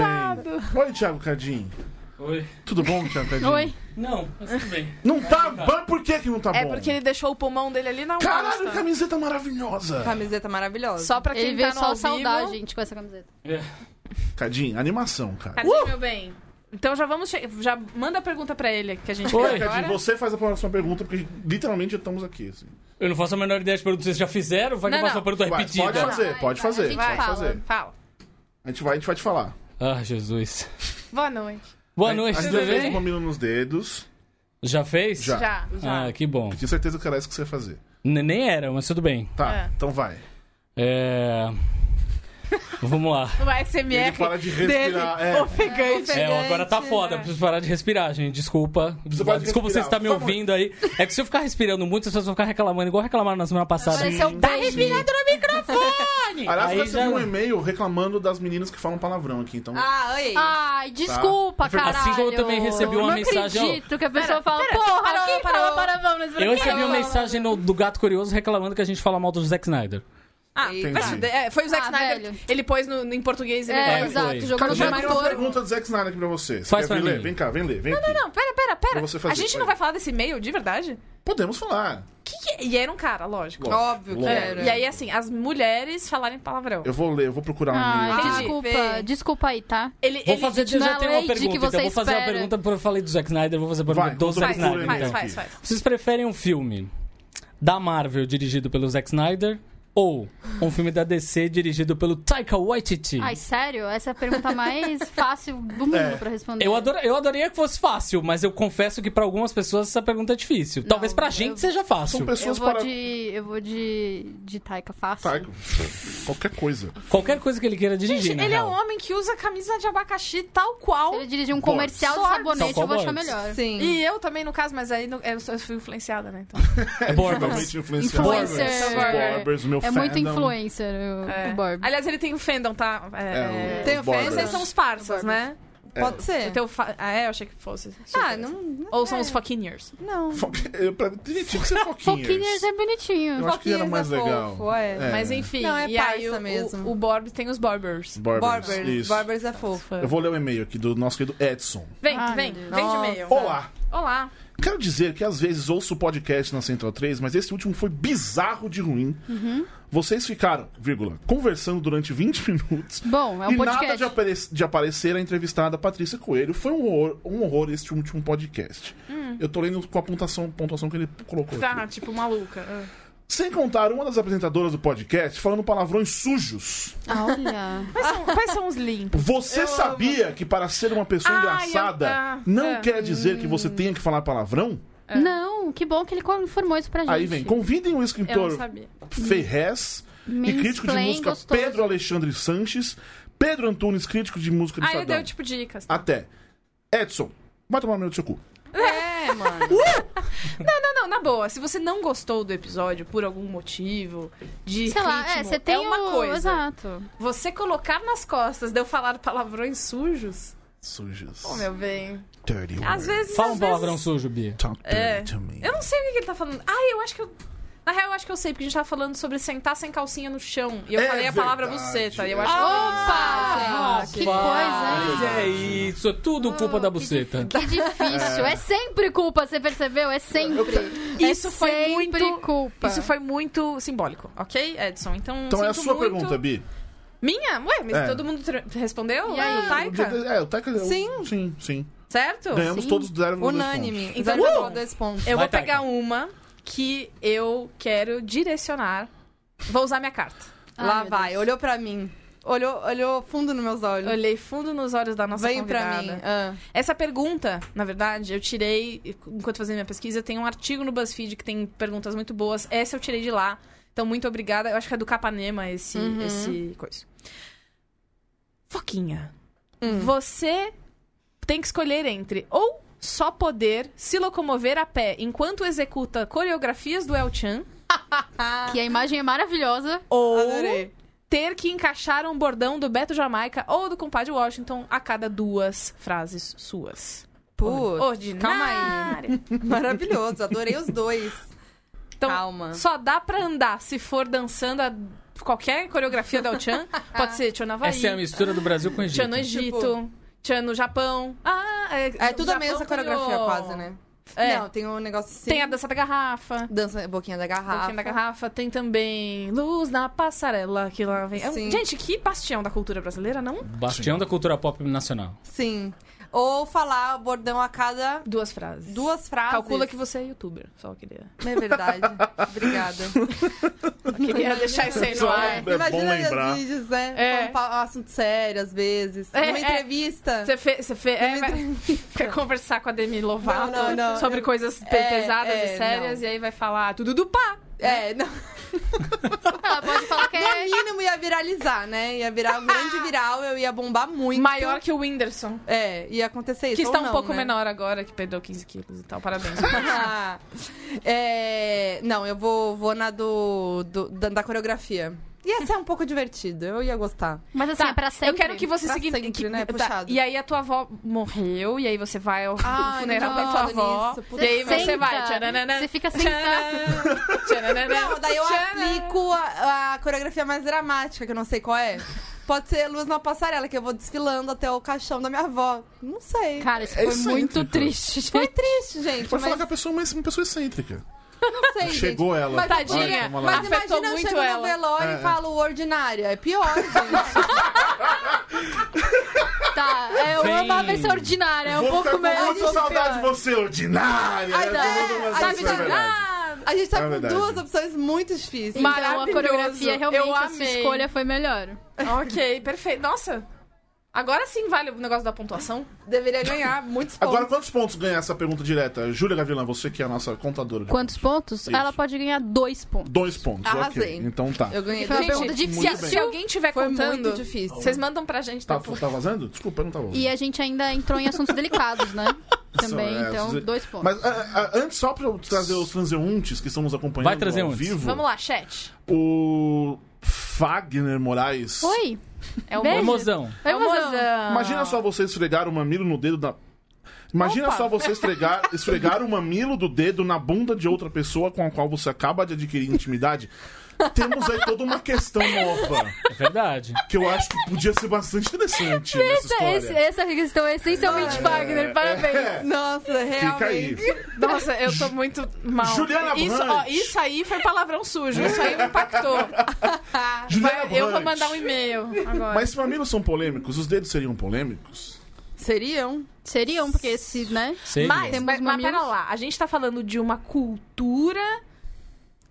[SPEAKER 2] Ah, Coitado.
[SPEAKER 1] bem. Oi, Thiago Cadinho.
[SPEAKER 5] Oi.
[SPEAKER 1] Tudo bom, Thiago Cadinho?
[SPEAKER 3] Oi.
[SPEAKER 5] Não, mas tudo bem.
[SPEAKER 1] Não tá bom? Por que que não tá
[SPEAKER 2] É
[SPEAKER 1] bom?
[SPEAKER 2] porque ele deixou o pulmão dele ali na
[SPEAKER 1] Caralho,
[SPEAKER 2] Augusta.
[SPEAKER 1] camiseta maravilhosa.
[SPEAKER 4] Camiseta maravilhosa.
[SPEAKER 2] Só pra quem
[SPEAKER 3] Ele veio
[SPEAKER 2] tá no
[SPEAKER 3] só
[SPEAKER 2] ao
[SPEAKER 3] saudar a
[SPEAKER 2] vivo.
[SPEAKER 3] gente com essa camiseta.
[SPEAKER 5] É.
[SPEAKER 1] Cadinho, animação, cara.
[SPEAKER 2] Cadê meu bem? Então já vamos. che- Já manda a pergunta pra ele que a gente
[SPEAKER 5] Oi.
[SPEAKER 2] fez agora.
[SPEAKER 1] Cadinho, você faz a próxima pergunta, porque literalmente já estamos aqui. Assim.
[SPEAKER 5] Eu não faço a menor ideia de perguntas que vocês já fizeram, vai que
[SPEAKER 2] Não,
[SPEAKER 5] eu faço
[SPEAKER 2] não.
[SPEAKER 5] uma pergunta
[SPEAKER 1] Vai,
[SPEAKER 5] repetida.
[SPEAKER 1] pode fazer,
[SPEAKER 3] Vai,
[SPEAKER 1] pode
[SPEAKER 3] vai, a
[SPEAKER 1] fazer,
[SPEAKER 3] gente
[SPEAKER 1] pode
[SPEAKER 3] fala.
[SPEAKER 1] fazer.
[SPEAKER 2] Fala.
[SPEAKER 1] A gente vai, a gente vai te falar.
[SPEAKER 5] Ah, Jesus.
[SPEAKER 2] Boa noite.
[SPEAKER 5] Boa
[SPEAKER 1] A-
[SPEAKER 5] noite,
[SPEAKER 1] a gente
[SPEAKER 5] tudo
[SPEAKER 1] já fez um
[SPEAKER 5] bem?
[SPEAKER 1] mamilo nos dedos.
[SPEAKER 5] Já fez?
[SPEAKER 1] Já.
[SPEAKER 2] Já, já.
[SPEAKER 5] Ah, que bom.
[SPEAKER 1] Tinha certeza que era isso que você ia fazer.
[SPEAKER 5] N- nem era, mas tudo bem.
[SPEAKER 1] Tá,
[SPEAKER 2] É.
[SPEAKER 1] então vai.
[SPEAKER 5] É. Vamos lá.
[SPEAKER 2] O ASMR
[SPEAKER 1] Ele para de
[SPEAKER 2] É dele,
[SPEAKER 1] respirar, é.
[SPEAKER 2] ofegante.
[SPEAKER 5] É, agora tá
[SPEAKER 4] né?
[SPEAKER 5] foda, preciso parar de respirar, gente. Desculpa.
[SPEAKER 1] pode
[SPEAKER 5] Desculpa você
[SPEAKER 1] respirar,
[SPEAKER 5] estar me
[SPEAKER 1] por favor.
[SPEAKER 5] ouvindo aí. É que se eu ficar respirando muito, as pessoas vão ficar reclamando, igual reclamaram na semana passada.
[SPEAKER 3] Pareceu um
[SPEAKER 5] Tá
[SPEAKER 3] beijo.
[SPEAKER 5] respirando no microfone!
[SPEAKER 1] Aliás, eu
[SPEAKER 5] aí
[SPEAKER 1] recebi
[SPEAKER 5] já...
[SPEAKER 1] um e-mail reclamando das meninas que falam palavrão aqui, então.
[SPEAKER 4] Ah, oi.
[SPEAKER 3] Ai, desculpa,
[SPEAKER 1] Assim
[SPEAKER 3] caralho.
[SPEAKER 5] Tá. como eu também recebi uma
[SPEAKER 3] não
[SPEAKER 5] mensagem, ó.
[SPEAKER 3] Não acredito que a pessoa fala, porra,
[SPEAKER 2] parou,
[SPEAKER 3] quem
[SPEAKER 2] parou.
[SPEAKER 3] fala para vamos?
[SPEAKER 5] Eu recebi uma
[SPEAKER 2] né?
[SPEAKER 5] mensagem no- do Gato Curioso reclamando que a gente fala mal do Zack Snyder.
[SPEAKER 2] Ah,
[SPEAKER 4] Eita.
[SPEAKER 2] vai se- é, foi o Zack
[SPEAKER 3] Ah,
[SPEAKER 2] Snyder.
[SPEAKER 3] velho.
[SPEAKER 2] Ele pôs no, em português. Ele
[SPEAKER 3] É,
[SPEAKER 2] assim,
[SPEAKER 5] Vai,
[SPEAKER 3] exato,
[SPEAKER 5] foi.
[SPEAKER 3] jogou no
[SPEAKER 1] Cadinho, eu tenho uma
[SPEAKER 3] trator.
[SPEAKER 1] pergunta do Zack Snyder aqui pra você. Você quer
[SPEAKER 5] Faz pra
[SPEAKER 1] vir
[SPEAKER 5] mim.
[SPEAKER 1] ler? Vem cá, vem ler, vem aqui.
[SPEAKER 2] Não, pera, pera, pera.
[SPEAKER 1] Pra você fazer,
[SPEAKER 2] a gente
[SPEAKER 1] vai.
[SPEAKER 2] não vai falar desse e-mail de verdade?
[SPEAKER 1] Podemos falar.
[SPEAKER 2] Que que é? E era um cara, lógico.
[SPEAKER 1] Lógico.
[SPEAKER 4] Óbvio que
[SPEAKER 1] Lógico.
[SPEAKER 4] era.
[SPEAKER 2] E aí, assim, as mulheres falarem palavrão.
[SPEAKER 1] Eu vou ler, eu vou procurar um
[SPEAKER 3] Ai,
[SPEAKER 1] e-mail.
[SPEAKER 2] entendi.
[SPEAKER 3] Ah, desculpa,
[SPEAKER 4] Fê.
[SPEAKER 3] desculpa aí, tá?
[SPEAKER 2] Ele,
[SPEAKER 5] Vou
[SPEAKER 2] ele- tipo,
[SPEAKER 5] fazer, eu
[SPEAKER 3] não
[SPEAKER 5] já
[SPEAKER 3] é
[SPEAKER 5] tenho
[SPEAKER 3] lei
[SPEAKER 5] uma
[SPEAKER 3] de
[SPEAKER 5] pergunta,
[SPEAKER 3] que
[SPEAKER 5] então
[SPEAKER 3] você
[SPEAKER 5] eu vou fazer uma
[SPEAKER 3] espera.
[SPEAKER 5] pergunta, porque eu falei do Zack Snyder, eu vou fazer a pergunta
[SPEAKER 1] Vai,
[SPEAKER 5] do
[SPEAKER 1] conta
[SPEAKER 5] Zack
[SPEAKER 2] Faz,
[SPEAKER 1] procura
[SPEAKER 5] Snyder.
[SPEAKER 1] aí,
[SPEAKER 2] faz,
[SPEAKER 5] então.
[SPEAKER 2] faz, faz, faz.
[SPEAKER 5] Vocês preferem um filme da Marvel dirigido pelo Zack Snyder
[SPEAKER 6] Ou um filme da DC dirigido pelo Taika Waititi.
[SPEAKER 3] Ai, sério? Essa é a pergunta mais fácil do mundo pra responder.
[SPEAKER 6] Eu, adora- eu adoraria que fosse fácil, mas eu confesso que pra algumas pessoas essa pergunta é difícil. Talvez pra gente
[SPEAKER 3] eu-
[SPEAKER 6] seja fácil.
[SPEAKER 1] São
[SPEAKER 3] Eu
[SPEAKER 1] pessoas
[SPEAKER 3] vou
[SPEAKER 1] para.
[SPEAKER 3] de. Eu vou de. De Taika fácil.
[SPEAKER 1] Tá, qualquer coisa.
[SPEAKER 6] Qualquer coisa que ele queira dirigir,
[SPEAKER 2] Gente,
[SPEAKER 6] na
[SPEAKER 2] ele é
[SPEAKER 6] real.
[SPEAKER 2] um homem que usa camisa de abacaxi tal qual.
[SPEAKER 3] Se ele dirigir um comercial de
[SPEAKER 2] Sorte.
[SPEAKER 3] sabonete,
[SPEAKER 6] Só
[SPEAKER 3] eu vou achar
[SPEAKER 6] Borges.
[SPEAKER 3] melhor.
[SPEAKER 4] Sim.
[SPEAKER 2] E eu também, no caso, mas aí no- eu sou- eu fui influenciada, né? Então.
[SPEAKER 6] É Borbers.
[SPEAKER 1] Totalmente influenciado.
[SPEAKER 3] Influencer.
[SPEAKER 1] Borbers, Borbers, meu
[SPEAKER 3] É muito
[SPEAKER 1] fandom.
[SPEAKER 3] influencer o,
[SPEAKER 2] É.
[SPEAKER 3] o Borbs.
[SPEAKER 2] Aliás, ele tem o Fendon, tá? É,
[SPEAKER 1] É,
[SPEAKER 4] Tem o
[SPEAKER 1] Borbers.
[SPEAKER 2] Vocês são os parças, né?
[SPEAKER 4] Pode ser.
[SPEAKER 2] Eu tenho fa- Ah, é? Eu achei que fosse.
[SPEAKER 4] Ah, não. não-
[SPEAKER 2] Ou são os fuckiners.
[SPEAKER 4] Não.
[SPEAKER 1] Fo- Eu- pra- Tinha tinha que ser Foquinhas.
[SPEAKER 3] Foquinhas é bonitinho.
[SPEAKER 1] Eu acho que era
[SPEAKER 4] Foquinhas
[SPEAKER 1] mais
[SPEAKER 4] é
[SPEAKER 1] legal.
[SPEAKER 4] fofo, é.
[SPEAKER 1] É.
[SPEAKER 2] Mas enfim,
[SPEAKER 4] Não, é
[SPEAKER 2] e aí
[SPEAKER 4] parça
[SPEAKER 2] o,
[SPEAKER 4] mesmo.
[SPEAKER 2] o, o Borb tem os Borbers.
[SPEAKER 1] Borbers.
[SPEAKER 4] Borbers.
[SPEAKER 1] É, Isso.
[SPEAKER 4] Borbers é fofo.
[SPEAKER 1] Eu vou ler um e-mail aqui do nosso querido Edson.
[SPEAKER 2] Vem,
[SPEAKER 3] Ai,
[SPEAKER 2] vem,
[SPEAKER 3] meu
[SPEAKER 2] vem
[SPEAKER 3] Deus.
[SPEAKER 2] de e-mail.
[SPEAKER 1] Olá!
[SPEAKER 2] Olá.
[SPEAKER 1] Quero dizer que às vezes ouço o podcast na Central 3, mas esse último foi bizarro de ruim.
[SPEAKER 3] Uhum.
[SPEAKER 1] Vocês ficaram, vírgula, conversando durante 20 minutos.
[SPEAKER 3] Bom, é
[SPEAKER 1] e
[SPEAKER 3] um
[SPEAKER 1] nada
[SPEAKER 3] podcast.
[SPEAKER 1] de, apare- de aparecer a entrevistada Patrícia Coelho. Foi um horror, um horror este último podcast.
[SPEAKER 3] Hum.
[SPEAKER 1] Eu tô lendo com a pontuação, pontuação que ele colocou aqui.
[SPEAKER 2] Tá, tipo, maluca. Ah.
[SPEAKER 1] Sem contar uma das apresentadoras do podcast falando palavrões sujos.
[SPEAKER 3] Ah, olha.
[SPEAKER 2] Quais são, quais são os limpos?
[SPEAKER 1] Você sabia que para ser uma pessoa
[SPEAKER 2] Ah,
[SPEAKER 1] engraçada
[SPEAKER 2] eu- ah,
[SPEAKER 1] não
[SPEAKER 2] é.
[SPEAKER 1] quer dizer que você tenha que falar palavrão?
[SPEAKER 3] Não, que bom que ele informou isso pra gente.
[SPEAKER 1] Aí vem, convidem o
[SPEAKER 2] Eu não
[SPEAKER 1] escritor
[SPEAKER 2] sabia.
[SPEAKER 1] Ferrez e crítico de
[SPEAKER 3] Mansplain
[SPEAKER 1] música
[SPEAKER 3] gostoso.
[SPEAKER 1] Pedro Alexandre Sanches, Pedro Antunes, crítico de música de
[SPEAKER 2] Ah, ele
[SPEAKER 1] Sadão.
[SPEAKER 2] deu, tipo, dicas.
[SPEAKER 1] Até. Edson, vai tomar no meio do seu cu.
[SPEAKER 4] É, mano.
[SPEAKER 2] Não, não, na boa. Se você não gostou do episódio por algum motivo, de
[SPEAKER 3] Sei lá, é,
[SPEAKER 2] ritmo,
[SPEAKER 3] você tem
[SPEAKER 2] uma
[SPEAKER 3] o-
[SPEAKER 2] coisa.
[SPEAKER 3] Exato.
[SPEAKER 2] Você colocar nas costas de eu falar palavrões sujos?
[SPEAKER 1] Sujos.
[SPEAKER 2] Ô, meu bem.
[SPEAKER 1] Dirty word.
[SPEAKER 2] Às vezes.
[SPEAKER 6] Fala um
[SPEAKER 2] às
[SPEAKER 6] palavrão
[SPEAKER 2] vezes-
[SPEAKER 6] sujo, Bia.
[SPEAKER 1] Talk dirty
[SPEAKER 2] É.
[SPEAKER 1] to me.
[SPEAKER 2] Eu não sei o que que ele tá falando. Ah, eu acho que eu. Na real, eu acho que eu sei, porque a gente tava falando sobre sentar sem calcinha no chão. E eu
[SPEAKER 1] É
[SPEAKER 2] falei a palavra
[SPEAKER 1] verdade,
[SPEAKER 2] buceta. E eu
[SPEAKER 1] é
[SPEAKER 2] acho que.
[SPEAKER 3] Opa,
[SPEAKER 6] Ah,
[SPEAKER 3] gente, que
[SPEAKER 6] rapaz,
[SPEAKER 3] coisa, hein?
[SPEAKER 6] É isso, é tudo culpa da buceta.
[SPEAKER 3] Que difícil. É. sempre culpa, você percebeu? É sempre. É
[SPEAKER 2] Isso foi
[SPEAKER 3] sempre
[SPEAKER 2] muito-
[SPEAKER 3] culpa.
[SPEAKER 2] Isso foi muito simbólico, ok, Edson? Então,
[SPEAKER 1] Então é a
[SPEAKER 2] sinto
[SPEAKER 1] sua
[SPEAKER 2] muito-
[SPEAKER 1] pergunta, Bi.
[SPEAKER 2] Minha? Ué, mas
[SPEAKER 1] É.
[SPEAKER 2] todo mundo tra- respondeu?
[SPEAKER 3] E aí?
[SPEAKER 2] O Taika?
[SPEAKER 1] É, o Taika.
[SPEAKER 4] Sim.
[SPEAKER 1] Sim, sim.
[SPEAKER 2] Certo?
[SPEAKER 1] Ganhamos
[SPEAKER 3] Sim.
[SPEAKER 1] todos 0,2 pontos.
[SPEAKER 4] Unânime.
[SPEAKER 2] Então,
[SPEAKER 4] Então,
[SPEAKER 2] tá bom.
[SPEAKER 4] uh! dois pontos.
[SPEAKER 2] Eu
[SPEAKER 6] Vai,
[SPEAKER 2] vou pegar
[SPEAKER 6] Taika.
[SPEAKER 2] uma que eu quero direcionar. Vou usar minha carta.
[SPEAKER 3] Ai,
[SPEAKER 4] Lá
[SPEAKER 3] meu
[SPEAKER 4] vai.
[SPEAKER 3] Deus.
[SPEAKER 4] Olhou pra mim. Olhou, olhou fundo nos meus olhos.
[SPEAKER 2] Olhei fundo nos olhos da nossa
[SPEAKER 4] Vem pra
[SPEAKER 2] convidada.
[SPEAKER 4] mim. Ah.
[SPEAKER 2] Essa pergunta, na verdade, eu tirei, enquanto fazia minha pesquisa, tem um artigo no BuzzFeed que tem perguntas muito boas. Essa eu tirei de lá. Então, muito obrigada. Eu acho que é do Capanema esse,
[SPEAKER 4] Uhum.
[SPEAKER 2] esse coisa. Foquinha,
[SPEAKER 4] Hum.
[SPEAKER 2] você tem que escolher entre ou só poder se locomover a pé enquanto executa coreografias do El Chan
[SPEAKER 3] Que a imagem é maravilhosa.
[SPEAKER 2] ou
[SPEAKER 4] Adorei.
[SPEAKER 2] ter que encaixar um bordão do Beto Jamaica ou do compadre Washington a cada duas frases suas.
[SPEAKER 4] Putz,
[SPEAKER 2] Ordinária.
[SPEAKER 4] calma aí. Maravilhoso, adorei os dois.
[SPEAKER 2] Então,
[SPEAKER 4] Calma.
[SPEAKER 2] só dá pra andar se for dançando a- qualquer coreografia da Chan. Pode ser Tchan no Havaí,
[SPEAKER 6] Essa é a mistura do Brasil com o Egito.
[SPEAKER 2] Tchan no Egito, Tchan no Japão. Tipo, Ah, é,
[SPEAKER 4] É tudo a
[SPEAKER 2] o Japão
[SPEAKER 4] mesma coreografia,
[SPEAKER 2] criou.
[SPEAKER 4] quase, né?
[SPEAKER 2] É.
[SPEAKER 4] Não, tem um negócio assim.
[SPEAKER 2] Tem a dança da garrafa.
[SPEAKER 4] dança boquinha da garrafa.
[SPEAKER 2] Boquinha da garrafa. Tem também Luz na Passarela, que lá vem. É um-
[SPEAKER 4] Sim.
[SPEAKER 2] Gente, que bastião da cultura brasileira, não?
[SPEAKER 6] Bastião da cultura pop nacional.
[SPEAKER 4] Sim. Ou falar bordão a cada
[SPEAKER 2] Duas frases.
[SPEAKER 4] duas frases.
[SPEAKER 2] Calcula que você é youtuber. Só queria.
[SPEAKER 4] É verdade. Obrigada.
[SPEAKER 2] Queria deixar isso aí no
[SPEAKER 1] Só- é
[SPEAKER 2] ar.
[SPEAKER 1] bom
[SPEAKER 4] Imagina meus
[SPEAKER 1] lembrar.
[SPEAKER 4] vídeos, né?
[SPEAKER 2] É.
[SPEAKER 4] Falando pa- um assunto sério, às vezes.
[SPEAKER 2] É,
[SPEAKER 4] Uma
[SPEAKER 2] é.
[SPEAKER 4] entrevista.
[SPEAKER 2] Você fez. Você fez é, vai- quer conversar com a Demi Lovato
[SPEAKER 4] tá- Não, não, não.
[SPEAKER 2] sobre coisas pe-
[SPEAKER 4] É,
[SPEAKER 2] pesadas
[SPEAKER 4] é,
[SPEAKER 2] e sérias
[SPEAKER 4] não.
[SPEAKER 2] e aí vai falar tudo do pá.
[SPEAKER 4] É, não.
[SPEAKER 3] Ela pode falar que
[SPEAKER 4] No
[SPEAKER 3] é.
[SPEAKER 4] mínimo ia viralizar, né? Ia virar um grande viral, eu ia bombar muito.
[SPEAKER 2] Maior que o Whindersson.
[SPEAKER 4] É, ia acontecer isso.
[SPEAKER 2] Que está
[SPEAKER 4] ou
[SPEAKER 2] um
[SPEAKER 4] Então- não,
[SPEAKER 2] pouco
[SPEAKER 4] né?
[SPEAKER 2] menor agora, que perdeu 15 quilos e tal. Parabéns.
[SPEAKER 4] Ah, é, não, eu vou, vou na do, do- da, da coreografia. E essa é um pouco divertida, eu ia gostar.
[SPEAKER 3] Mas assim,
[SPEAKER 2] Tá,
[SPEAKER 3] é pra sempre.
[SPEAKER 2] Eu quero que você
[SPEAKER 4] Pra
[SPEAKER 2] siga.
[SPEAKER 4] sempre,
[SPEAKER 2] que- tá,
[SPEAKER 4] né? Puxado.
[SPEAKER 2] E aí a tua avó morreu, e aí você vai ao
[SPEAKER 4] Ai,
[SPEAKER 2] funeral
[SPEAKER 4] não
[SPEAKER 2] da tua
[SPEAKER 4] tinha pensado
[SPEAKER 2] avó.
[SPEAKER 4] nisso,
[SPEAKER 2] e aí
[SPEAKER 3] Você
[SPEAKER 2] você vai.
[SPEAKER 3] senta.
[SPEAKER 2] tcharanana,
[SPEAKER 3] Você fica sentado.
[SPEAKER 2] tcharanana, tcharanana,
[SPEAKER 4] Não, daí eu
[SPEAKER 2] tcharanana.
[SPEAKER 4] aplico a, a coreografia mais dramática, que eu não sei qual é. Pode ser Luz na Passarela, que eu vou desfilando até o caixão da minha avó. Não sei.
[SPEAKER 3] Cara, isso
[SPEAKER 1] É
[SPEAKER 3] foi
[SPEAKER 1] excêntrico.
[SPEAKER 3] muito triste,
[SPEAKER 4] Foi
[SPEAKER 3] gente.
[SPEAKER 4] triste, gente,
[SPEAKER 1] Pode
[SPEAKER 4] mas
[SPEAKER 1] falar que a pessoa é uma- uma pessoa excêntrica.
[SPEAKER 4] não sei, gente.
[SPEAKER 1] Chegou ela.
[SPEAKER 4] Mas
[SPEAKER 2] tadinha,
[SPEAKER 1] Olha, vamos lá.
[SPEAKER 4] Mas
[SPEAKER 2] Afetou
[SPEAKER 4] imagina eu
[SPEAKER 2] muito
[SPEAKER 4] chego no
[SPEAKER 2] ela.
[SPEAKER 4] velório
[SPEAKER 1] É.
[SPEAKER 4] e falo ordinária. É pior, gente.
[SPEAKER 3] Tá, é, eu
[SPEAKER 6] Vem.
[SPEAKER 3] amava essa ordinária, é um
[SPEAKER 1] Vou
[SPEAKER 3] pouco
[SPEAKER 1] ficar com
[SPEAKER 3] menos.
[SPEAKER 1] muita saudade de você, ordinária.
[SPEAKER 4] Ai,
[SPEAKER 1] Eu
[SPEAKER 4] tá.
[SPEAKER 1] tô falando, mas
[SPEAKER 4] Ai,
[SPEAKER 1] isso
[SPEAKER 4] tá.
[SPEAKER 1] é verdade.
[SPEAKER 2] Ah,
[SPEAKER 4] A gente tá
[SPEAKER 1] É
[SPEAKER 4] com
[SPEAKER 1] verdade.
[SPEAKER 4] duas opções muito difíceis.
[SPEAKER 3] Então a
[SPEAKER 2] Maravilhoso.
[SPEAKER 3] coreografia realmente,
[SPEAKER 2] Eu
[SPEAKER 3] a sua
[SPEAKER 2] amei.
[SPEAKER 3] escolha foi melhor.
[SPEAKER 2] ok, perfeito. Nossa, agora sim vale o negócio da pontuação.
[SPEAKER 4] Deveria ganhar muitos pontos.
[SPEAKER 1] Agora, quantos pontos ganha essa pergunta direta? Júlia Gavilan, você que é a nossa contadora. de
[SPEAKER 3] Quantos pontos?
[SPEAKER 1] Isso.
[SPEAKER 3] Ela pode ganhar dois pontos.
[SPEAKER 1] Dois pontos,
[SPEAKER 4] Arrasei.
[SPEAKER 1] ok. Então tá.
[SPEAKER 4] Eu ganhei.
[SPEAKER 3] Foi uma
[SPEAKER 4] dois
[SPEAKER 3] pergunta
[SPEAKER 2] Gente, Se,
[SPEAKER 1] Muito
[SPEAKER 3] difícil.
[SPEAKER 1] bem.
[SPEAKER 2] se alguém tiver
[SPEAKER 4] Foi
[SPEAKER 2] contando,
[SPEAKER 4] muito difícil.
[SPEAKER 2] vocês mandam pra gente.
[SPEAKER 1] Tá,
[SPEAKER 2] tá bom?
[SPEAKER 1] tá vazando? Desculpa, eu não tava ouvindo.
[SPEAKER 3] E a gente ainda entrou em assuntos delicados, né? Também,
[SPEAKER 1] Só, é,
[SPEAKER 3] então,
[SPEAKER 1] vocês-
[SPEAKER 3] dois pontos.
[SPEAKER 1] Mas a- a- antes, só pra eu trazer os transeuntes que estão nos acompanhando
[SPEAKER 6] Vai trazer
[SPEAKER 1] ao
[SPEAKER 6] antes.
[SPEAKER 1] vivo,
[SPEAKER 2] Vamos lá, chat.
[SPEAKER 1] o Fagner Moraes.
[SPEAKER 3] Oi!
[SPEAKER 2] É
[SPEAKER 3] Beijo.
[SPEAKER 2] o
[SPEAKER 6] Ô, mozão.
[SPEAKER 2] É o mozão.
[SPEAKER 4] Ah.
[SPEAKER 1] Imagina só você esfregar o mamilo no dedo da. Imagina
[SPEAKER 2] Opa.
[SPEAKER 1] só você esfregar, esfregar o mamilo do dedo na bunda de outra pessoa com a qual você acaba de adquirir intimidade. Temos aí toda uma questão nova
[SPEAKER 6] É verdade.
[SPEAKER 1] que eu acho que podia ser bastante interessante nessa
[SPEAKER 3] Essa,
[SPEAKER 1] história.
[SPEAKER 3] esse- essa questão é
[SPEAKER 1] Ah,
[SPEAKER 3] essencialmente Wagner, parabéns.
[SPEAKER 4] Nossa,
[SPEAKER 1] É. Fica aí.
[SPEAKER 4] realmente.
[SPEAKER 2] Nossa, eu tô muito mal.
[SPEAKER 1] Juliana
[SPEAKER 2] isso, ó,
[SPEAKER 1] Brandt.
[SPEAKER 2] isso aí foi palavrão sujo, isso aí me impactou.
[SPEAKER 1] Juliana
[SPEAKER 2] Vai- eu vou
[SPEAKER 1] Brandt.
[SPEAKER 2] mandar um e-mail agora.
[SPEAKER 1] Mas se mamilos são polêmicos, os dedos seriam polêmicos?
[SPEAKER 4] Seriam?
[SPEAKER 3] Seriam, porque se, né?
[SPEAKER 6] Seria.
[SPEAKER 2] Mas,
[SPEAKER 3] Temos
[SPEAKER 2] mas, mas
[SPEAKER 3] mamilos.
[SPEAKER 2] pera lá, a gente tá falando de uma cultura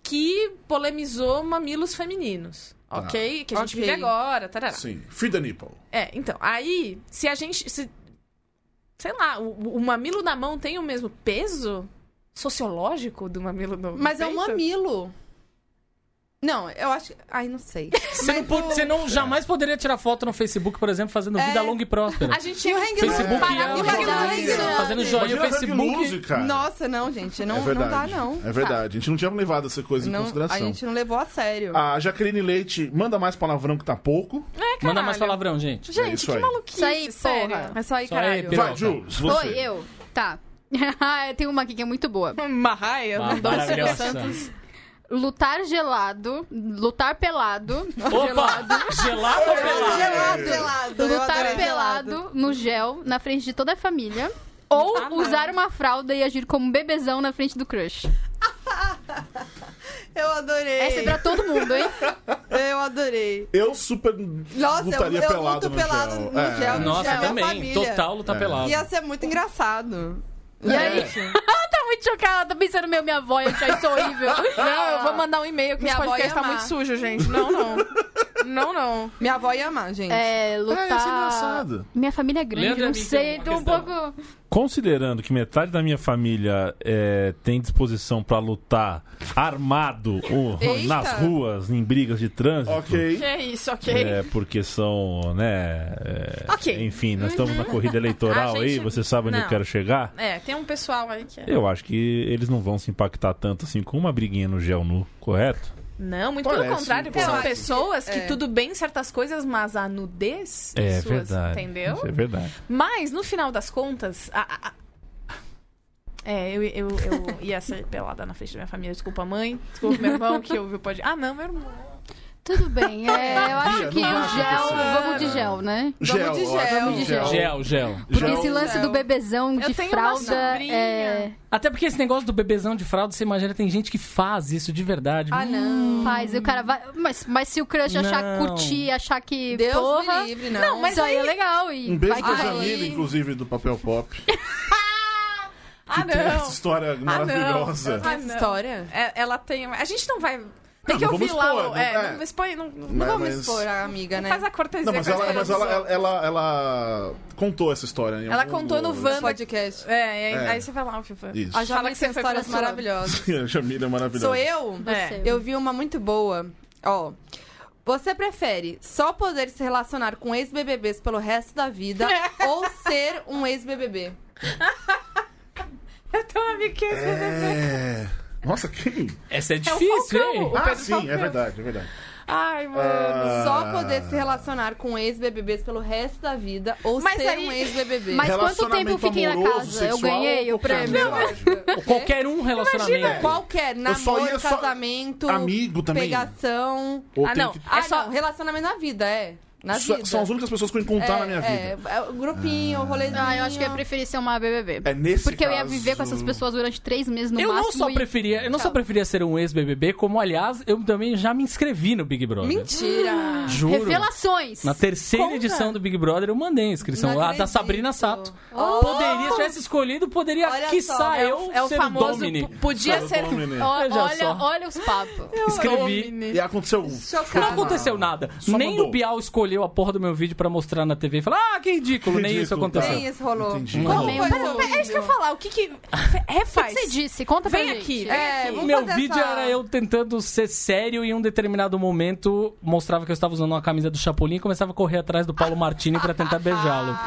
[SPEAKER 2] que polemizou mamilos femininos.
[SPEAKER 1] Tá.
[SPEAKER 2] Ok? Que a gente
[SPEAKER 4] Ok.
[SPEAKER 2] vive agora,
[SPEAKER 4] É.
[SPEAKER 2] tarará.
[SPEAKER 1] Sim. Free the nipple.
[SPEAKER 2] É, então, aí, se a gente. se- sei lá, o, o mamilo na mão tem o mesmo peso sociológico do mamilo no.
[SPEAKER 4] Mas é um
[SPEAKER 2] peito?
[SPEAKER 4] mamilo. Não, eu acho. Ai, não sei.
[SPEAKER 6] Você não, pode- você não jamais poderia tirar foto no Facebook, por exemplo, fazendo
[SPEAKER 4] É.
[SPEAKER 6] vida longa e próspera.
[SPEAKER 2] A gente tinha
[SPEAKER 4] E o hang
[SPEAKER 6] Facebook
[SPEAKER 2] Parar
[SPEAKER 6] é
[SPEAKER 2] com
[SPEAKER 6] um
[SPEAKER 2] isso.
[SPEAKER 4] jogo.
[SPEAKER 2] Isso.
[SPEAKER 6] Fazendo joinha no
[SPEAKER 1] Imagina Hang Loose,
[SPEAKER 6] Facebook.
[SPEAKER 1] cara.
[SPEAKER 4] Nossa, não, gente. Não,
[SPEAKER 1] é
[SPEAKER 4] não
[SPEAKER 1] verdade.
[SPEAKER 4] dá, não.
[SPEAKER 1] É verdade. A gente não tinha levado essa coisa em
[SPEAKER 4] Não,
[SPEAKER 1] consideração. Ah,
[SPEAKER 4] a gente não levou a sério.
[SPEAKER 1] A Jaqueline Leite manda mais palavrão que tá pouco.
[SPEAKER 6] Manda mais
[SPEAKER 2] Caralho.
[SPEAKER 6] palavrão, gente.
[SPEAKER 2] Gente,
[SPEAKER 1] isso
[SPEAKER 2] que
[SPEAKER 1] aí.
[SPEAKER 2] maluquice,
[SPEAKER 3] Isso aí,
[SPEAKER 2] sério.
[SPEAKER 3] porra.
[SPEAKER 4] É só aí,
[SPEAKER 6] Só
[SPEAKER 4] caralho.
[SPEAKER 6] aí,
[SPEAKER 1] Vai,
[SPEAKER 6] Peralta.
[SPEAKER 1] Jules, você.
[SPEAKER 3] Oi, eu. Tá. Tem uma aqui que é muito boa.
[SPEAKER 2] Marraia.
[SPEAKER 6] Ah, Maravilhosa.
[SPEAKER 3] Lutar gelado, lutar pelado,
[SPEAKER 6] Opa! Gelado ou pelado?
[SPEAKER 1] é.
[SPEAKER 4] Gelado, gelado. Eu
[SPEAKER 3] lutar
[SPEAKER 4] adorei gelado.
[SPEAKER 3] pelado no gel na frente de toda a família. Ou usar uma fralda e agir como um bebezão na frente do crush.
[SPEAKER 4] Eu adorei.
[SPEAKER 3] Essa é pra todo mundo, hein?
[SPEAKER 4] Eu adorei.
[SPEAKER 1] Eu super
[SPEAKER 4] Nossa, eu,
[SPEAKER 1] lutaria
[SPEAKER 4] eu
[SPEAKER 1] pelado
[SPEAKER 4] luto
[SPEAKER 1] no
[SPEAKER 4] pelado
[SPEAKER 1] gel.
[SPEAKER 4] no
[SPEAKER 1] É.
[SPEAKER 4] gel. no
[SPEAKER 6] Nossa,
[SPEAKER 4] gel,
[SPEAKER 6] também.
[SPEAKER 4] a família.
[SPEAKER 6] Total luta pelado.
[SPEAKER 4] Ia ser muito engraçado.
[SPEAKER 3] E aí? Ela tá muito chocada, ela tá pensando, meu, minha avó ia achar isso horrível.
[SPEAKER 2] Não, eu vou mandar um e-mail que
[SPEAKER 4] Minha
[SPEAKER 2] esse
[SPEAKER 4] avó
[SPEAKER 2] podcast
[SPEAKER 4] ia
[SPEAKER 2] tá
[SPEAKER 4] amar.
[SPEAKER 2] muito sujo, gente. Não, não. Não, não.
[SPEAKER 4] Minha avó ia amar, gente.
[SPEAKER 3] É, lutar...
[SPEAKER 1] É, isso é engraçado.
[SPEAKER 3] Minha família é grande,
[SPEAKER 6] Leandro e
[SPEAKER 3] não
[SPEAKER 6] a mim
[SPEAKER 3] sei,
[SPEAKER 6] tem
[SPEAKER 3] tô
[SPEAKER 6] uma
[SPEAKER 3] um pouco...
[SPEAKER 6] questão. Considerando que metade da minha família é, tem disposição pra lutar armado ou
[SPEAKER 4] Eita.
[SPEAKER 5] uh, nas ruas, em brigas de trânsito.
[SPEAKER 1] Ok.
[SPEAKER 2] Que isso, ok?
[SPEAKER 5] É, porque são, né? é,
[SPEAKER 2] Ok. Uhum.
[SPEAKER 5] Enfim, nós estamos na corrida eleitoral
[SPEAKER 2] A gente-
[SPEAKER 5] aí, você sabe onde
[SPEAKER 2] não.
[SPEAKER 5] eu quero chegar?
[SPEAKER 2] É, tem um pessoal aí que é.
[SPEAKER 5] Eu acho que eles não vão se impactar tanto assim com uma briguinha no gel nu, correto?
[SPEAKER 2] Não, muito pelo
[SPEAKER 1] Parece, um
[SPEAKER 2] contrário,
[SPEAKER 1] parece.
[SPEAKER 2] são
[SPEAKER 1] Eu acho
[SPEAKER 2] pessoas que,
[SPEAKER 4] é.
[SPEAKER 2] tudo bem certas coisas, mas a nudez
[SPEAKER 5] É
[SPEAKER 2] suas,
[SPEAKER 5] verdade.
[SPEAKER 2] entendeu?
[SPEAKER 5] Isso é verdade.
[SPEAKER 2] Mas, no final das contas, a- a- a- É, eu, eu, eu ia ser pelada na frente da minha família. Desculpa, mãe. Desculpa, meu irmão, que ouviu o podcast. Ah, não, meu irmão.
[SPEAKER 3] Tudo bem, é, eu acho
[SPEAKER 1] Bia,
[SPEAKER 3] que o
[SPEAKER 1] não vai
[SPEAKER 3] gel...
[SPEAKER 1] acontecer.
[SPEAKER 3] Vamos de gel, né?
[SPEAKER 1] Gel,
[SPEAKER 4] de
[SPEAKER 1] ó,
[SPEAKER 4] gel.
[SPEAKER 1] vamos de
[SPEAKER 3] Gel.
[SPEAKER 6] Gel, gel.
[SPEAKER 3] Porque
[SPEAKER 1] Gel.
[SPEAKER 3] esse lance do bebezão de
[SPEAKER 2] Eu tenho uma
[SPEAKER 3] fralda
[SPEAKER 2] sobrinha.
[SPEAKER 3] é,
[SPEAKER 6] Até porque esse negócio do bebezão de fralda, você imagina, tem gente que faz isso de verdade.
[SPEAKER 4] Ah, não.
[SPEAKER 3] faz, e o cara vai... Mas, mas se o crush achar,
[SPEAKER 6] Não.
[SPEAKER 3] curtir, achar que...
[SPEAKER 4] Hum, Deus
[SPEAKER 3] porra,
[SPEAKER 4] me livre, não.
[SPEAKER 3] Não, mas isso aí é legal. E
[SPEAKER 1] Um beijo
[SPEAKER 3] vai
[SPEAKER 1] pra
[SPEAKER 3] que-
[SPEAKER 1] Jamila, inclusive, do papel pop. Que
[SPEAKER 2] Ah,
[SPEAKER 1] tem essa
[SPEAKER 2] não.
[SPEAKER 1] história
[SPEAKER 2] Ah, não.
[SPEAKER 1] maravilhosa.
[SPEAKER 2] Ah,
[SPEAKER 4] Essa
[SPEAKER 2] não.
[SPEAKER 4] história.
[SPEAKER 2] É, ela tem. A gente não vai. Tem
[SPEAKER 1] Ah, Não,
[SPEAKER 2] que
[SPEAKER 1] não
[SPEAKER 2] ouvir
[SPEAKER 1] vamos
[SPEAKER 2] lá.
[SPEAKER 1] expor,
[SPEAKER 2] o-
[SPEAKER 1] não-
[SPEAKER 2] é,
[SPEAKER 1] é.
[SPEAKER 2] não expõe. Não, não
[SPEAKER 1] Mas-
[SPEAKER 4] Vamos expor a amiga, né?
[SPEAKER 2] faz a cortesia
[SPEAKER 1] Não, mas
[SPEAKER 2] com a
[SPEAKER 1] ela,
[SPEAKER 2] história
[SPEAKER 1] mas
[SPEAKER 2] dos
[SPEAKER 1] ela,
[SPEAKER 2] outros.
[SPEAKER 1] ela, ela- ela contou essa história. em
[SPEAKER 2] Ela
[SPEAKER 1] algum
[SPEAKER 2] contou no
[SPEAKER 1] dos-
[SPEAKER 2] van.
[SPEAKER 4] Podcast.
[SPEAKER 2] É, e aí,
[SPEAKER 1] É.
[SPEAKER 2] aí você vai lá, Fifa.
[SPEAKER 1] Isso.
[SPEAKER 4] A
[SPEAKER 2] Fala
[SPEAKER 4] Jamila
[SPEAKER 2] que
[SPEAKER 4] que
[SPEAKER 2] você
[SPEAKER 4] tem
[SPEAKER 2] foi
[SPEAKER 4] histórias
[SPEAKER 2] pra sua.
[SPEAKER 4] maravilhosas.
[SPEAKER 1] A Jamila é maravilhosa.
[SPEAKER 4] Sou eu?
[SPEAKER 2] Você.
[SPEAKER 4] Eu vi uma muito boa. Ó. Você prefere só poder se relacionar com ex-BBBs pelo resto da vida ou ser um ex-BBB?
[SPEAKER 2] Eu tenho um amigo que
[SPEAKER 1] É. Nossa, quem?
[SPEAKER 6] Essa é
[SPEAKER 2] o
[SPEAKER 6] difícil,
[SPEAKER 2] Falcão.
[SPEAKER 6] hein?
[SPEAKER 2] O
[SPEAKER 1] ah,
[SPEAKER 2] Pedro
[SPEAKER 1] sim,
[SPEAKER 2] Falcão.
[SPEAKER 1] é verdade, é verdade.
[SPEAKER 2] Ai, mano.
[SPEAKER 1] Ah,
[SPEAKER 4] Só poder se relacionar com ex-BBBs pelo resto da vida ou
[SPEAKER 2] Mas
[SPEAKER 4] ser
[SPEAKER 2] aí-
[SPEAKER 4] um ex-BBB?
[SPEAKER 3] Mas quanto tempo eu
[SPEAKER 1] Relacionamento
[SPEAKER 3] fiquei na
[SPEAKER 1] amoroso,
[SPEAKER 3] casa? Eu
[SPEAKER 1] sexual,
[SPEAKER 3] ganhei o
[SPEAKER 1] qualquer
[SPEAKER 3] prêmio.
[SPEAKER 1] amizade.
[SPEAKER 6] Qualquer um
[SPEAKER 7] é.
[SPEAKER 6] relacionamento.
[SPEAKER 4] Qualquer, namoro,
[SPEAKER 1] só ia só-
[SPEAKER 4] casamento,
[SPEAKER 1] Amigo também.
[SPEAKER 4] pegação.
[SPEAKER 1] Ou
[SPEAKER 2] Ah,
[SPEAKER 1] tem
[SPEAKER 2] não.
[SPEAKER 1] que-
[SPEAKER 4] Ah,
[SPEAKER 2] É só-
[SPEAKER 4] não, relacionamento na vida, é. Na
[SPEAKER 1] Só-
[SPEAKER 4] vida.
[SPEAKER 1] São as únicas pessoas que eu encontrar na minha vida.
[SPEAKER 4] É, é, o grupinho, o rolezinho.
[SPEAKER 3] Ah, eu acho que eu ia preferir ser uma BBB.
[SPEAKER 1] É nesse
[SPEAKER 3] Porque eu ia
[SPEAKER 1] caso-
[SPEAKER 3] viver com essas pessoas durante três meses no
[SPEAKER 7] Eu
[SPEAKER 3] máximo.
[SPEAKER 7] não só
[SPEAKER 3] e-
[SPEAKER 7] preferia, eu não só
[SPEAKER 3] Tchau.
[SPEAKER 7] preferia ser um ex-BBB, como aliás, eu também já me inscrevi no Big Brother.
[SPEAKER 4] Mentira!
[SPEAKER 7] Juro.
[SPEAKER 3] Revelações!
[SPEAKER 7] Na terceira
[SPEAKER 4] Conta.
[SPEAKER 7] edição do Big Brother eu mandei a inscrição
[SPEAKER 4] Não
[SPEAKER 7] lá da
[SPEAKER 4] acredito.
[SPEAKER 7] Sabrina Sato.
[SPEAKER 4] Oh!
[SPEAKER 7] Poderia, se tivesse escolhido, poderia,
[SPEAKER 4] Olha
[SPEAKER 7] quiçá,
[SPEAKER 4] só, é
[SPEAKER 7] eu
[SPEAKER 2] É o
[SPEAKER 1] um
[SPEAKER 7] ser um
[SPEAKER 2] famoso.
[SPEAKER 7] Domini.
[SPEAKER 2] p- Podia
[SPEAKER 1] Sou
[SPEAKER 2] ser.
[SPEAKER 1] um Domini.
[SPEAKER 3] Ó,
[SPEAKER 7] Veja
[SPEAKER 3] olha,
[SPEAKER 7] só.
[SPEAKER 3] olha os papos.
[SPEAKER 7] Escrevi.
[SPEAKER 1] E aconteceu. um.
[SPEAKER 4] Chocada.
[SPEAKER 7] Não aconteceu nada.
[SPEAKER 1] Só
[SPEAKER 7] nem
[SPEAKER 1] mandou.
[SPEAKER 7] o Bial escolheu a porra do meu vídeo pra mostrar na TV e falar: ah, que ridículo, nem isso
[SPEAKER 1] Ridículo, tá.
[SPEAKER 7] aconteceu.
[SPEAKER 4] Nem isso rolou.
[SPEAKER 1] Entendi.
[SPEAKER 4] Como
[SPEAKER 3] Também
[SPEAKER 4] foi
[SPEAKER 3] um
[SPEAKER 4] seu
[SPEAKER 3] pouco.
[SPEAKER 2] É isso que eu ia
[SPEAKER 4] vídeo?
[SPEAKER 2] falar. O que que.
[SPEAKER 3] O que
[SPEAKER 2] Refaz.
[SPEAKER 3] você disse? Conta pra
[SPEAKER 2] Vem
[SPEAKER 3] gente.
[SPEAKER 2] aqui.
[SPEAKER 4] É, vamos
[SPEAKER 7] Meu
[SPEAKER 4] fazer
[SPEAKER 7] vídeo
[SPEAKER 4] essa-
[SPEAKER 7] era eu tentando ser sério e em um determinado momento mostrava que eu estava usando uma camisa do Chapolin e começava a correr atrás do Paulo Martini pra tentar beijá-lo.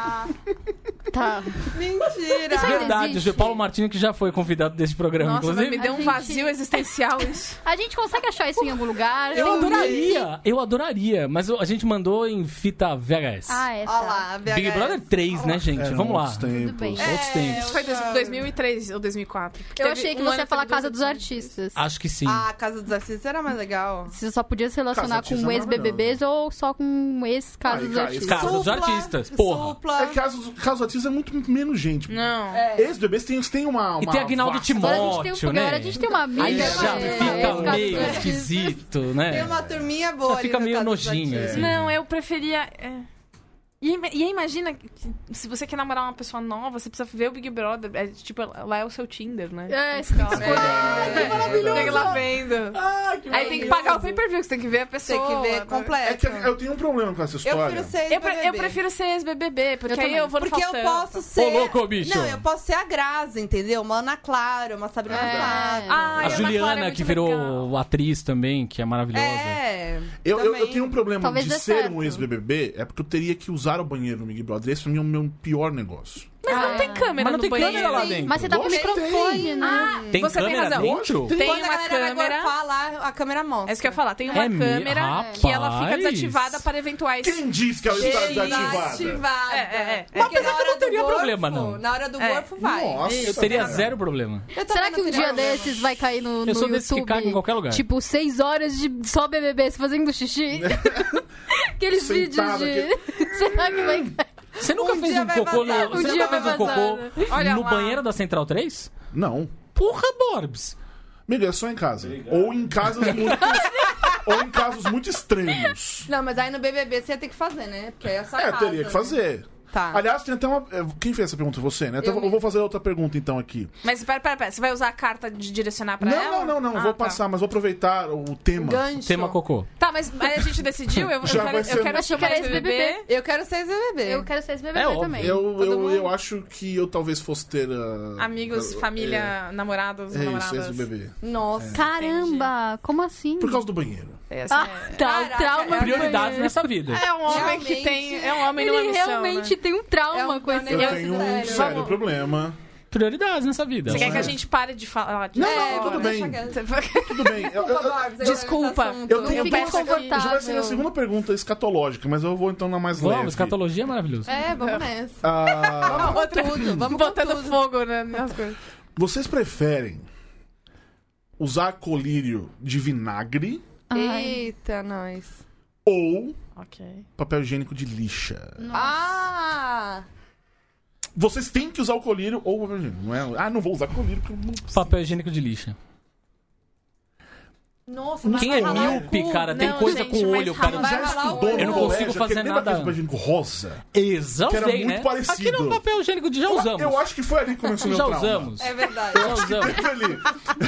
[SPEAKER 7] É
[SPEAKER 3] Tá.
[SPEAKER 4] Mentira!
[SPEAKER 3] Isso ainda
[SPEAKER 7] Verdade,
[SPEAKER 3] existe?
[SPEAKER 7] o Paulo Martini que já foi convidado desse programa,
[SPEAKER 2] Nossa, mas
[SPEAKER 7] inclusive.
[SPEAKER 2] me deu
[SPEAKER 3] A
[SPEAKER 2] um
[SPEAKER 3] gente-
[SPEAKER 2] vazio existencial isso.
[SPEAKER 3] A gente consegue achar isso em algum lugar?
[SPEAKER 7] Eu
[SPEAKER 3] Tem-
[SPEAKER 7] adoraria, eu adoraria, mas a gente mandou em fita VHS.
[SPEAKER 3] Ah, é.
[SPEAKER 4] Olha
[SPEAKER 3] Tá.
[SPEAKER 4] lá, VHS.
[SPEAKER 7] Big Brother 3, né, gente?
[SPEAKER 1] Eram
[SPEAKER 7] Vamos lá.
[SPEAKER 1] É, outros tempos.
[SPEAKER 3] Tudo bem.
[SPEAKER 4] É,
[SPEAKER 7] Outros tempos.
[SPEAKER 2] Isso foi dois- 2003 ou 2004. porque
[SPEAKER 3] Eu
[SPEAKER 2] teve
[SPEAKER 3] achei que
[SPEAKER 2] um
[SPEAKER 3] você
[SPEAKER 2] ano
[SPEAKER 3] ia falar
[SPEAKER 2] teve dois
[SPEAKER 3] Casa dos
[SPEAKER 2] episódios.
[SPEAKER 3] Artistas.
[SPEAKER 7] Acho que sim.
[SPEAKER 4] Ah, a Casa dos Artistas era mais legal.
[SPEAKER 3] Você só podia se
[SPEAKER 1] Casa
[SPEAKER 3] relacionar
[SPEAKER 1] dos Artistas
[SPEAKER 3] com
[SPEAKER 1] é
[SPEAKER 3] ex-BBBs ou só com ex-Casa
[SPEAKER 1] Aí,
[SPEAKER 3] dos
[SPEAKER 1] cara,
[SPEAKER 3] Artistas.
[SPEAKER 7] Casa dos
[SPEAKER 4] Supla,
[SPEAKER 7] Artistas, porra.
[SPEAKER 4] Supla.
[SPEAKER 1] É que caso, caso artista é muito menos gente.
[SPEAKER 2] Não.
[SPEAKER 4] É.
[SPEAKER 3] É.
[SPEAKER 1] Ex-bebês tem, tem uma, uma.
[SPEAKER 7] e tem Agnaldo
[SPEAKER 1] vasta-
[SPEAKER 7] Timóteo,
[SPEAKER 3] Agora a gente tem um
[SPEAKER 7] né?
[SPEAKER 3] agora a gente tem uma amiga.
[SPEAKER 7] Aí
[SPEAKER 3] que é
[SPEAKER 7] já
[SPEAKER 3] ex-Casa dos
[SPEAKER 7] fica meio
[SPEAKER 3] Artistas.
[SPEAKER 7] esquisito,
[SPEAKER 4] Tem
[SPEAKER 7] né?
[SPEAKER 4] uma turminha boa
[SPEAKER 7] Já
[SPEAKER 4] ali
[SPEAKER 7] fica
[SPEAKER 4] no
[SPEAKER 7] meio
[SPEAKER 4] Casa dos
[SPEAKER 7] nojinho.
[SPEAKER 4] Artistas.
[SPEAKER 7] assim.
[SPEAKER 2] Não, eu preferia. é. E, ima- e aí imagina, que se você quer namorar uma pessoa nova, você precisa ver o Big Brother. É, tipo, lá é o seu Tinder, né?
[SPEAKER 3] É, você tem que escolher.
[SPEAKER 2] Maravilhoso! Chega lá vendo. aí tem que pagar o pay-per-view, você tem que ver a
[SPEAKER 4] Tem
[SPEAKER 2] pessoa. né?
[SPEAKER 4] que ver
[SPEAKER 1] É
[SPEAKER 4] completo.
[SPEAKER 1] que eu tenho um problema com essa
[SPEAKER 4] Eu
[SPEAKER 1] história.
[SPEAKER 4] prefiro ser
[SPEAKER 2] Eu, pre- eu
[SPEAKER 4] BBB.
[SPEAKER 2] prefiro ser ex-BBB, porque
[SPEAKER 3] Eu
[SPEAKER 2] aí eu vou no
[SPEAKER 4] Porque eu
[SPEAKER 2] Faustão.
[SPEAKER 4] posso ser.
[SPEAKER 7] louco, bicho.
[SPEAKER 4] Não, eu posso ser a Grazi, entendeu? Uma Ana Clara, uma Sabrina
[SPEAKER 3] É.
[SPEAKER 4] Sato.
[SPEAKER 2] Ai,
[SPEAKER 7] A
[SPEAKER 2] Ana Clara é
[SPEAKER 7] Juliana,
[SPEAKER 2] muito
[SPEAKER 7] que virou
[SPEAKER 2] legal.
[SPEAKER 7] atriz também, que é maravilhosa.
[SPEAKER 4] É.
[SPEAKER 1] Eu, eu,
[SPEAKER 4] também.
[SPEAKER 1] eu tenho um problema
[SPEAKER 3] Talvez
[SPEAKER 1] de
[SPEAKER 3] dê
[SPEAKER 1] ser
[SPEAKER 3] certo.
[SPEAKER 1] um ex-BBB, é porque eu teria que usar o banheiro no Big Brother. Esse pra mim é o meu pior negócio.
[SPEAKER 2] Mas não tem câmera
[SPEAKER 7] Mas não
[SPEAKER 2] no
[SPEAKER 7] tem
[SPEAKER 2] banheiro.
[SPEAKER 7] câmera lá dentro.
[SPEAKER 3] Mas você tá com o
[SPEAKER 1] Gostei.
[SPEAKER 3] microfone, né?
[SPEAKER 7] Tem
[SPEAKER 2] Você tem
[SPEAKER 7] câmera
[SPEAKER 2] razão.
[SPEAKER 7] dentro?
[SPEAKER 2] Tem
[SPEAKER 4] Quando
[SPEAKER 2] uma
[SPEAKER 4] a galera
[SPEAKER 2] câmera.
[SPEAKER 4] agora fala, a câmera mostra.
[SPEAKER 2] É isso que eu ia falar. Tem uma
[SPEAKER 7] É mesmo?
[SPEAKER 2] câmera que ela fica
[SPEAKER 7] Rapaz.
[SPEAKER 2] desativada para eventuais.
[SPEAKER 1] Quem diz que ela está
[SPEAKER 4] Tá
[SPEAKER 1] desativada?
[SPEAKER 4] Desativada.
[SPEAKER 2] É, é, é.
[SPEAKER 4] Porque
[SPEAKER 7] Apesar
[SPEAKER 4] na
[SPEAKER 7] que eu não
[SPEAKER 4] hora do
[SPEAKER 7] teria
[SPEAKER 4] gorfo-
[SPEAKER 7] problema, não.
[SPEAKER 4] Na hora do
[SPEAKER 2] É.
[SPEAKER 4] gorfo, vai.
[SPEAKER 1] Nossa,
[SPEAKER 7] Eu teria
[SPEAKER 1] cara.
[SPEAKER 7] zero problema.
[SPEAKER 4] Eu também
[SPEAKER 3] Será
[SPEAKER 4] tá não
[SPEAKER 3] que um
[SPEAKER 4] teria
[SPEAKER 3] dia
[SPEAKER 4] problema.
[SPEAKER 3] desses vai cair no, no
[SPEAKER 7] Eu sou
[SPEAKER 3] YouTube?
[SPEAKER 7] desse que caga em qualquer lugar.
[SPEAKER 3] Tipo, seis horas de só BBB se fazendo xixi. Aqueles
[SPEAKER 1] Sentado
[SPEAKER 3] vídeos de... Será que vai cair?
[SPEAKER 7] Você nunca
[SPEAKER 4] Um
[SPEAKER 7] fez
[SPEAKER 4] dia
[SPEAKER 7] um
[SPEAKER 4] vai
[SPEAKER 7] cocô
[SPEAKER 4] vazar.
[SPEAKER 7] no,
[SPEAKER 4] Um
[SPEAKER 7] você
[SPEAKER 3] dia
[SPEAKER 7] nunca fez
[SPEAKER 3] vai
[SPEAKER 7] um cocô
[SPEAKER 3] vazar.
[SPEAKER 2] Olha
[SPEAKER 7] no
[SPEAKER 2] lá.
[SPEAKER 7] banheiro da Central 3?
[SPEAKER 1] Não.
[SPEAKER 7] Porra, Borbs.
[SPEAKER 1] Amiga, é só em casa. Ou em casas muito. ou em casos muito extremos.
[SPEAKER 4] Não, mas aí no BBB você ia ter que fazer, né? Porque aí é só
[SPEAKER 1] É,
[SPEAKER 4] casa,
[SPEAKER 1] teria que
[SPEAKER 4] né?
[SPEAKER 1] fazer.
[SPEAKER 4] Tá.
[SPEAKER 2] Ah.
[SPEAKER 1] Aliás, tem até uma. é, Quem fez essa pergunta? Você, né? Então,
[SPEAKER 4] Eu
[SPEAKER 1] eu vou fazer outra pergunta então aqui.
[SPEAKER 2] Mas pera, pera, pera. Você vai usar a carta de direcionar pra
[SPEAKER 1] Não,
[SPEAKER 2] ela?
[SPEAKER 1] não, não, não.
[SPEAKER 2] Ah,
[SPEAKER 1] vou
[SPEAKER 2] tá.
[SPEAKER 1] passar, mas vou aproveitar o tema.
[SPEAKER 4] Gancho.
[SPEAKER 7] Tema cocô.
[SPEAKER 2] Tá, mas aí a gente decidiu. Eu, eu
[SPEAKER 1] Já
[SPEAKER 2] quero,
[SPEAKER 1] vai ser né?
[SPEAKER 2] eu quero
[SPEAKER 1] no-
[SPEAKER 3] Achei que
[SPEAKER 2] chamar
[SPEAKER 3] era
[SPEAKER 2] esse bebê.
[SPEAKER 3] ex-BBB.
[SPEAKER 4] Eu quero ser esse BBB.
[SPEAKER 3] Eu quero ser esse BBB
[SPEAKER 7] É óbvio.
[SPEAKER 3] também.
[SPEAKER 1] Eu, eu,
[SPEAKER 4] mundo?
[SPEAKER 1] eu acho que eu talvez fosse ter. ah,
[SPEAKER 2] Amigos,
[SPEAKER 1] ah,
[SPEAKER 2] família, namorados,
[SPEAKER 1] É, é isso,
[SPEAKER 2] namoradas.
[SPEAKER 1] esse bebê.
[SPEAKER 4] Nossa.
[SPEAKER 3] Caramba, como assim?
[SPEAKER 1] Por causa do banheiro.
[SPEAKER 2] É, assim,
[SPEAKER 3] Ah, tá,
[SPEAKER 4] Caraca,
[SPEAKER 3] o trauma
[SPEAKER 4] é
[SPEAKER 3] do
[SPEAKER 7] Prioridades
[SPEAKER 3] banheiro.
[SPEAKER 7] nessa vida.
[SPEAKER 2] é um homem que
[SPEAKER 4] Realmente.
[SPEAKER 2] tem. É um homem numa
[SPEAKER 3] Ele
[SPEAKER 2] missão.
[SPEAKER 3] realmente
[SPEAKER 2] né?
[SPEAKER 3] tem um trauma
[SPEAKER 4] É um-
[SPEAKER 3] com esse
[SPEAKER 4] é
[SPEAKER 1] Eu,
[SPEAKER 4] um Eu-
[SPEAKER 1] tenho um
[SPEAKER 4] sério,
[SPEAKER 1] sério,
[SPEAKER 2] vamos-
[SPEAKER 1] problema.
[SPEAKER 7] Prioridades nessa vida.
[SPEAKER 2] Você quer
[SPEAKER 1] Não
[SPEAKER 2] que
[SPEAKER 1] é.
[SPEAKER 2] a gente pare de falar? De
[SPEAKER 1] Não,
[SPEAKER 4] É,
[SPEAKER 1] não, tudo
[SPEAKER 4] vamos
[SPEAKER 1] bem.
[SPEAKER 4] deixar quieto.
[SPEAKER 1] Tudo bem. Eu, eu, eu,
[SPEAKER 2] Desculpa.
[SPEAKER 1] eu tenho
[SPEAKER 3] Não
[SPEAKER 1] eu
[SPEAKER 3] fica
[SPEAKER 1] posso- Já vai ser
[SPEAKER 3] desconfortável.
[SPEAKER 1] a segunda pergunta escatológica, mas eu vou então na mais leve.
[SPEAKER 7] Vamos, escatologia é maravilhoso.
[SPEAKER 4] É, vamos nessa.
[SPEAKER 1] Ah,
[SPEAKER 4] Vamos com tudo, vamos com
[SPEAKER 2] Botando
[SPEAKER 4] tudo.
[SPEAKER 2] fogo né, nas coisas.
[SPEAKER 1] vocês preferem usar colírio de vinagre
[SPEAKER 3] Ai.
[SPEAKER 4] Eita, nós.
[SPEAKER 1] ou
[SPEAKER 2] Ok.
[SPEAKER 1] papel higiênico de lixa?
[SPEAKER 4] Ah!
[SPEAKER 1] Vocês têm que usar o colírio ou o papel higiênico. Não é, ah, não vou usar colírio porque eu não preciso.
[SPEAKER 7] Papel higiênico de lixa.
[SPEAKER 4] Nossa,
[SPEAKER 7] Quem
[SPEAKER 4] vai
[SPEAKER 7] é
[SPEAKER 4] ralar o
[SPEAKER 7] míope,
[SPEAKER 4] cu.
[SPEAKER 7] cara, tem
[SPEAKER 2] Não,
[SPEAKER 7] coisa
[SPEAKER 2] gente,
[SPEAKER 7] com o
[SPEAKER 2] mas
[SPEAKER 7] olho, cara.
[SPEAKER 4] ralar-
[SPEAKER 1] Já estudou
[SPEAKER 4] Eu
[SPEAKER 1] no
[SPEAKER 4] não
[SPEAKER 1] colégio,
[SPEAKER 7] consigo fazer
[SPEAKER 1] aquele
[SPEAKER 7] nada.
[SPEAKER 1] papel higiênico rosa.
[SPEAKER 7] Exausei,
[SPEAKER 1] Que era muito
[SPEAKER 7] né?
[SPEAKER 1] parecido.
[SPEAKER 7] Aquilo é um papel higiênico de já usamos.
[SPEAKER 1] Eu acho que foi ali que começou o meu
[SPEAKER 7] já
[SPEAKER 1] trauma.
[SPEAKER 7] usamos.
[SPEAKER 4] É verdade.
[SPEAKER 7] Já usamos.
[SPEAKER 1] Foi ali.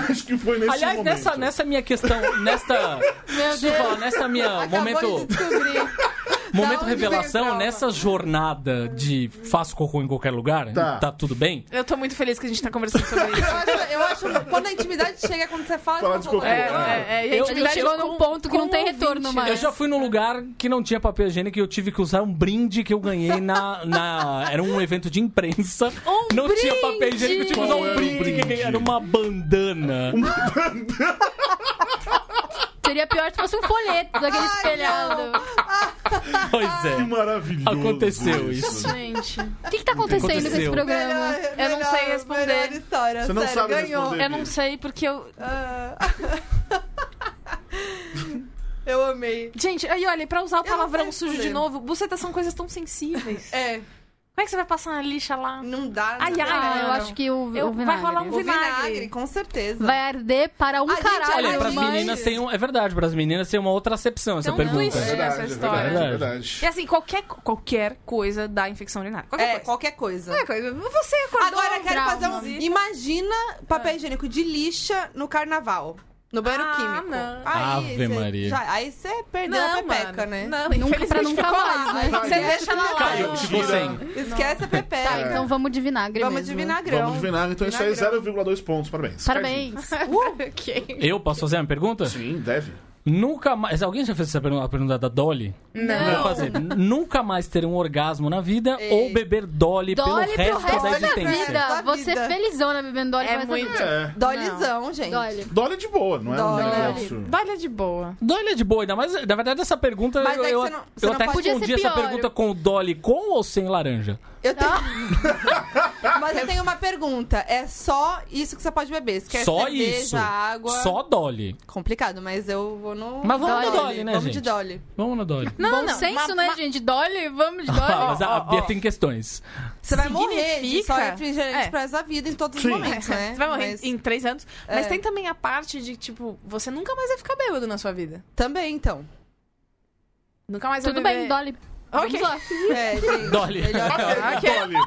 [SPEAKER 1] Acho que foi nesse
[SPEAKER 7] Aliás,
[SPEAKER 1] momento.
[SPEAKER 7] nessa, nessa minha questão, nesta. deixa eu falar, nessa minha
[SPEAKER 4] Acabou de
[SPEAKER 7] momento,
[SPEAKER 4] descobrir.
[SPEAKER 7] momento
[SPEAKER 4] onde veio o
[SPEAKER 7] revelação,
[SPEAKER 4] trauma?
[SPEAKER 7] nessa jornada de faço cocô em qualquer lugar,
[SPEAKER 1] Tá.
[SPEAKER 7] tá, tudo bem?
[SPEAKER 2] Eu tô muito feliz que a gente tá conversando sobre isso.
[SPEAKER 4] Eu acho, eu acho quando a intimidade chega, quando você fala,
[SPEAKER 1] Fala de
[SPEAKER 4] cocô.
[SPEAKER 1] cocô.
[SPEAKER 2] É, é, é. E a
[SPEAKER 7] Eu-
[SPEAKER 3] A
[SPEAKER 2] gente
[SPEAKER 3] gente chegou
[SPEAKER 2] com-
[SPEAKER 3] num ponto que
[SPEAKER 2] com
[SPEAKER 3] não tem
[SPEAKER 2] ouvinte.
[SPEAKER 3] retorno mais.
[SPEAKER 7] Eu já fui num lugar que não tinha papel higiênico e eu tive que usar um brinde que eu ganhei na. na- era um evento de imprensa.
[SPEAKER 3] Um
[SPEAKER 7] não tinha
[SPEAKER 3] brinde!
[SPEAKER 7] papel higiênico, eu tive que usar
[SPEAKER 1] Qual
[SPEAKER 7] um
[SPEAKER 1] era o
[SPEAKER 7] brinde, que eu
[SPEAKER 1] brinde?
[SPEAKER 7] ganhei. Era uma bandana.
[SPEAKER 3] Seria pior se fosse um folheto daquele espelhado.
[SPEAKER 7] Pois
[SPEAKER 1] Que
[SPEAKER 7] é.
[SPEAKER 1] maravilhoso.
[SPEAKER 7] Aconteceu isso.
[SPEAKER 2] Gente,
[SPEAKER 3] O que, que tá acontecendo
[SPEAKER 7] Aconteceu.
[SPEAKER 3] nesse programa?
[SPEAKER 4] Melhor-
[SPEAKER 2] Eu não
[SPEAKER 4] melhor-
[SPEAKER 2] sei responder.
[SPEAKER 4] melhor história,
[SPEAKER 1] Você não
[SPEAKER 4] sério,
[SPEAKER 1] sabe
[SPEAKER 4] ganhou.
[SPEAKER 1] responder.
[SPEAKER 2] eu não sei porque eu.
[SPEAKER 4] Ah. Eu amei.
[SPEAKER 2] Gente, aí olha, pra usar o
[SPEAKER 4] não
[SPEAKER 2] palavrão
[SPEAKER 4] sei
[SPEAKER 2] sujo de
[SPEAKER 4] responder.
[SPEAKER 2] novo, bucetas são coisas tão sensíveis.
[SPEAKER 4] É,
[SPEAKER 2] Como é que você vai passar uma lixa lá?
[SPEAKER 4] não dá.
[SPEAKER 2] Ai,
[SPEAKER 4] não.
[SPEAKER 2] ai,
[SPEAKER 3] Ah,
[SPEAKER 2] não,
[SPEAKER 3] eu
[SPEAKER 2] não.
[SPEAKER 3] acho que o,
[SPEAKER 2] Eu-
[SPEAKER 3] o
[SPEAKER 2] vai
[SPEAKER 3] vinagre.
[SPEAKER 2] rolar um
[SPEAKER 4] O vinagre,
[SPEAKER 2] vinagre.
[SPEAKER 4] com certeza. É,
[SPEAKER 3] Vai arder para um
[SPEAKER 4] Ah, gente,
[SPEAKER 3] caralho.
[SPEAKER 4] olha,
[SPEAKER 7] Olha, pras
[SPEAKER 4] mas-
[SPEAKER 7] meninas tem um. É verdade, pras meninas tem uma outra acepção essa
[SPEAKER 2] Tem um
[SPEAKER 7] pergunta.
[SPEAKER 2] twist.
[SPEAKER 1] É verdade,
[SPEAKER 2] Essa
[SPEAKER 1] é
[SPEAKER 2] história.
[SPEAKER 1] verdade, é verdade.
[SPEAKER 2] E assim, qualquer, qualquer coisa dá infecção urinária. Qualquer
[SPEAKER 4] É,
[SPEAKER 2] coisa.
[SPEAKER 4] qualquer coisa.
[SPEAKER 2] Qualquer coisa. Você acordou...
[SPEAKER 4] Agora eu quero
[SPEAKER 3] trauma.
[SPEAKER 4] fazer um. Ah. Imagina papel higiênico de lixa no carnaval. No banheiro
[SPEAKER 2] Ah,
[SPEAKER 4] químico.
[SPEAKER 2] não.
[SPEAKER 4] Aí
[SPEAKER 7] Ave
[SPEAKER 4] cê-
[SPEAKER 7] Maria.
[SPEAKER 4] já- aí você perdeu a
[SPEAKER 2] Não,
[SPEAKER 4] pepeca,
[SPEAKER 2] mano.
[SPEAKER 4] né? assim?
[SPEAKER 2] Não,
[SPEAKER 3] Nunca pra
[SPEAKER 2] infelizmente
[SPEAKER 3] nunca
[SPEAKER 2] ficou
[SPEAKER 3] mais, né?
[SPEAKER 2] Você deixa ela lá.
[SPEAKER 1] Caiu,
[SPEAKER 7] ficou
[SPEAKER 1] Tira.
[SPEAKER 7] sem.
[SPEAKER 4] Esquece a pepeca.
[SPEAKER 3] Tá, então vamos de vinagre
[SPEAKER 4] Vamos
[SPEAKER 3] mesmo.
[SPEAKER 4] de vinagrão.
[SPEAKER 1] Vamos de vinagre, então isso aí é
[SPEAKER 4] Vinagrão.
[SPEAKER 1] 0,2 pontos, parabéns.
[SPEAKER 3] Parabéns.
[SPEAKER 2] Uh! Ok.
[SPEAKER 7] Eu posso fazer uma pergunta?
[SPEAKER 1] Sim, deve.
[SPEAKER 7] Nunca mais. Alguém já fez essa pergunta, a pergunta da Dolly?
[SPEAKER 2] Não.
[SPEAKER 7] Vou fazer. Nunca mais ter um orgasmo na vida
[SPEAKER 4] Ei.
[SPEAKER 7] ou beber Dolly,
[SPEAKER 3] Dolly pro
[SPEAKER 7] pelo resto, da
[SPEAKER 3] resto da
[SPEAKER 7] existência.
[SPEAKER 4] Da
[SPEAKER 3] vida. Você é
[SPEAKER 4] vida.
[SPEAKER 3] felizona bebendo Dolly
[SPEAKER 2] É
[SPEAKER 3] pro resto
[SPEAKER 2] muito-
[SPEAKER 3] da vida.
[SPEAKER 1] É.
[SPEAKER 4] Dolizão, gente.
[SPEAKER 3] Dolly.
[SPEAKER 1] Dolly de boa, não é
[SPEAKER 4] Dolly.
[SPEAKER 1] um negócio.
[SPEAKER 2] Dolha de boa.
[SPEAKER 7] Dolly é de boa, ainda mais. Na verdade, essa pergunta.
[SPEAKER 4] Mas
[SPEAKER 7] eu
[SPEAKER 4] é que
[SPEAKER 7] eu,
[SPEAKER 4] você não- você
[SPEAKER 7] eu
[SPEAKER 4] não
[SPEAKER 7] até
[SPEAKER 4] pode-
[SPEAKER 3] Podia ser
[SPEAKER 7] respondi essa
[SPEAKER 3] pior.
[SPEAKER 7] pergunta com Dolly com ou sem laranja?
[SPEAKER 4] Eu tenho... Mas eu tenho uma pergunta. É só isso que você pode beber? Esquece
[SPEAKER 7] Só
[SPEAKER 4] cerveja,
[SPEAKER 7] isso.
[SPEAKER 4] água...
[SPEAKER 7] Só Dolly.
[SPEAKER 4] Complicado, mas eu vou no...
[SPEAKER 7] Mas vamos
[SPEAKER 3] Dolly.
[SPEAKER 7] na Dolly, né,
[SPEAKER 4] Vamos
[SPEAKER 7] gente?
[SPEAKER 4] de Dolly.
[SPEAKER 7] Vamos na Dolly.
[SPEAKER 2] Não,
[SPEAKER 3] Bom
[SPEAKER 2] não.
[SPEAKER 3] senso,
[SPEAKER 2] Ma-
[SPEAKER 3] né,
[SPEAKER 2] ma-
[SPEAKER 3] gente? Dolly, vamos de
[SPEAKER 7] Ah,
[SPEAKER 3] Dolly.
[SPEAKER 7] mas a, a Bia tem questões.
[SPEAKER 4] Você vai morrer de só
[SPEAKER 2] Significa-
[SPEAKER 4] refrigerante
[SPEAKER 2] É.
[SPEAKER 4] pra essa vida em todos
[SPEAKER 1] Sim.
[SPEAKER 4] os momentos, né?
[SPEAKER 2] Você vai morrer
[SPEAKER 4] Mas-
[SPEAKER 2] em três anos. Mas
[SPEAKER 4] É.
[SPEAKER 2] tem também a parte de, tipo, você nunca mais vai ficar bêbado na sua vida.
[SPEAKER 4] Também, então.
[SPEAKER 2] Nunca mais
[SPEAKER 3] Tudo
[SPEAKER 2] vai
[SPEAKER 3] bem,
[SPEAKER 2] beber.
[SPEAKER 3] Dolly.
[SPEAKER 2] Ok.
[SPEAKER 3] Vamos lá.
[SPEAKER 4] É, gente.
[SPEAKER 7] Dolly.
[SPEAKER 4] Melhor...
[SPEAKER 1] Dolly.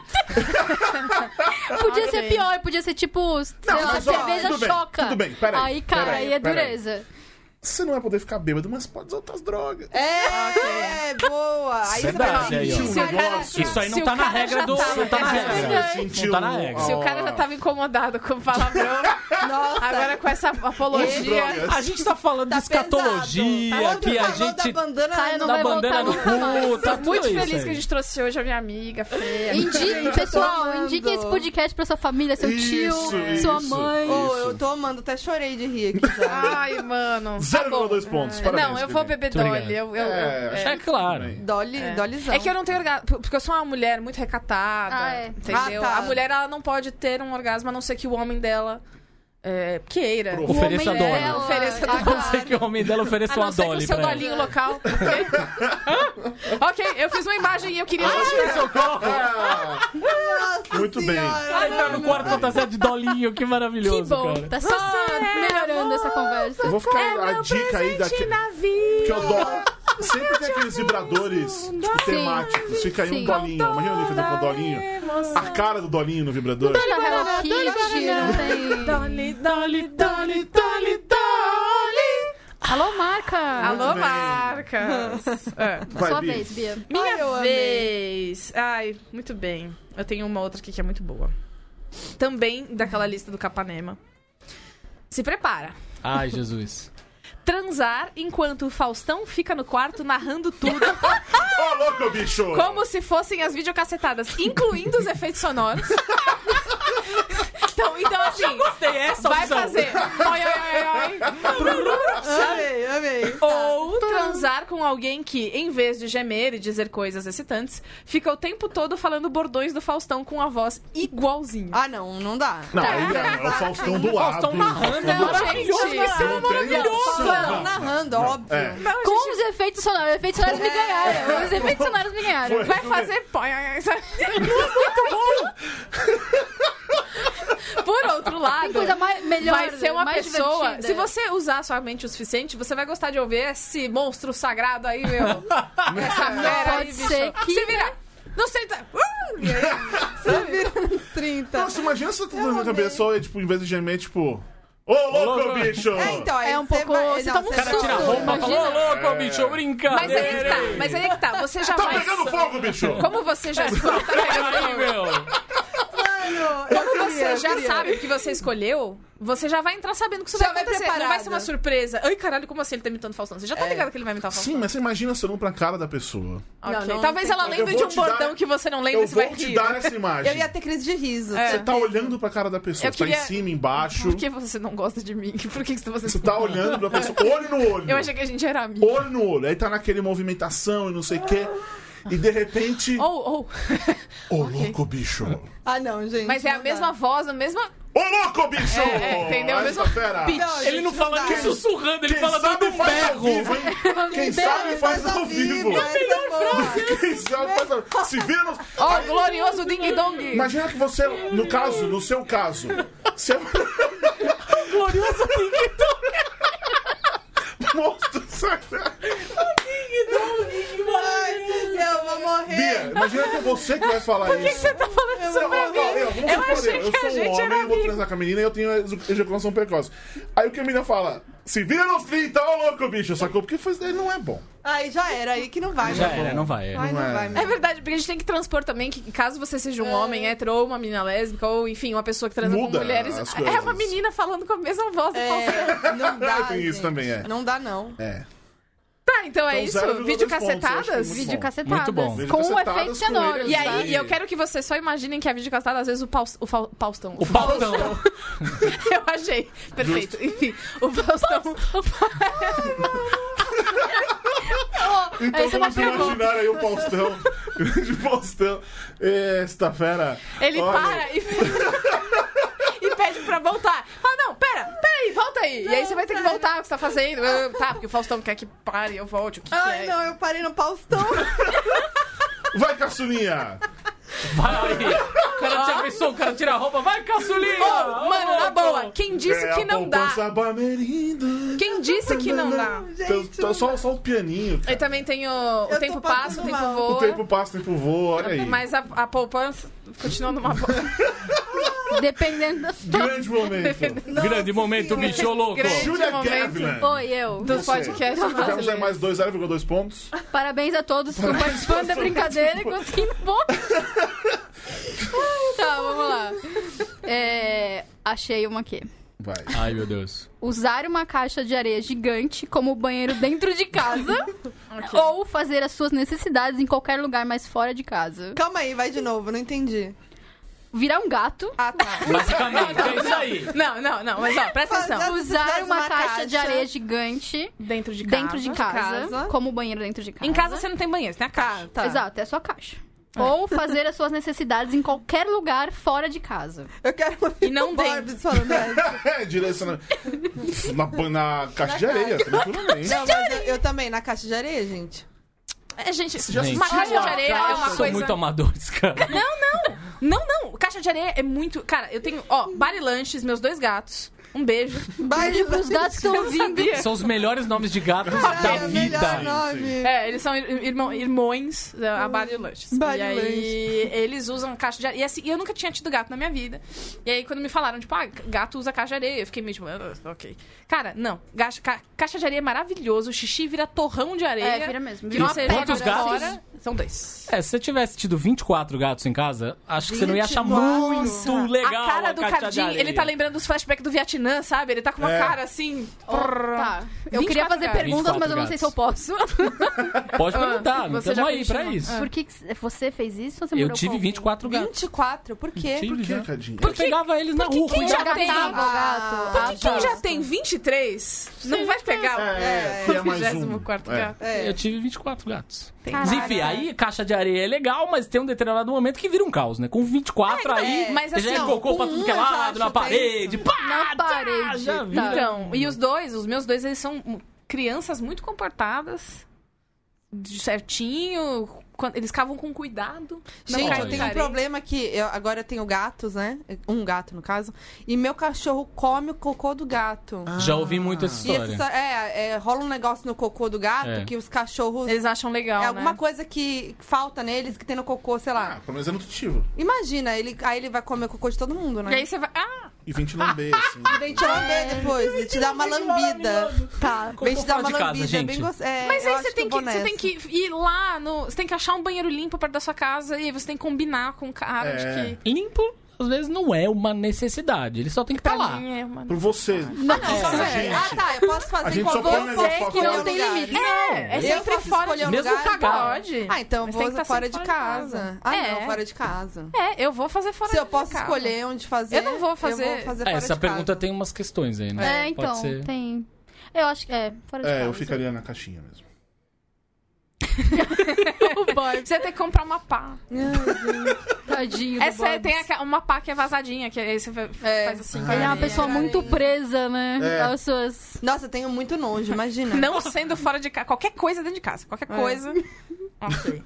[SPEAKER 3] Podia
[SPEAKER 2] Ok.
[SPEAKER 3] ser pior, podia ser tipo, sei
[SPEAKER 1] Não,
[SPEAKER 3] lá,
[SPEAKER 1] mas, ó,
[SPEAKER 3] cerveja
[SPEAKER 1] tudo bem,
[SPEAKER 3] choca.
[SPEAKER 1] tudo bem, peraí,
[SPEAKER 3] aí, cara,
[SPEAKER 1] peraí,
[SPEAKER 3] aí é
[SPEAKER 1] peraí.
[SPEAKER 3] dureza.
[SPEAKER 1] Você não vai poder ficar bêbado, mas pode usar outras drogas.
[SPEAKER 4] É, boa. Aí você vai...
[SPEAKER 7] Verdade, aí, ó.
[SPEAKER 1] Sentiu um negócio.
[SPEAKER 7] Isso aí
[SPEAKER 2] Se
[SPEAKER 7] não
[SPEAKER 2] o
[SPEAKER 7] tá na
[SPEAKER 2] cara
[SPEAKER 7] regra
[SPEAKER 2] já
[SPEAKER 7] do.
[SPEAKER 2] tá
[SPEAKER 7] Não tá na
[SPEAKER 2] errado.
[SPEAKER 7] regra.
[SPEAKER 1] É, sentiu
[SPEAKER 7] Não tá na regra.
[SPEAKER 2] Se o cara já tava incomodado com o palavrão,
[SPEAKER 4] Nossa.
[SPEAKER 2] agora com essa apologia.
[SPEAKER 3] é
[SPEAKER 1] drogas.
[SPEAKER 7] A gente tá falando
[SPEAKER 4] Tá
[SPEAKER 7] de escatologia,
[SPEAKER 4] pesado.
[SPEAKER 7] que a
[SPEAKER 4] Outro falou
[SPEAKER 7] gente.
[SPEAKER 4] da bandana né?
[SPEAKER 3] Caia não
[SPEAKER 7] da
[SPEAKER 3] vai
[SPEAKER 7] bandana
[SPEAKER 3] voltar
[SPEAKER 7] no
[SPEAKER 3] nunca mais.
[SPEAKER 7] cu, tá tudo
[SPEAKER 2] Muito
[SPEAKER 7] isso
[SPEAKER 2] feliz
[SPEAKER 7] aí.
[SPEAKER 2] que a gente trouxe hoje a minha amiga feia.
[SPEAKER 3] Indique, pessoal,
[SPEAKER 4] amando.
[SPEAKER 3] indique esse podcast pra sua família, seu
[SPEAKER 1] Isso,
[SPEAKER 3] tio,
[SPEAKER 1] isso.
[SPEAKER 3] sua mãe.
[SPEAKER 4] Oh, eu tô amando, até chorei de rir aqui já.
[SPEAKER 2] Ai, mano. Tá bom.
[SPEAKER 1] 0,2 pontos, parabéns.
[SPEAKER 2] Não, eu vou
[SPEAKER 1] Bibi.
[SPEAKER 2] beber
[SPEAKER 7] Muito
[SPEAKER 2] Dolly. Eu,
[SPEAKER 7] obrigado.
[SPEAKER 2] eu-
[SPEAKER 1] É,
[SPEAKER 2] eu-
[SPEAKER 1] acho
[SPEAKER 2] é.
[SPEAKER 7] É claro.
[SPEAKER 4] Dolly, Dolizão.
[SPEAKER 2] É que eu não tenho orgasmo, porque eu sou uma mulher muito recatada,
[SPEAKER 3] Ah, é.
[SPEAKER 2] entendeu?
[SPEAKER 4] Ah, tá.
[SPEAKER 2] A mulher, ela não pode ter um orgasmo, a não ser que o homem dela é, queira.
[SPEAKER 1] Pro-
[SPEAKER 2] O
[SPEAKER 7] Ofereça
[SPEAKER 2] homem
[SPEAKER 7] Dolly.
[SPEAKER 2] dela ofereça
[SPEAKER 3] Ah,
[SPEAKER 2] Dolly.
[SPEAKER 7] Eu sei que o homem dela
[SPEAKER 2] A
[SPEAKER 7] ofereceu
[SPEAKER 2] Ah, não
[SPEAKER 7] uma
[SPEAKER 2] ser que o
[SPEAKER 7] Dolly
[SPEAKER 2] seu
[SPEAKER 7] pra ela.
[SPEAKER 2] dolinho local, ok? ok, eu fiz uma imagem e eu
[SPEAKER 1] Ah,
[SPEAKER 2] queria...
[SPEAKER 4] Nossa
[SPEAKER 1] Muito bem.
[SPEAKER 4] senhora.
[SPEAKER 7] Ai, tá no quarto fantasia de dolinho, que maravilhoso,
[SPEAKER 3] que bom,
[SPEAKER 7] cara.
[SPEAKER 3] tá só melhorando essa conversa.
[SPEAKER 1] Eu vou ficar
[SPEAKER 3] É
[SPEAKER 2] um
[SPEAKER 1] a dica aí daqui. Que eu dou. Sempre tem aqueles vibradores tipo, temáticos. Fica aí um
[SPEAKER 3] Sim.
[SPEAKER 1] dolinho. Imagina alguém fazer com o dolinho. A cara do dolinho no vibrador.
[SPEAKER 3] Não tem Hello Kitty,
[SPEAKER 1] Ah.
[SPEAKER 3] não tem-
[SPEAKER 2] Dolly, Dolly, Dolly, Dolly, Dolly.
[SPEAKER 3] Alô, marca!
[SPEAKER 2] Alô,
[SPEAKER 1] Muito bem.
[SPEAKER 2] marcas. É.
[SPEAKER 1] Vai,
[SPEAKER 3] Sua
[SPEAKER 1] Bi.
[SPEAKER 3] vez, Bia.
[SPEAKER 4] Ai, eu
[SPEAKER 2] Minha
[SPEAKER 4] amei.
[SPEAKER 2] vez. Ai, muito bem. Eu tenho uma outra aqui que é muito boa. Também daquela lista do Capanema. Se prepara.
[SPEAKER 7] Ai, Jesus.
[SPEAKER 2] Transar enquanto o Faustão fica no quarto narrando tudo
[SPEAKER 1] Ô, louco, bicho!
[SPEAKER 2] como se fossem as videocassetadas, incluindo os efeitos sonoros. Então, então assim,
[SPEAKER 7] Tem essa
[SPEAKER 2] vai
[SPEAKER 7] opção.
[SPEAKER 2] fazer oi, oi, oi, oi,
[SPEAKER 4] Amei, amei.
[SPEAKER 2] Ou
[SPEAKER 3] Tá.
[SPEAKER 2] transar com alguém que, em vez de gemer e dizer coisas excitantes, fica o tempo todo falando bordões do Faustão com a voz igualzinho.
[SPEAKER 4] Ah, não, não dá.
[SPEAKER 3] tá?
[SPEAKER 1] Não, aí é, é o Faustão do lado.
[SPEAKER 7] Faustão narrando, é maravilhoso,
[SPEAKER 2] Então, gente.
[SPEAKER 7] vai ser
[SPEAKER 1] Não tem opção.
[SPEAKER 4] Não, narrando, óbvio.
[SPEAKER 1] É.
[SPEAKER 3] Com os efeitos sonoros. Os efeitos sonoros me ganharam. Os efeitos sonoros me ganharam.
[SPEAKER 1] Foi.
[SPEAKER 2] Vai fazer põe. Por outro
[SPEAKER 3] Tem
[SPEAKER 2] lado,
[SPEAKER 3] coisa mais, melhor, né?
[SPEAKER 2] vai ser uma
[SPEAKER 3] mais
[SPEAKER 2] pessoa.
[SPEAKER 3] divertida.
[SPEAKER 2] Se você usar sua mente o suficiente, você vai gostar de ouvir esse monstro sagrado aí, meu. Essa fera aí,
[SPEAKER 3] Pode
[SPEAKER 2] bicho.
[SPEAKER 3] ser que, né?
[SPEAKER 2] Se vira. Não sei. tá- Uh! E aí,
[SPEAKER 4] Você vira nos 30.
[SPEAKER 1] Nossa, imagina se você tá dando a pessoa e, tipo, em vez de gemer, tipo. Ô, louco,
[SPEAKER 7] louco.
[SPEAKER 1] bicho!
[SPEAKER 4] É, então, aí
[SPEAKER 2] É um
[SPEAKER 4] você
[SPEAKER 2] pouco-
[SPEAKER 4] vai-
[SPEAKER 2] você
[SPEAKER 4] não,
[SPEAKER 2] toma um
[SPEAKER 4] você
[SPEAKER 2] susto.
[SPEAKER 4] vai-
[SPEAKER 7] Tira a roupa, falou, ô louco, bicho,
[SPEAKER 2] Mas aí que
[SPEAKER 7] brincadeira.
[SPEAKER 2] tá. Mas aí que tá. Você já
[SPEAKER 1] Tá
[SPEAKER 2] vai.
[SPEAKER 1] pegando fogo, bicho!
[SPEAKER 2] Como você
[SPEAKER 3] Tá
[SPEAKER 2] já escolhe- tá.
[SPEAKER 7] Ai, meu.
[SPEAKER 2] Como você já sabe o que você escolheu, você já vai entrar sabendo que isso
[SPEAKER 4] Já
[SPEAKER 2] vai
[SPEAKER 4] vai
[SPEAKER 2] acontecer. Não vai
[SPEAKER 4] preparada.
[SPEAKER 2] ser uma surpresa. Ai, caralho, como assim ele tá imitando Faustão? Você já tá ligado que ele vai imitar o Faustão?
[SPEAKER 1] É. Sim, mas você imagina você olhando pra cara da pessoa.
[SPEAKER 2] Ok.
[SPEAKER 4] Não, não,
[SPEAKER 2] Talvez
[SPEAKER 4] não tem
[SPEAKER 2] ela
[SPEAKER 1] como.
[SPEAKER 2] lembre
[SPEAKER 1] Eu
[SPEAKER 2] de
[SPEAKER 1] vou
[SPEAKER 2] um
[SPEAKER 1] te
[SPEAKER 2] bordão
[SPEAKER 1] dar-
[SPEAKER 2] que você não lembra
[SPEAKER 1] Eu
[SPEAKER 2] e você vai
[SPEAKER 1] vou te
[SPEAKER 2] rir.
[SPEAKER 1] dar essa imagem.
[SPEAKER 4] Eu ia ter crise de riso.
[SPEAKER 2] É.
[SPEAKER 1] Você tá olhando pra cara da pessoa.
[SPEAKER 2] Eu
[SPEAKER 1] Você tá em
[SPEAKER 2] queria-
[SPEAKER 1] cima, embaixo.
[SPEAKER 2] Por que você não gosta de mim? Por que que você...
[SPEAKER 1] Você tá olhando pra pessoa, olho no olho.
[SPEAKER 2] Eu achei que a gente era amigo.
[SPEAKER 1] Olho no olho. Aí tá naquele movimentação e não sei o quê. E de repente. Ô,
[SPEAKER 2] Ou, ou.
[SPEAKER 1] louco, bicho! Ô,
[SPEAKER 4] Ah, não, gente.
[SPEAKER 2] Mas é a
[SPEAKER 4] não
[SPEAKER 2] mesma
[SPEAKER 4] dá.
[SPEAKER 2] voz, a mesma.
[SPEAKER 1] louco, bicho!
[SPEAKER 2] É, é, entendeu?
[SPEAKER 1] Essa
[SPEAKER 2] Mesmo
[SPEAKER 1] fera.
[SPEAKER 2] pitch.
[SPEAKER 4] Não,
[SPEAKER 7] Ele não
[SPEAKER 4] gente,
[SPEAKER 7] fala
[SPEAKER 4] dá.
[SPEAKER 7] nem sussurrando, ele
[SPEAKER 1] Quem
[SPEAKER 7] fala
[SPEAKER 1] sabe
[SPEAKER 7] dando um
[SPEAKER 1] faz ao
[SPEAKER 7] berro.
[SPEAKER 1] vivo, hein? Quem sabe faz ao vivo. Quem sabe faz ao vivo. Se vira no...
[SPEAKER 2] Ó, o glorioso Ding Dong.
[SPEAKER 1] Imagina que você, no caso, no seu caso, você...
[SPEAKER 7] Glorioso Ding
[SPEAKER 1] Monstro, sacanagem.
[SPEAKER 4] Eu vou morrer.
[SPEAKER 1] Bia, imagina que é você que vai falar isso.
[SPEAKER 2] O que você tá falando isso
[SPEAKER 1] Não,
[SPEAKER 2] pra
[SPEAKER 1] não, não,
[SPEAKER 2] mim?
[SPEAKER 1] eu, vamos
[SPEAKER 2] Eu
[SPEAKER 1] supor,
[SPEAKER 2] achei
[SPEAKER 1] eu
[SPEAKER 2] que
[SPEAKER 1] sou
[SPEAKER 2] a
[SPEAKER 1] um
[SPEAKER 2] gente
[SPEAKER 1] homem,
[SPEAKER 2] era
[SPEAKER 1] eu vou
[SPEAKER 2] amigo.
[SPEAKER 1] transar com a menina e eu tenho ex- ejaculação precoce. Aí o que a menina fala? Se vira nos 30, ô louco, bicho, sacou? Porque faz- ele não é bom.
[SPEAKER 4] Aí já era, aí que não vai,
[SPEAKER 7] Já
[SPEAKER 4] né?
[SPEAKER 7] era, não vai.
[SPEAKER 4] Ai, não
[SPEAKER 1] Não é.
[SPEAKER 4] vai,
[SPEAKER 2] É
[SPEAKER 4] mesmo.
[SPEAKER 2] verdade, porque a gente tem que transpor também que caso você seja um homem hétero ou uma menina lésbica, ou enfim, uma pessoa que transa
[SPEAKER 1] Muda
[SPEAKER 2] com mulheres.
[SPEAKER 1] as
[SPEAKER 2] É
[SPEAKER 1] coisas.
[SPEAKER 2] uma menina falando com a mesma voz. e falando-
[SPEAKER 4] É, não dá.
[SPEAKER 1] Tem isso
[SPEAKER 4] gente.
[SPEAKER 1] também, é.
[SPEAKER 4] Não dá, não.
[SPEAKER 1] É.
[SPEAKER 2] Tá, então é
[SPEAKER 1] Então, 0,2
[SPEAKER 2] isso? Vídeo
[SPEAKER 1] pontos, eu acho que é
[SPEAKER 2] cacetadas?
[SPEAKER 1] muito
[SPEAKER 3] Vídeo
[SPEAKER 1] bom.
[SPEAKER 3] cacetadas.
[SPEAKER 6] Muito
[SPEAKER 2] tá,
[SPEAKER 6] bom.
[SPEAKER 1] Vídeo
[SPEAKER 3] Com o
[SPEAKER 1] cacetadas
[SPEAKER 3] efeito
[SPEAKER 1] com
[SPEAKER 3] sonoro.
[SPEAKER 1] ele.
[SPEAKER 2] um E aí,
[SPEAKER 1] Sim.
[SPEAKER 2] e eu quero que vocês só imaginem que a videocastada, às vezes, o, paus, o fal- Faustão.
[SPEAKER 7] O Faustão.
[SPEAKER 2] eu achei. Perfeito. Enfim, o Faustão.
[SPEAKER 1] Então
[SPEAKER 2] Essa é uma
[SPEAKER 1] vamos imaginar aí o Faustão. Grande Faustão. Esta fera.
[SPEAKER 2] Ele
[SPEAKER 1] Olha,
[SPEAKER 2] para e. E pede pra voltar. Fala, não, pera, pera aí, volta aí. e aí você vai ter que voltar o que você tá fazendo. Ah, tá, porque o Faustão quer que pare, eu volte. O que, que
[SPEAKER 4] Ai,
[SPEAKER 2] é?
[SPEAKER 4] não, eu parei no Faustão.
[SPEAKER 1] Vai, caçulinha!
[SPEAKER 7] Vai! O cara tira a pessoa, o cara tira a roupa. Vai, caçulinha!
[SPEAKER 2] Ô, mano, na boa, quem disse
[SPEAKER 1] É
[SPEAKER 2] que
[SPEAKER 1] a
[SPEAKER 2] não dá?
[SPEAKER 1] poupança bamerindo.
[SPEAKER 2] Quem disse que não dá?
[SPEAKER 1] Então,
[SPEAKER 4] Gente,
[SPEAKER 1] então, só, só o pianinho. cara.
[SPEAKER 2] E também tem o, o
[SPEAKER 4] tô
[SPEAKER 2] tempo
[SPEAKER 4] passando
[SPEAKER 2] passa, o tempo
[SPEAKER 4] mal.
[SPEAKER 2] voa.
[SPEAKER 1] O tempo passa, o tempo voa, olha aí.
[SPEAKER 2] Mas a, a poupança continua numa boa.
[SPEAKER 3] Dependendo da sua...
[SPEAKER 1] Grande momento.
[SPEAKER 7] Grande momento,
[SPEAKER 4] Senhora.
[SPEAKER 7] bicho louco!
[SPEAKER 2] Grande
[SPEAKER 1] Júlia
[SPEAKER 2] momento.
[SPEAKER 1] Gavin. né?
[SPEAKER 3] Oi, eu.
[SPEAKER 2] Do podcast
[SPEAKER 1] Tivemos aí
[SPEAKER 2] brasileiro.
[SPEAKER 1] é mais dois, 0,2 pontos.
[SPEAKER 3] Parabéns a todos por participando da brincadeira e conseguindo pontos. tá, vamos lá. É, achei uma aqui.
[SPEAKER 1] Vai.
[SPEAKER 7] Ai, meu Deus.
[SPEAKER 3] Usar uma caixa de areia gigante como banheiro dentro de casa ou fazer as suas necessidades em qualquer lugar, mas fora de casa.
[SPEAKER 4] Calma aí, vai de novo, não entendi.
[SPEAKER 3] Virar um gato,
[SPEAKER 4] Ah, tá.
[SPEAKER 7] Basicamente, é isso aí.
[SPEAKER 2] Não, não, não, mas ó, presta
[SPEAKER 4] Fazer
[SPEAKER 2] atenção.
[SPEAKER 4] as
[SPEAKER 3] usar
[SPEAKER 4] necessidades
[SPEAKER 3] uma,
[SPEAKER 4] na
[SPEAKER 3] caixa, de areia gigante
[SPEAKER 2] Dentro de casa.
[SPEAKER 3] dentro de casa,
[SPEAKER 4] casa.
[SPEAKER 3] como banheiro dentro de casa.
[SPEAKER 2] Em casa você não tem banheiro, você tem a casa.
[SPEAKER 4] Tá.
[SPEAKER 3] Exato, é a sua caixa. Ou fazer as suas necessidades em qualquer lugar fora de casa.
[SPEAKER 4] Eu quero ouvir
[SPEAKER 2] E não
[SPEAKER 4] o
[SPEAKER 2] tem.
[SPEAKER 4] Borbs falando essa.
[SPEAKER 1] É, direcionamento. na, na caixa de areia, tranquilamente.
[SPEAKER 4] Não, mas eu, eu também, na caixa de areia, gente.
[SPEAKER 2] É, gente,
[SPEAKER 1] Gente,
[SPEAKER 2] uma caixa de
[SPEAKER 1] uma
[SPEAKER 2] areia é uma
[SPEAKER 7] São
[SPEAKER 2] coisa.
[SPEAKER 7] muito amadores, cara.
[SPEAKER 2] Não, não, caixa de areia é muito. Cara, eu tenho, ó, bar e lanches, meus dois gatos. Um beijo.
[SPEAKER 3] Beijo pros gatos que estão ouvindo.
[SPEAKER 7] São os melhores nomes de gatos
[SPEAKER 4] Ai,
[SPEAKER 7] da
[SPEAKER 4] é o melhor
[SPEAKER 7] vida.
[SPEAKER 4] nome.
[SPEAKER 2] É, eles são ir- irmão, irmões, é, a Bar e Lanches.
[SPEAKER 4] Bar e
[SPEAKER 2] e aí, eles usam caixa de areia. E assim, eu nunca tinha tido gato na minha vida. E aí, quando me falaram, tipo, ah, gato usa caixa de areia, eu fiquei meio tipo, ah, ok. Cara, não. Caixa, ca- caixa de areia é maravilhoso, o xixi vira torrão de areia.
[SPEAKER 3] É, vira mesmo,
[SPEAKER 2] Que
[SPEAKER 3] vira
[SPEAKER 2] você
[SPEAKER 7] uma pedra. Quantos
[SPEAKER 2] joga
[SPEAKER 7] gatos?
[SPEAKER 2] fora. São dois.
[SPEAKER 7] É, se você tivesse tido 24 gatos em casa, acho que você não ia achar
[SPEAKER 4] 24.
[SPEAKER 7] muito legal.
[SPEAKER 2] a cara do
[SPEAKER 7] caixa de
[SPEAKER 2] Cardim,
[SPEAKER 7] areia.
[SPEAKER 2] ele tá lembrando dos flashbacks do Vietnã, sabe? Ele tá com uma
[SPEAKER 1] É.
[SPEAKER 2] cara assim.
[SPEAKER 3] Tá. Eu
[SPEAKER 2] 24
[SPEAKER 3] queria fazer
[SPEAKER 2] gatos.
[SPEAKER 3] perguntas, mas eu não sei se eu posso.
[SPEAKER 7] Pode perguntar,
[SPEAKER 2] Ah, você já
[SPEAKER 7] estamos aí
[SPEAKER 2] continua.
[SPEAKER 7] pra isso.
[SPEAKER 3] Por que que c- você fez isso? ou Você
[SPEAKER 7] Eu
[SPEAKER 3] morou com
[SPEAKER 7] tive
[SPEAKER 3] alguém?
[SPEAKER 7] 24 gatos.
[SPEAKER 4] 24, por quê?
[SPEAKER 7] Tive
[SPEAKER 1] Por que,
[SPEAKER 7] já.
[SPEAKER 1] Cadinha?
[SPEAKER 7] Eu pegava eles na
[SPEAKER 2] Porque
[SPEAKER 7] rua.
[SPEAKER 2] quem
[SPEAKER 7] eu
[SPEAKER 2] já
[SPEAKER 7] ia-
[SPEAKER 2] tem?
[SPEAKER 3] Engatava o gato.
[SPEAKER 4] Ah,
[SPEAKER 2] Porque quem
[SPEAKER 3] tá.
[SPEAKER 2] já tem 23 não vai pegar o
[SPEAKER 1] É,
[SPEAKER 4] É,
[SPEAKER 1] que
[SPEAKER 4] é
[SPEAKER 1] é mais um.
[SPEAKER 2] 24
[SPEAKER 1] É.
[SPEAKER 2] gato.
[SPEAKER 4] É.
[SPEAKER 7] Eu tive 24 gatos. Mas
[SPEAKER 3] Caraca. né?
[SPEAKER 7] enfim, aí caixa de areia é legal, mas tem um determinado momento que vira um caos, né? Com 24 aí,
[SPEAKER 2] é. Mas
[SPEAKER 7] você já
[SPEAKER 2] assim, ó,
[SPEAKER 7] colocou pra
[SPEAKER 4] com
[SPEAKER 7] tudo que é
[SPEAKER 4] um eu já
[SPEAKER 7] lado,
[SPEAKER 4] acho
[SPEAKER 7] na
[SPEAKER 4] tenso.
[SPEAKER 7] parede, pá!
[SPEAKER 3] Na parede.
[SPEAKER 7] Ah, já vi.
[SPEAKER 3] tá.
[SPEAKER 2] Então, e os dois, os meus dois, eles são hum, crianças muito comportadas, de certinho, quando- eles cavam com cuidado. não
[SPEAKER 4] Gente,
[SPEAKER 2] caem
[SPEAKER 4] eu
[SPEAKER 2] de
[SPEAKER 4] tenho um
[SPEAKER 2] areia.
[SPEAKER 4] problema que eu, agora eu tenho gatos, né? Um gato, no caso. E meu cachorro come o cocô do gato.
[SPEAKER 7] Já ouvi muito essa
[SPEAKER 4] e essa
[SPEAKER 7] Ah, história.
[SPEAKER 4] histó- é, é, rola um negócio no cocô do gato
[SPEAKER 7] É.
[SPEAKER 4] que os cachorros...
[SPEAKER 2] Eles acham legal,
[SPEAKER 4] é
[SPEAKER 2] né?
[SPEAKER 4] alguma coisa que falta neles, que tem no cocô, sei lá.
[SPEAKER 1] Ah, pelo menos é nutritivo.
[SPEAKER 4] Imagina, ele, aí ele vai comer o cocô de todo mundo, né?
[SPEAKER 2] E aí É, você vai... Ah,
[SPEAKER 1] E vem te lamber, assim.
[SPEAKER 4] Vem te lamber depois, vem te dar uma lambida. Tá. Vem te dar
[SPEAKER 7] fora
[SPEAKER 4] uma
[SPEAKER 7] de casa,
[SPEAKER 4] lambida.
[SPEAKER 7] gente.
[SPEAKER 4] bem gost- é,
[SPEAKER 2] mas
[SPEAKER 4] eu
[SPEAKER 2] aí
[SPEAKER 4] acho
[SPEAKER 2] você tem,
[SPEAKER 4] eu
[SPEAKER 2] que,
[SPEAKER 4] vou
[SPEAKER 2] você tem
[SPEAKER 4] nessa.
[SPEAKER 2] que ir lá no... Você tem que achar um banheiro limpo perto da sua casa e aí você tem que combinar com o cara
[SPEAKER 1] É.
[SPEAKER 2] de que...
[SPEAKER 7] Limpo, às vezes, não é uma necessidade. Ele só tem que estar
[SPEAKER 2] Pra
[SPEAKER 7] tá lá.
[SPEAKER 2] mim é uma...
[SPEAKER 1] Por você.
[SPEAKER 4] Não, não, só
[SPEAKER 1] a
[SPEAKER 4] é.
[SPEAKER 1] gente-
[SPEAKER 4] Ah, tá. Eu posso
[SPEAKER 1] a
[SPEAKER 4] fazer
[SPEAKER 1] gente
[SPEAKER 4] com
[SPEAKER 1] só põe o
[SPEAKER 4] você
[SPEAKER 1] negócio
[SPEAKER 4] que
[SPEAKER 1] fora
[SPEAKER 4] não
[SPEAKER 1] do
[SPEAKER 4] tem
[SPEAKER 1] lugar.
[SPEAKER 4] limite.
[SPEAKER 2] É, é
[SPEAKER 4] Eu
[SPEAKER 2] sempre
[SPEAKER 4] posso
[SPEAKER 2] fora de...
[SPEAKER 4] escolher um
[SPEAKER 7] Mesmo
[SPEAKER 4] lugar?
[SPEAKER 2] cagar. Pode.
[SPEAKER 4] Ah, então eu
[SPEAKER 2] Mas
[SPEAKER 4] vou
[SPEAKER 2] tem que tá
[SPEAKER 4] fora de
[SPEAKER 2] sempre
[SPEAKER 4] casa. Ah,
[SPEAKER 2] É.
[SPEAKER 4] não, fora de casa.
[SPEAKER 2] É, eu vou fazer fora
[SPEAKER 4] Se eu
[SPEAKER 2] de
[SPEAKER 4] posso
[SPEAKER 2] casa.
[SPEAKER 4] escolher onde fazer.
[SPEAKER 2] Eu não vou fazer-
[SPEAKER 7] É,
[SPEAKER 4] fora
[SPEAKER 7] essa
[SPEAKER 4] de
[SPEAKER 7] pergunta
[SPEAKER 4] casa.
[SPEAKER 7] tem umas questões aí, né?
[SPEAKER 3] É,
[SPEAKER 7] Pode
[SPEAKER 3] então,
[SPEAKER 7] ser.
[SPEAKER 3] tem. Eu acho que é, fora de
[SPEAKER 1] É,
[SPEAKER 3] casa.
[SPEAKER 1] eu ficaria na caixinha mesmo.
[SPEAKER 3] O Borbs.
[SPEAKER 2] Você tem que comprar uma pá.
[SPEAKER 3] Tadinho do
[SPEAKER 2] Essa é-
[SPEAKER 3] Borbs.
[SPEAKER 2] tem aqua- uma pá que é vazadinha, que aí você fa-
[SPEAKER 4] É.
[SPEAKER 2] faz assim.
[SPEAKER 3] Ele é uma
[SPEAKER 2] com a
[SPEAKER 3] pessoa
[SPEAKER 2] orelha.
[SPEAKER 3] muito presa, né?
[SPEAKER 1] É.
[SPEAKER 3] Aos suas...
[SPEAKER 4] Nossa, eu tenho muito nojo, imagina.
[SPEAKER 2] Não sendo fora de casa. Qualquer coisa dentro de casa. Qualquer coisa. Ok.
[SPEAKER 1] Fê.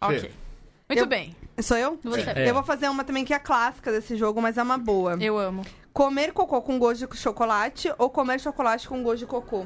[SPEAKER 2] ok. Muito
[SPEAKER 4] Eu-
[SPEAKER 2] bem.
[SPEAKER 4] Sou eu?
[SPEAKER 3] Você.
[SPEAKER 7] É.
[SPEAKER 4] Eu vou fazer uma também que é clássica desse jogo, mas é uma boa.
[SPEAKER 2] Eu amo.
[SPEAKER 4] Comer cocô com gosto de chocolate ou comer chocolate com gosto de cocô?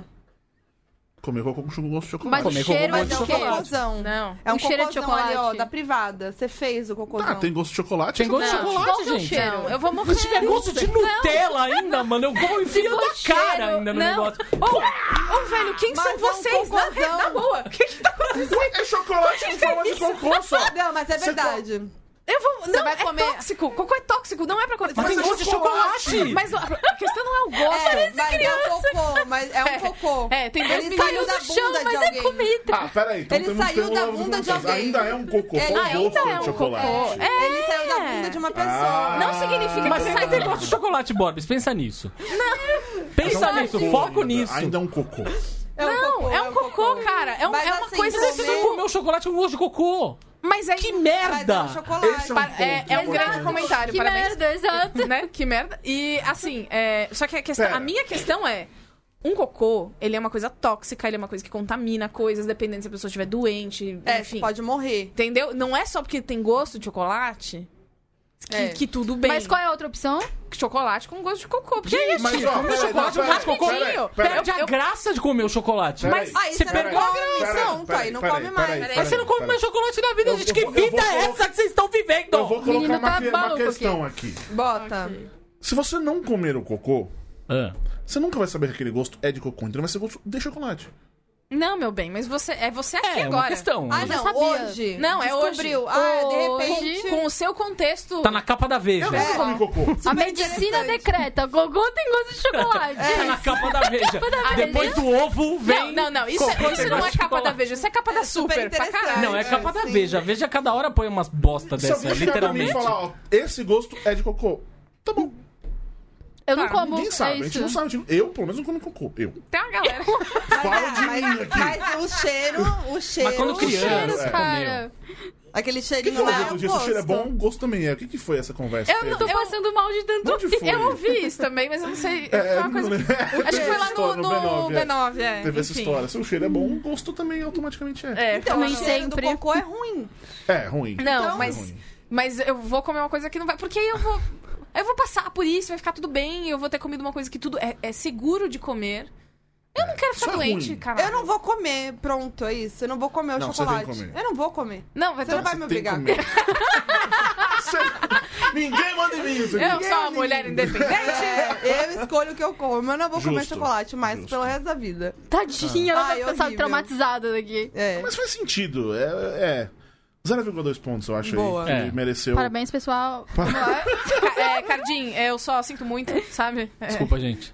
[SPEAKER 1] Comer cocô com gosto de chocolate.
[SPEAKER 3] Mas o
[SPEAKER 7] Comer com
[SPEAKER 3] cheiro é
[SPEAKER 7] gosto
[SPEAKER 4] Mas
[SPEAKER 3] de
[SPEAKER 4] é um
[SPEAKER 3] quê?
[SPEAKER 4] cocôzão.
[SPEAKER 2] Não.
[SPEAKER 4] É um
[SPEAKER 3] O cheiro é de
[SPEAKER 4] cocôzão ali, ó,
[SPEAKER 3] chocolate?
[SPEAKER 4] da privada. Você fez o cocôzão.
[SPEAKER 1] Ah, tem gosto de chocolate?
[SPEAKER 7] Tem gosto de
[SPEAKER 3] Não, qual
[SPEAKER 7] chocolate,
[SPEAKER 3] que é o
[SPEAKER 7] gente.
[SPEAKER 3] cheiro?
[SPEAKER 2] Não, eu vou morrer.
[SPEAKER 7] Se tiver gosto de Nutella ainda, mano, eu como enfio
[SPEAKER 3] for
[SPEAKER 7] na cara
[SPEAKER 3] cheiro,
[SPEAKER 7] ainda no
[SPEAKER 2] não.
[SPEAKER 7] negócio.
[SPEAKER 2] Ô, ô, velho, quem
[SPEAKER 4] Mas é
[SPEAKER 2] são
[SPEAKER 4] um
[SPEAKER 2] vocês? Na, re-
[SPEAKER 4] cocôzão.
[SPEAKER 2] na boa. Que que tá acontecendo?
[SPEAKER 1] É chocolate em forma de cocô só.
[SPEAKER 4] Não, mas é
[SPEAKER 1] Você
[SPEAKER 4] verdade.
[SPEAKER 2] Eu vou. Não,
[SPEAKER 4] vai
[SPEAKER 2] é
[SPEAKER 4] comer-
[SPEAKER 2] tóxico. Cocô é tóxico, não é pra comer.
[SPEAKER 7] Mas tem gosto de chocolate.
[SPEAKER 2] Mas a questão não é o gosto.
[SPEAKER 4] É, mas é um cocô, mas é um cocô.
[SPEAKER 2] É, tem dois
[SPEAKER 4] Ele saiu
[SPEAKER 2] milhões
[SPEAKER 4] da
[SPEAKER 2] no chão,
[SPEAKER 4] bunda de
[SPEAKER 2] mas é
[SPEAKER 4] alguém.
[SPEAKER 2] comida.
[SPEAKER 1] Ah, peraí. Então
[SPEAKER 4] Ele
[SPEAKER 1] temos,
[SPEAKER 4] saiu
[SPEAKER 1] temos
[SPEAKER 4] da
[SPEAKER 1] novos
[SPEAKER 4] bunda de
[SPEAKER 1] conceitos.
[SPEAKER 4] alguém.
[SPEAKER 1] Ainda é um cocô,
[SPEAKER 4] Ele-
[SPEAKER 1] só
[SPEAKER 4] Ah,
[SPEAKER 1] o
[SPEAKER 4] ainda
[SPEAKER 1] gosto
[SPEAKER 2] é um
[SPEAKER 1] de chocolate.
[SPEAKER 2] cocô. É.
[SPEAKER 4] Ele saiu da bunda de uma pessoa.
[SPEAKER 1] Ah.
[SPEAKER 2] Não significa
[SPEAKER 7] Mas
[SPEAKER 2] que
[SPEAKER 7] ainda
[SPEAKER 2] sai
[SPEAKER 7] tem gosto de chocolate, Borbs. Pensa nisso. Pensa
[SPEAKER 1] Mas é um
[SPEAKER 7] nisso,
[SPEAKER 1] cocô
[SPEAKER 7] foco
[SPEAKER 1] ainda.
[SPEAKER 7] nisso.
[SPEAKER 1] Ainda é um cocô.
[SPEAKER 4] É
[SPEAKER 2] Não, é um cocô, cara. É, um-
[SPEAKER 4] Mas
[SPEAKER 2] é uma
[SPEAKER 4] assim,
[SPEAKER 2] coisa.
[SPEAKER 7] Mas aí você
[SPEAKER 4] comer-
[SPEAKER 7] não comeu chocolate com gosto de cocô.
[SPEAKER 2] Mas é.
[SPEAKER 7] Que
[SPEAKER 4] Mas é um
[SPEAKER 7] merda!
[SPEAKER 1] Esse é
[SPEAKER 4] chocolate.
[SPEAKER 1] um
[SPEAKER 2] Pa- é,
[SPEAKER 1] ponto
[SPEAKER 2] é um grande
[SPEAKER 1] importante.
[SPEAKER 2] comentário,
[SPEAKER 3] Que
[SPEAKER 2] parabéns.
[SPEAKER 3] merda, exato.
[SPEAKER 2] Né? Que merda. E assim, é, só que a, questão,
[SPEAKER 1] Pera.
[SPEAKER 2] a minha questão é. Um cocô, ele é uma coisa tóxica, ele é uma coisa que contamina coisas, dependendo se a pessoa estiver doente,
[SPEAKER 4] É,
[SPEAKER 2] enfim.
[SPEAKER 4] pode morrer.
[SPEAKER 2] Entendeu? Não é só porque tem gosto de chocolate que,
[SPEAKER 4] É.
[SPEAKER 2] que tudo bem.
[SPEAKER 3] Mas qual é a outra opção?
[SPEAKER 2] chocolate com gosto de cocô? Porque aí é
[SPEAKER 1] Mas,
[SPEAKER 2] chique.
[SPEAKER 1] ó,
[SPEAKER 7] Comer
[SPEAKER 1] peraí,
[SPEAKER 7] chocolate
[SPEAKER 1] não,
[SPEAKER 7] com gosto de cocô.
[SPEAKER 1] peraí, peraí,
[SPEAKER 7] Perde a
[SPEAKER 2] eu-
[SPEAKER 7] graça de comer o chocolate.
[SPEAKER 1] peraí. é
[SPEAKER 7] Mas
[SPEAKER 4] Aí
[SPEAKER 7] você
[SPEAKER 4] você não
[SPEAKER 7] perdeu
[SPEAKER 4] come,
[SPEAKER 1] peraí,
[SPEAKER 4] pronto, aí não
[SPEAKER 1] peraí, peraí,
[SPEAKER 4] come mais.
[SPEAKER 1] peraí,
[SPEAKER 7] Mas você não come
[SPEAKER 1] peraí.
[SPEAKER 7] mais chocolate na vida,
[SPEAKER 1] Eu-
[SPEAKER 7] gente.
[SPEAKER 1] eu
[SPEAKER 7] Que
[SPEAKER 1] vou- eu
[SPEAKER 7] vida
[SPEAKER 1] vou
[SPEAKER 7] é
[SPEAKER 1] colocar-
[SPEAKER 7] essa que vocês estão vivendo?
[SPEAKER 1] Eu vou colocar
[SPEAKER 3] Menino
[SPEAKER 1] uma,
[SPEAKER 3] tá
[SPEAKER 1] que- uma
[SPEAKER 3] maluco
[SPEAKER 1] questão aqui.
[SPEAKER 4] Bota.
[SPEAKER 1] Se você não comer o cocô,
[SPEAKER 7] Ah.
[SPEAKER 1] você nunca vai saber que aquele gosto é de cocô. Então vai ser gosto de chocolate.
[SPEAKER 2] Não, meu bem, mas você é você aqui
[SPEAKER 7] É, é
[SPEAKER 2] agora.
[SPEAKER 7] uma
[SPEAKER 1] Hum.
[SPEAKER 7] questão.
[SPEAKER 4] Ah, não,
[SPEAKER 3] sabia.
[SPEAKER 4] hoje.
[SPEAKER 2] Não, é hoje.
[SPEAKER 4] Descobriu. Ah, de
[SPEAKER 2] Hoje,
[SPEAKER 4] repente.
[SPEAKER 2] com o seu contexto.
[SPEAKER 7] Tá na capa da Veja.
[SPEAKER 1] Eu nunca
[SPEAKER 4] É.
[SPEAKER 1] comi cocô.
[SPEAKER 3] A
[SPEAKER 4] Super
[SPEAKER 3] medicina
[SPEAKER 4] interessante.
[SPEAKER 3] decreta. Cocô tem gosto de chocolate.
[SPEAKER 7] Tá na capa da Veja.
[SPEAKER 3] Veja.
[SPEAKER 7] Depois do ovo
[SPEAKER 2] Não,
[SPEAKER 7] vem.
[SPEAKER 2] não, não. Isso, é-
[SPEAKER 7] Cocô
[SPEAKER 2] isso
[SPEAKER 7] tem
[SPEAKER 2] não é
[SPEAKER 7] gosto de
[SPEAKER 2] capa da
[SPEAKER 7] chocolate.
[SPEAKER 2] Veja. Isso é capa da
[SPEAKER 4] É
[SPEAKER 2] Super,
[SPEAKER 4] super
[SPEAKER 2] pra
[SPEAKER 4] interessante.
[SPEAKER 2] caralho.
[SPEAKER 7] Não, é capa da
[SPEAKER 4] Sim.
[SPEAKER 7] Veja. A Veja cada hora põe umas bosta
[SPEAKER 1] Se
[SPEAKER 7] dessa,
[SPEAKER 1] alguém chegar pra mim e
[SPEAKER 7] literalmente.
[SPEAKER 1] falar, ó, esse gosto é de cocô. Tá bom,
[SPEAKER 3] Eu não
[SPEAKER 2] Tá,
[SPEAKER 3] como.
[SPEAKER 1] ninguém
[SPEAKER 3] é
[SPEAKER 1] sabe. A gente
[SPEAKER 3] isso.
[SPEAKER 1] não sabe. tipo, Eu, pelo menos, não como cocô. Eu.
[SPEAKER 2] Tem uma Então, galera.
[SPEAKER 1] Fala de
[SPEAKER 4] mas,
[SPEAKER 1] mim aqui.
[SPEAKER 4] mas o cheiro, o cheiro.
[SPEAKER 7] Mas quando criança,
[SPEAKER 3] Cheiro,
[SPEAKER 1] É.
[SPEAKER 3] cara.
[SPEAKER 4] Aquele
[SPEAKER 1] O que, que
[SPEAKER 4] cheirinho
[SPEAKER 1] eu
[SPEAKER 4] lá. é
[SPEAKER 1] ouvi
[SPEAKER 4] o
[SPEAKER 1] outro dia? Se o cheiro é
[SPEAKER 4] gosto.
[SPEAKER 1] bom, o gosto também é. O que, que foi essa conversa?
[SPEAKER 2] Eu não-
[SPEAKER 1] Pedro?
[SPEAKER 3] Tô passando mal de tanto
[SPEAKER 1] Onde foi?
[SPEAKER 2] Eu ouvi isso também, mas eu não sei.
[SPEAKER 1] É,
[SPEAKER 2] foi uma coisa
[SPEAKER 1] não
[SPEAKER 2] que-
[SPEAKER 1] lembro.
[SPEAKER 2] Acho que foi lá no,
[SPEAKER 1] História,
[SPEAKER 2] no B9, é.
[SPEAKER 1] Teve essa
[SPEAKER 2] enfim.
[SPEAKER 1] história. Se o cheiro é bom, o gosto também automaticamente é.
[SPEAKER 2] É, foi
[SPEAKER 4] Então,
[SPEAKER 2] lá
[SPEAKER 3] Nem
[SPEAKER 4] o
[SPEAKER 2] no-
[SPEAKER 4] cheiro do
[SPEAKER 3] sempre.
[SPEAKER 4] cocô é ruim.
[SPEAKER 1] É, ruim.
[SPEAKER 2] Não,
[SPEAKER 1] Então,
[SPEAKER 2] mas-
[SPEAKER 1] é ruim.
[SPEAKER 2] Mas eu vou comer uma coisa que não vai. Porque aí eu vou. Eu vou passar por isso, vai ficar tudo bem. Eu vou ter comido uma coisa que tudo é, é seguro de comer. Eu não quero ficar
[SPEAKER 1] Isso é
[SPEAKER 2] doente,
[SPEAKER 1] ruim.
[SPEAKER 2] cara.
[SPEAKER 4] Eu não vou comer, pronto, é isso. Eu não vou comer o
[SPEAKER 1] Não, você tem que
[SPEAKER 4] chocolate.
[SPEAKER 1] comer.
[SPEAKER 4] Eu não vou comer.
[SPEAKER 2] Não, vai
[SPEAKER 4] Você não
[SPEAKER 2] todo
[SPEAKER 4] vai me
[SPEAKER 1] Então, Tem
[SPEAKER 4] obrigar.
[SPEAKER 1] que comer. Você- Ninguém manda em mim isso aqui.
[SPEAKER 2] Eu sou uma mulher independente.
[SPEAKER 4] É, eu escolho o que eu como. Eu não vou comer
[SPEAKER 1] Justo,
[SPEAKER 4] chocolate mais
[SPEAKER 1] justo.
[SPEAKER 4] pelo resto da vida.
[SPEAKER 3] Tadinha,
[SPEAKER 4] Ai,
[SPEAKER 3] ela vai ficar
[SPEAKER 4] horrível.
[SPEAKER 3] traumatizada daqui.
[SPEAKER 4] É.
[SPEAKER 1] Mas faz sentido. É. é. 0,2 pontos, eu acho
[SPEAKER 4] Boa.
[SPEAKER 1] aí. Que
[SPEAKER 7] É.
[SPEAKER 1] mereceu.
[SPEAKER 3] Parabéns, pessoal.
[SPEAKER 2] Ca- É, Cardim, eu só sinto muito, sabe? É.
[SPEAKER 7] Desculpa, gente.